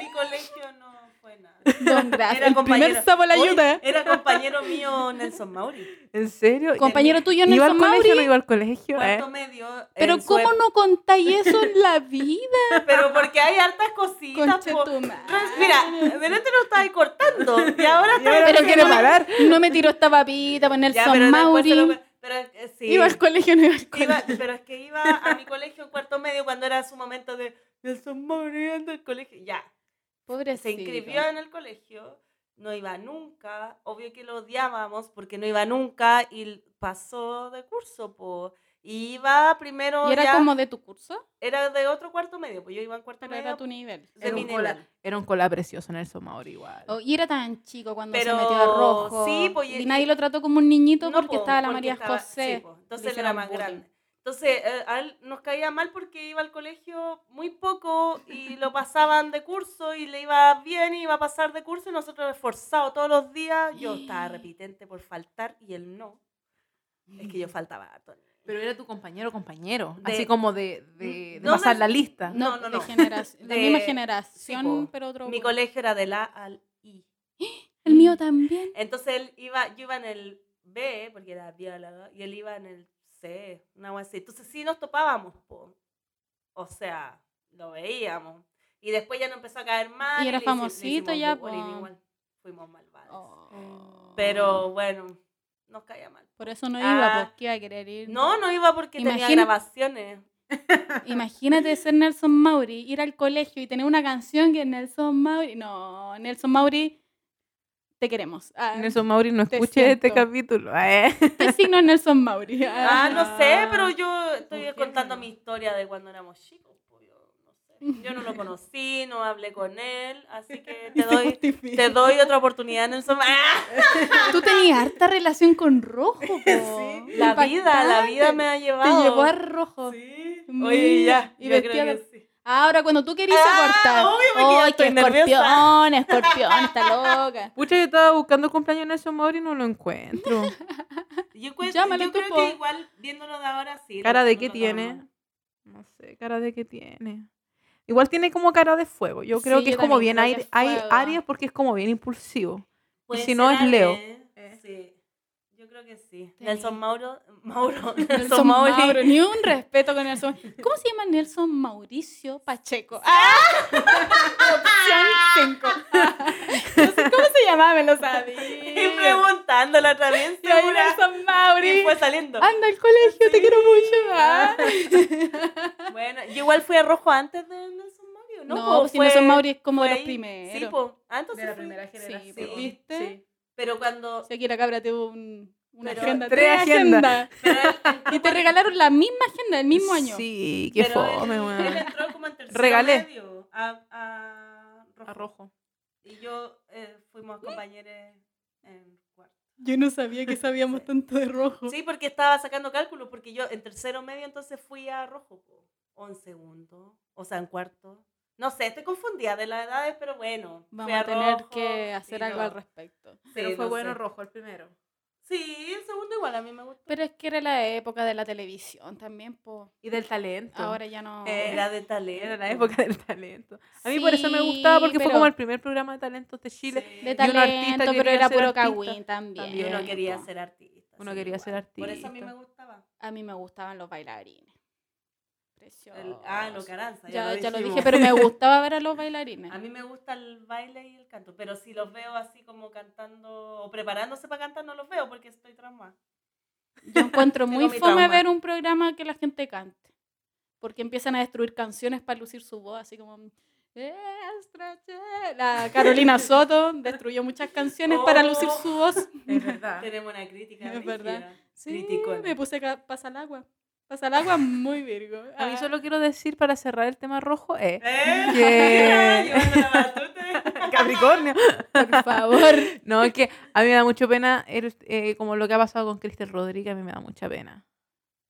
Speaker 2: mi colegio no fue nada.
Speaker 3: <laughs> Don Gracias.
Speaker 2: Era
Speaker 3: el primer
Speaker 2: compañero.
Speaker 3: sapo la
Speaker 2: Oye,
Speaker 3: ayuda.
Speaker 2: Era compañero mío Nelson
Speaker 3: <laughs>
Speaker 2: Mauri.
Speaker 4: ¿En serio?
Speaker 3: Compañero tuyo
Speaker 4: ¿Iba
Speaker 3: Nelson
Speaker 4: al colegio
Speaker 3: Mauri.
Speaker 4: no iba al colegio? eh?
Speaker 2: Cuarto medio.
Speaker 3: Pero
Speaker 2: en su
Speaker 3: ¿cómo
Speaker 2: ep-
Speaker 3: no contáis eso en la vida?
Speaker 2: Pero porque hay hartas cositas. po. Entonces,
Speaker 3: Conchetumare.
Speaker 2: Mira, delante lo estaba ahí cortando y
Speaker 3: <laughs>
Speaker 2: ahora
Speaker 4: Y
Speaker 2: está.
Speaker 4: ahora no
Speaker 3: Pero que
Speaker 4: quiere
Speaker 3: no me-
Speaker 4: parar.
Speaker 3: No me tiró esta papita con
Speaker 2: Ya,
Speaker 3: Nelson
Speaker 2: pero después
Speaker 3: Mauri.
Speaker 2: se lo- Pero eh, sí.
Speaker 3: Iba al colegio, no iba al colegio.
Speaker 2: Iba- pero es que iba a mi colegio en cuarto medio cuando era su momento de Nelson Mauri anda al colegio. Ya, se
Speaker 3: Pobrecito.
Speaker 2: inscribió en el colegio, no iba nunca, obvio que lo odiábamos porque no iba nunca y l- pasó de curso, po. Y iba primero
Speaker 3: ¿Y era
Speaker 2: ya-
Speaker 3: como de tu curso?
Speaker 2: era de otro cuarto medio, pues yo iba en cuarto
Speaker 3: Pero
Speaker 2: medio.
Speaker 3: era tu nivel.
Speaker 2: de
Speaker 4: Era un,
Speaker 2: Minela.
Speaker 4: cola, era un cola precioso Nelson Mauri igual.
Speaker 3: Oh, y era tan chico cuando
Speaker 2: Pero-
Speaker 3: se metió a rojo.
Speaker 2: sí, pues, y-
Speaker 3: y nadie lo trató como un niñito
Speaker 2: No,
Speaker 3: porque
Speaker 2: po,
Speaker 3: estaba la
Speaker 2: porque
Speaker 3: María
Speaker 2: estaba-
Speaker 3: José.
Speaker 2: sí, po, entonces él
Speaker 3: hicieron
Speaker 2: era más
Speaker 3: bullying.
Speaker 2: grande. Entonces, eh, a él nos caía mal porque iba al colegio muy poco y lo pasaban de curso y le iba bien y iba a pasar de curso y nosotros esforzados todos los días. Yo estaba repitente por faltar y él no. Es
Speaker 3: Mm.
Speaker 2: que yo faltaba harto.
Speaker 4: Pero era tu compañero compañero.
Speaker 2: De-
Speaker 4: así como de, de, de
Speaker 2: No,
Speaker 4: pasar
Speaker 2: no-
Speaker 4: la lista.
Speaker 3: No,
Speaker 2: No, no,
Speaker 3: de
Speaker 2: no.
Speaker 3: generación- la
Speaker 2: De-
Speaker 3: misma
Speaker 2: sí,
Speaker 3: generación,
Speaker 2: po.
Speaker 3: pero otro.
Speaker 2: Mi colegio era de la al I.
Speaker 3: El mío también.
Speaker 2: Entonces él iba, yo iba en el B, porque era biólogo, y él iba en el C, una cosa así. Entonces sí nos topábamos, po. o sea, lo veíamos. Y después ya no empezó a caer mal.
Speaker 3: Y era
Speaker 2: le hici- le
Speaker 3: famosito
Speaker 2: hicimos
Speaker 3: ya,
Speaker 2: bullying
Speaker 3: po.
Speaker 2: igual. Fuimos malvados.
Speaker 3: Oh.
Speaker 2: Pero bueno, nos caía mal.
Speaker 3: Por eso no
Speaker 2: Ah.
Speaker 3: iba, porque iba a querer ir.
Speaker 2: No, no iba porque tenía
Speaker 3: Imagina-
Speaker 2: grabaciones.
Speaker 3: Imagínate ser Nelson Mauri, ir al colegio y tener una canción que Nelson Mauri. No, Nelson Mauri, te queremos. Ah,
Speaker 4: Nelson Mauri no
Speaker 3: Te
Speaker 4: escuche
Speaker 3: siento.
Speaker 4: este capítulo. eh.
Speaker 3: ¿Qué signo es Nelson Mauri?
Speaker 2: <laughs> Ah, no sé, pero yo estoy
Speaker 4: Entiendo.
Speaker 2: contando mi historia de cuando éramos chicos. po, Yo no, sé. yo
Speaker 3: <laughs>
Speaker 2: no lo conocí, no hablé con él, así que te doy Te doy otra oportunidad en
Speaker 3: <laughs>
Speaker 2: el som- ¡Ah!
Speaker 3: Tú tenías harta relación con
Speaker 2: <laughs>
Speaker 3: Rojo. po.
Speaker 2: La vida, la vida me ha
Speaker 3: Te
Speaker 2: llevado.
Speaker 3: llevó a Rojo.
Speaker 2: Sí.
Speaker 3: Mira,
Speaker 2: Oye, ya.
Speaker 3: y
Speaker 2: yo
Speaker 3: vestida
Speaker 2: creo que
Speaker 3: de-
Speaker 2: sí.
Speaker 3: Ahora, cuando tú querías
Speaker 2: Ah,
Speaker 3: acortar.
Speaker 2: obvio, porque ya
Speaker 3: Ay,
Speaker 2: estoy
Speaker 3: que
Speaker 2: nerviosa.
Speaker 3: escorpión, escorpión, está loca.
Speaker 4: Pucha, yo estaba buscando el cumpleaños de Nelson Mauri y no lo <laughs> encuentro.
Speaker 2: Yo, cuen-
Speaker 3: Llámalo
Speaker 2: yo
Speaker 3: tú,
Speaker 2: creo
Speaker 3: po.
Speaker 2: que igual viéndolo de ahora sí.
Speaker 4: ¿Cara
Speaker 2: lo-
Speaker 4: de
Speaker 2: lo
Speaker 4: qué
Speaker 2: tratamos
Speaker 4: tiene?
Speaker 2: mal.
Speaker 4: No sé, cara de qué tiene. Igual tiene como cara de fuego. Yo creo
Speaker 3: Sí,
Speaker 4: que
Speaker 3: yo
Speaker 4: es como
Speaker 3: también
Speaker 4: bien
Speaker 3: creo que
Speaker 4: aire,
Speaker 3: es
Speaker 4: hay
Speaker 3: fuego.
Speaker 4: Aries porque es como bien impulsivo.
Speaker 2: Puede
Speaker 4: si no,
Speaker 2: ser
Speaker 4: es
Speaker 2: Ale,
Speaker 4: Leo.
Speaker 2: ¿eh?
Speaker 4: Eh.
Speaker 2: Pues Sí. Yo creo que sí.
Speaker 3: Tenía.
Speaker 2: Nelson Mauro. Mauro.
Speaker 3: <laughs> Nelson
Speaker 2: Nelson Mauri.
Speaker 3: Mauro, ni un respeto con Nelson. ¿Cómo se llama Nelson Mauricio Pacheco? ¡Ah! Opción cinco. No sé ¿Cómo se llamaba? Me lo
Speaker 2: Y
Speaker 3: sabía.
Speaker 2: preguntando la
Speaker 3: <laughs>
Speaker 2: otra bien
Speaker 3: Y ahí
Speaker 2: segura.
Speaker 3: Nelson
Speaker 2: Y
Speaker 3: Mauri.
Speaker 2: fue saliendo.
Speaker 3: Anda al colegio, te quiero mucho. ah.
Speaker 2: Bueno, yo igual fui a rojo antes de Nelson Mauro. No,
Speaker 3: No,
Speaker 2: po,
Speaker 3: pues si Nelson Mauri es como
Speaker 2: fue
Speaker 3: de los
Speaker 2: ahí.
Speaker 3: primeros.
Speaker 2: Sí, pues. Ah, entonces fui-
Speaker 3: generación.
Speaker 2: po.
Speaker 3: ¿Viste?
Speaker 2: Pero cuando.
Speaker 3: Si aquí la cabra tuvo un- una
Speaker 2: Pero-
Speaker 3: agenda,
Speaker 4: tres
Speaker 3: tres agendas.
Speaker 2: pero él-
Speaker 3: <laughs> Y te regalaron la misma agenda el mismo año.
Speaker 4: Sí, qué
Speaker 2: Pero
Speaker 4: fome, <laughs>
Speaker 2: él,
Speaker 4: weón.
Speaker 2: él entró como en tercero
Speaker 4: Regalé.
Speaker 2: medio a, a rojo.
Speaker 4: A rojo.
Speaker 2: Y yo eh, fuimos compañeros en cuarto.
Speaker 3: Yo no sabía que
Speaker 2: <laughs>
Speaker 3: sabíamos tanto de rojo.
Speaker 2: Sí, porque estaba sacando cálculos, porque yo en tercero medio entonces fui a rojo, po, o en segundo, o sea, en cuarto. No sé, estoy confundida de las edades, pero bueno. fui
Speaker 3: Vamos a tener
Speaker 2: rojo,
Speaker 3: que hacer
Speaker 2: sí,
Speaker 3: algo
Speaker 2: no,
Speaker 3: al respecto.
Speaker 2: sí, no sé.
Speaker 4: rojo el primero.
Speaker 2: Sí, el segundo igual a mí me gustó.
Speaker 3: Pero es que era la época de la televisión también, po.
Speaker 4: Y del talento.
Speaker 3: Ahora ya no.
Speaker 2: Eh,
Speaker 3: Eh,
Speaker 2: Era de talento.
Speaker 4: Era la época del talento. A mí por eso me gustaba, porque fue
Speaker 3: pero
Speaker 4: como el primer programa de talentos de Chile.
Speaker 2: Sí.
Speaker 3: de
Speaker 4: y un artista
Speaker 3: talento, pero
Speaker 4: quería
Speaker 3: era
Speaker 4: ser
Speaker 3: puro
Speaker 4: artista.
Speaker 3: cagüín también.
Speaker 2: Y uno quería
Speaker 3: po.
Speaker 2: ser artista.
Speaker 4: Uno
Speaker 2: sí,
Speaker 4: quería ser
Speaker 2: igual. Por eso a mí
Speaker 4: artista.
Speaker 2: me gustaba.
Speaker 3: A mí me gustaban los bailarines. Precioso.
Speaker 2: El- ah, lo que aranza.
Speaker 3: ya, ya lo
Speaker 2: dijimos.
Speaker 3: dije,
Speaker 2: <laughs>
Speaker 3: pero me gustaba ver a los bailarines.
Speaker 2: A mí me gusta el baile y el canto, pero si los veo así como cantando o preparándose para cantar, no los veo porque estoy traumada.
Speaker 3: <laughs> Yo encuentro
Speaker 2: Tengo
Speaker 3: muy
Speaker 2: mi
Speaker 3: fome
Speaker 2: trauma.
Speaker 3: ver un programa que la gente cante. Porque empiezan a destruir canciones para lucir su voz, así como. "Extra che". <laughs> La Carolina Soto destruyó muchas canciones para lucir su voz.
Speaker 4: Es <laughs> verdad.
Speaker 2: Tenemos una crítica.
Speaker 3: <laughs> Es verdad.
Speaker 2: brígida.
Speaker 3: Sí,
Speaker 2: Criticona.
Speaker 3: me puse ca- pasa el agua. Pasa el agua muy virgo.
Speaker 4: A mí
Speaker 3: Ah.
Speaker 4: solo quiero decir para cerrar el tema rojo, eh.
Speaker 2: ¿Eh?
Speaker 4: Yeah.
Speaker 2: <laughs> Llevando la
Speaker 3: <laughs>
Speaker 2: batuta.
Speaker 4: <laughs> Capricornio.
Speaker 3: Por <laughs> favor.
Speaker 4: No, es que a mí me da mucho pena el- eh, como lo que ha pasado con Cristian Rodríguez, a mí me da mucha pena.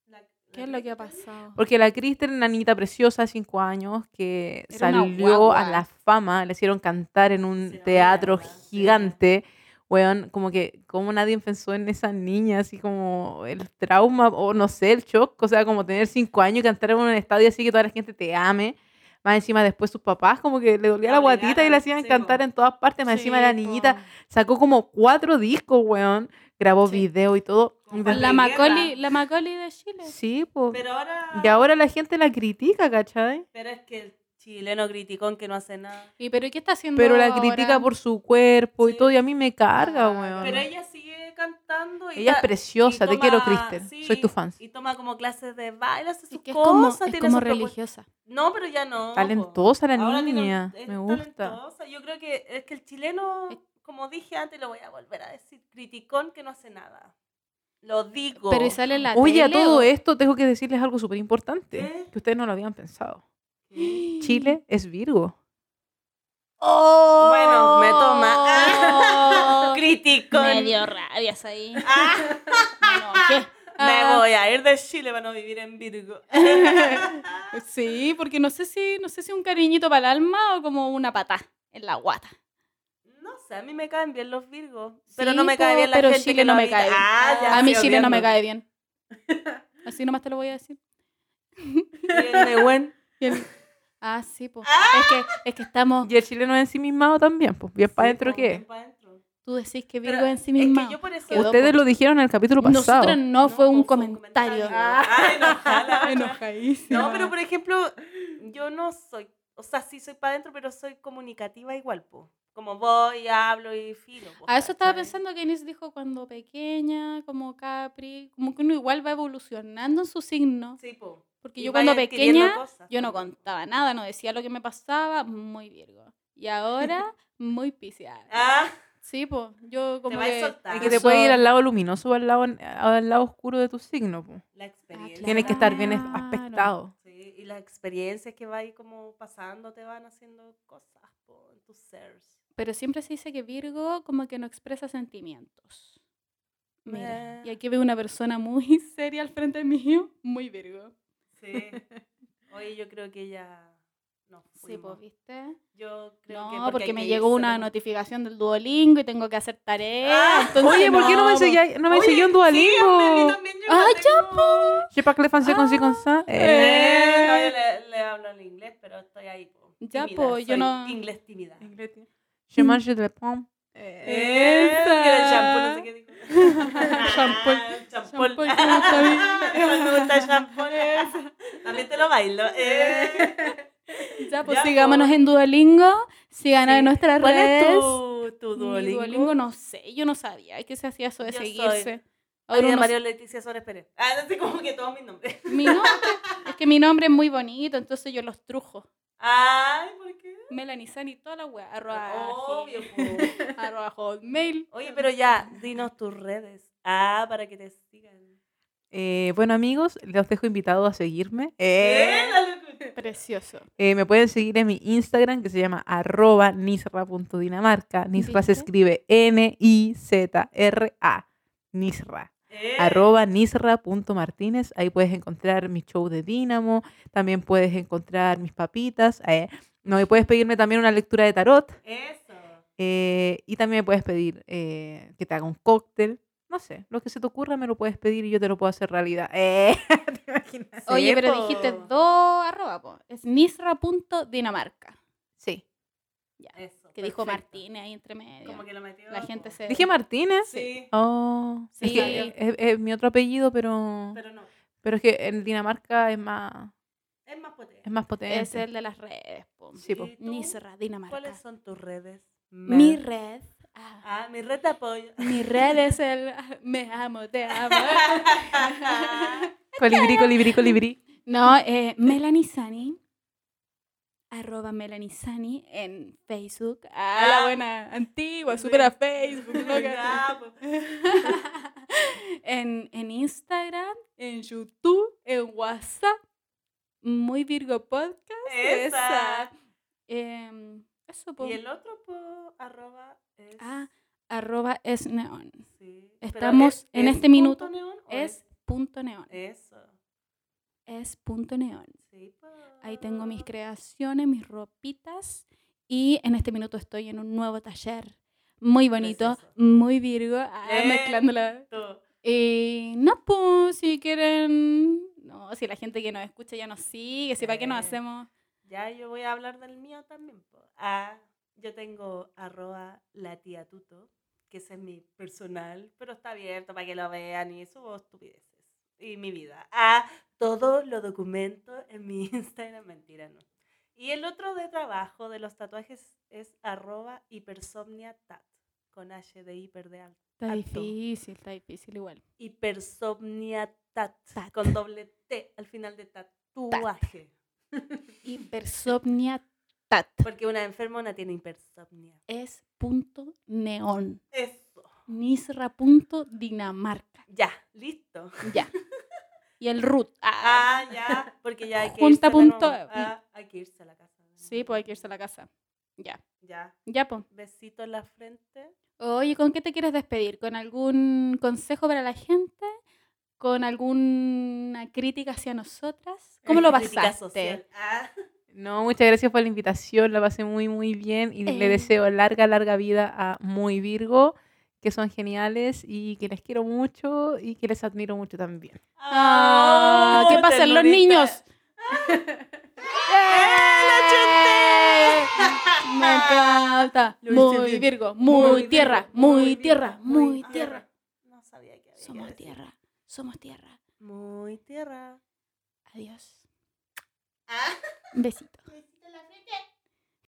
Speaker 2: La- la
Speaker 3: ¿Qué es lo que ha
Speaker 2: crítica.
Speaker 3: pasado?
Speaker 4: Porque la Kristen, nanita preciosa de 5 años, que
Speaker 3: Era una
Speaker 4: salió a
Speaker 3: guagua.
Speaker 4: la fama, le hicieron cantar en un
Speaker 2: Sí, era
Speaker 4: teatro
Speaker 2: una guagua, sí.
Speaker 4: gigante. Weón, como que como nadie pensó en esa niña, así como el trauma o no sé, el shock, o sea, como tener 5 años y cantar en un estadio así que toda la gente te ame. Más encima después sus papás como que le dolía
Speaker 2: La
Speaker 4: la guatita y
Speaker 2: obligaron,
Speaker 4: le hacían
Speaker 2: sí,
Speaker 4: cantar
Speaker 2: po.
Speaker 4: en todas partes. Más encima la
Speaker 2: Sí, po.
Speaker 4: niñita sacó como cuatro discos, weón. Grabó
Speaker 3: Sí.
Speaker 4: video y todo.
Speaker 2: Con
Speaker 4: Desde-
Speaker 3: La
Speaker 2: Guerra.
Speaker 3: Macaulay, la Macaulay de Chile.
Speaker 4: Sí, pues.
Speaker 2: Pero ahora,
Speaker 4: Y ahora la gente la critica, ¿cachai?
Speaker 2: pero es que el chileno criticón que no hace nada.
Speaker 3: ¿Y pero qué está haciendo
Speaker 4: Pero la
Speaker 3: ahora?
Speaker 4: critica por su cuerpo y
Speaker 2: Sí.
Speaker 4: todo. Y a mí me carga,
Speaker 3: Ah,
Speaker 4: weón.
Speaker 2: Pero ella sigue cantando. Y
Speaker 4: Ella es
Speaker 2: ta-
Speaker 4: preciosa,
Speaker 2: y
Speaker 4: te quiero,
Speaker 2: toma-
Speaker 4: Kristen.
Speaker 2: sí,
Speaker 4: Soy tu fan.
Speaker 2: Y toma como clases de baile, hace
Speaker 3: Es
Speaker 2: sus
Speaker 3: que es como,
Speaker 2: cosas.
Speaker 3: es
Speaker 2: tiene
Speaker 3: como
Speaker 2: sus propuestas.
Speaker 3: religiosa.
Speaker 2: No, pero ya no. po.
Speaker 4: Talentosa la
Speaker 2: Ahora tiene un-
Speaker 4: niña.
Speaker 2: es
Speaker 4: Me gusta.
Speaker 2: talentosa. Yo creo que es que el chileno,
Speaker 3: Es-
Speaker 2: como dije antes, lo voy a volver a decir, criticón que no hace nada. Lo digo.
Speaker 3: Pero y sale en la
Speaker 4: Oye, a
Speaker 3: tele,
Speaker 4: todo
Speaker 3: o- <gasps>
Speaker 4: esto tengo que decirles algo súper importante.
Speaker 2: ¿Qué?
Speaker 4: Que ustedes no lo habían pensado.
Speaker 2: Sí.
Speaker 4: Chile es Virgo.
Speaker 2: Bueno, me toma.
Speaker 3: <gasps>
Speaker 2: <laughs>
Speaker 3: Oh,
Speaker 2: criticón.
Speaker 3: Me dio rabias ahí.
Speaker 2: <laughs> Ah,
Speaker 3: Me enojé.
Speaker 2: <laughs> me
Speaker 3: Ah.
Speaker 2: voy a ir de Chile para no vivir
Speaker 3: <laughs>
Speaker 2: en Virgo.
Speaker 3: Ah. Sí, porque no sé si no sé si un cariñito para el alma o como una patada en la guata.
Speaker 2: No sé, a mí me caen bien los Virgos. Pero
Speaker 3: Sí,
Speaker 2: no me cae
Speaker 3: po,
Speaker 2: bien la
Speaker 3: pero
Speaker 2: gente
Speaker 3: Chile
Speaker 2: que
Speaker 3: no me
Speaker 2: habita-
Speaker 3: cae bien.
Speaker 2: Ah, ya
Speaker 3: A mí
Speaker 2: sí,
Speaker 3: Chile no me
Speaker 2: obviamente.
Speaker 3: cae bien.
Speaker 2: <laughs>
Speaker 3: Así nomás te lo voy a decir.
Speaker 2: Bien de buen.
Speaker 3: Y el- Ah, sí, pues. Es, que, es que estamos.
Speaker 4: Y el chileno ensimismado también, pues bien para adentro
Speaker 2: Sí,
Speaker 4: que
Speaker 2: po,
Speaker 4: es.
Speaker 2: para adentro.
Speaker 3: Tú decís que
Speaker 2: Pero
Speaker 3: Virgo en sí
Speaker 2: es
Speaker 3: misma.
Speaker 2: que yo por eso-
Speaker 3: Quedó
Speaker 4: Ustedes
Speaker 3: po.
Speaker 4: lo dijeron en el capítulo pasado.
Speaker 3: Nosotros no, fue un comentario.
Speaker 2: Ah,
Speaker 3: <laughs>
Speaker 2: enojada.
Speaker 3: Enojadísima.
Speaker 2: No, pero por ejemplo, yo no soy, o sea, sí soy para adentro, pero soy comunicativa igual, po. Como voy, hablo y filo. po,
Speaker 3: A Ah, eso estaba
Speaker 2: ¿cachai?
Speaker 3: pensando que Inés dijo cuando pequeña, como Capri, como que uno igual va evolucionando en su signo.
Speaker 2: Sí, po.
Speaker 3: Porque
Speaker 2: Y
Speaker 3: yo
Speaker 2: vais
Speaker 3: cuando
Speaker 2: adquiriendo
Speaker 3: pequeña,
Speaker 2: cosas,
Speaker 3: yo no
Speaker 2: po.
Speaker 3: contaba nada, no decía lo que me pasaba, muy Virgo. Y
Speaker 2: <laughs>
Speaker 3: ahora, muy pisciada.
Speaker 2: Ah,
Speaker 3: Sí, pues, yo como
Speaker 2: vais
Speaker 3: que...
Speaker 2: soltando.
Speaker 4: Y que te
Speaker 3: uso-
Speaker 4: puede ir al lado luminoso o al lado, al lado oscuro de tu signo. pues.
Speaker 2: la
Speaker 3: Ah,
Speaker 2: experiencia.
Speaker 4: Tienes que estar bien
Speaker 3: Claro.
Speaker 4: aspectado.
Speaker 2: Sí, y las experiencias que vais como pasando te van haciendo cosas, po, en tus seres.
Speaker 3: Pero siempre se dice que Virgo como que no expresa sentimientos. Mira,
Speaker 2: Meh.
Speaker 3: y aquí veo una persona muy <laughs> seria al frente mío, muy Virgo. <laughs>
Speaker 2: Sí. Oye, yo creo que ya no.
Speaker 3: Sí, pues,
Speaker 2: fuimos.
Speaker 3: ¿viste?
Speaker 2: Yo creo
Speaker 3: No,
Speaker 2: que
Speaker 3: porque,
Speaker 2: hay
Speaker 3: me
Speaker 2: que
Speaker 3: llegó
Speaker 2: irse
Speaker 3: una
Speaker 2: nomás.
Speaker 3: notificación del Duolingo y tengo que hacer tarea.
Speaker 2: Ah,
Speaker 3: entonces
Speaker 2: <laughs>
Speaker 3: pues,
Speaker 4: Oye, ¿por qué no me
Speaker 3: po.
Speaker 4: enseñó no me
Speaker 2: pues. Oye,
Speaker 4: enseñó en
Speaker 2: Sí, a mí
Speaker 4: Duolingo?
Speaker 2: también yo
Speaker 3: Ah,
Speaker 2: la tengo.
Speaker 4: ¿Qué para que le francés con sí con sa? Eh.
Speaker 2: Eh, no, yo le, le hablo en inglés, pero estoy ahí. po,
Speaker 3: Ya,
Speaker 2: tímida,
Speaker 3: po, yo
Speaker 2: soy
Speaker 3: no-
Speaker 2: Inglés tímida.
Speaker 4: Eh. Je mange de la pomme.
Speaker 2: Eh, era el champú, no sé qué dijo.
Speaker 3: <laughs>
Speaker 2: Ah,
Speaker 3: Champú.
Speaker 2: Champú.
Speaker 3: Champú, ¿cómo está bien?
Speaker 2: <laughs> Me gusta el champú, eso. También te lo
Speaker 3: <laughs>
Speaker 2: bailo. eh.
Speaker 3: Ya, pues
Speaker 2: Ya,
Speaker 3: sigámonos
Speaker 2: po.
Speaker 3: en Duolingo, síganos
Speaker 2: Sí.
Speaker 3: en nuestras
Speaker 2: ¿Cuál
Speaker 3: redes.
Speaker 2: es tu, tu
Speaker 3: Mi
Speaker 2: Duolingo?
Speaker 3: Duolingo no sé, yo no sabía que se hacía eso de
Speaker 2: Yo soy
Speaker 3: seguirse. Ahora
Speaker 2: María,
Speaker 3: uno
Speaker 2: María Leticia Suárez Pérez. Ah, no sé cómo que todos mis nombres.
Speaker 3: Mi nombre, es que mi nombre es muy bonito, entonces yo los trujo.
Speaker 2: Ay, ¿por qué?
Speaker 3: Melanie San y toda la wea. Arroba,
Speaker 2: Obvio, po.
Speaker 3: G- arroba hotmail.
Speaker 2: Oye, pero ya, dinos tus redes. Ah, para que te sigan.
Speaker 4: Eh, bueno amigos, los dejo invitados a seguirme. Eh.
Speaker 2: Eh, la locura.
Speaker 3: Precioso.
Speaker 4: Eh, me pueden seguir en mi Instagram que se llama arroba nisra.dinamarca. Nisra se
Speaker 3: ¿Viste?
Speaker 4: escribe N-I-Z-R-A. Nisra.
Speaker 2: Eh.
Speaker 4: Arroba nisra.martínez. Ahí puedes encontrar mi show de Dínamo. También puedes encontrar mis papitas. eh. No, y puedes pedirme también una lectura de tarot.
Speaker 2: Eso.
Speaker 4: eh, y también me puedes pedir eh, que te haga un cóctel. No sé, lo que se te ocurra me lo puedes pedir y yo te lo puedo hacer realidad. Eh, <laughs> <laughs> ¿te imaginas?
Speaker 3: Oye,
Speaker 2: Sí,
Speaker 3: pero
Speaker 2: po.
Speaker 3: dijiste dos arroba, po. Es nisra.dinamarca.
Speaker 4: Sí.
Speaker 2: Eso.
Speaker 3: Que dijo
Speaker 2: perfecto.
Speaker 3: Martínez ahí entre medio.
Speaker 2: Como que lo metió.
Speaker 3: La
Speaker 2: como-
Speaker 3: gente se.
Speaker 4: Dije Martínez.
Speaker 2: Sí.
Speaker 4: Oh, es
Speaker 3: Sí.
Speaker 4: que es, es- es mi otro apellido, pero, pero
Speaker 2: Pero no.
Speaker 4: es que en Dinamarca es más
Speaker 2: Es más potente.
Speaker 4: es más potente.
Speaker 3: Es el de las redes, po.
Speaker 4: Sí, po.
Speaker 2: ¿Y tú?
Speaker 3: Nisra, Dinamarca.
Speaker 2: ¿Cuáles son tus redes?
Speaker 3: Mi red. ah,
Speaker 2: Ah, mi red de
Speaker 3: <laughs>
Speaker 2: apoyo.
Speaker 3: Mi red es el. ah, Me amo, te
Speaker 2: <laughs>
Speaker 3: amo.
Speaker 4: Colibrí, colibrí, colibrí.
Speaker 3: No, eh, Melanie Sani. Arroba Melanie Sani en Facebook. Ah, la
Speaker 2: Ah.
Speaker 3: buena antigua,
Speaker 2: Sí.
Speaker 3: supera pues, Facebook, loca.
Speaker 2: <laughs> Ya, pues.
Speaker 3: <laughs> en, en Instagram, en YouTube, en WhatsApp. Muy Virgo Podcast.
Speaker 2: Esa.
Speaker 3: Em, eso, po.
Speaker 2: Y el otro, po, arroba. Es,
Speaker 3: Ah, arroba es neón.
Speaker 2: sí. Pero
Speaker 3: estamos
Speaker 2: ¿es-
Speaker 3: en
Speaker 2: es
Speaker 3: este minuto.
Speaker 2: punto neón o
Speaker 3: Es punto neón.
Speaker 2: Eso.
Speaker 3: Es punto neón.
Speaker 2: Sí, pues. po.
Speaker 3: Ahí tengo mis creaciones, mis ropitas. Y en este minuto estoy en un nuevo taller. Muy bonito,
Speaker 2: Precioso.
Speaker 3: muy virgo, ah,
Speaker 2: Eh.
Speaker 3: mezclándola.
Speaker 2: Tú.
Speaker 3: Y no, pues, si quieren... No, si la gente que nos escucha ya nos sigue, si para qué nos
Speaker 2: Eh.
Speaker 3: hacemos...
Speaker 2: Ya yo voy a hablar del mío también. po. Ah, yo tengo arroba la tía Tuto, que ese es mi personal, pero está abierto para que lo vean y subo estupideces. Y mi vida. Ah, todo lo documento en mi <laughs> Instagram, mentira, no. Y el otro de trabajo de los tatuajes es arroba hipersomniatat, con H de hiper de alto.
Speaker 3: Está
Speaker 2: Alto.
Speaker 3: difícil, está difícil igual.
Speaker 2: Hipersomniatat,
Speaker 3: Tat.
Speaker 2: con doble T al final de tatuaje.
Speaker 3: Hipersomnia tat.
Speaker 2: Porque una enfermona tiene hipersomnia.
Speaker 3: Es punto neón.
Speaker 2: Eso.
Speaker 3: Nisra punto Dinamarca.
Speaker 2: Ya, listo.
Speaker 3: Ya. Y el root. <laughs> Ah.
Speaker 2: Ah, ya, porque ya hay que
Speaker 3: Junta
Speaker 2: irse de nuevo.
Speaker 3: punto. mm.
Speaker 2: Ah, hay que irse a la casa.
Speaker 3: Sí, pues hay que irse a la casa. Ya.
Speaker 2: Ya,
Speaker 3: Ya, pues.
Speaker 2: besito en la frente.
Speaker 3: Oye, ¿con qué te quieres despedir? ¿Con algún consejo para la gente? ¿Con alguna crítica hacia nosotras?
Speaker 2: <laughs>
Speaker 3: ¿Cómo lo
Speaker 2: Crítica
Speaker 3: pasaste?
Speaker 2: social. Ah,
Speaker 4: No, muchas gracias por la invitación, la pasé muy, muy bien y le
Speaker 3: Eh.
Speaker 4: deseo larga, larga vida a Muy Virgo, que son geniales y que les quiero mucho y que les admiro mucho también.
Speaker 3: Ah,
Speaker 2: oh,
Speaker 3: ¿Qué pasan los
Speaker 2: ternurita.
Speaker 3: niños?
Speaker 2: Ah, <laughs>
Speaker 3: Me encanta.
Speaker 2: Lo hice
Speaker 3: Muy
Speaker 2: bien.
Speaker 3: Virgo, muy
Speaker 2: Virgo,
Speaker 3: tierra, muy
Speaker 2: virgo,
Speaker 3: tierra, muy
Speaker 2: ah,
Speaker 3: tierra.
Speaker 2: No sabía que había que
Speaker 3: Somos
Speaker 2: decir.
Speaker 3: tierra, somos tierra.
Speaker 2: Muy tierra.
Speaker 3: Adiós.
Speaker 2: Ah.
Speaker 3: Un besito.
Speaker 2: besito.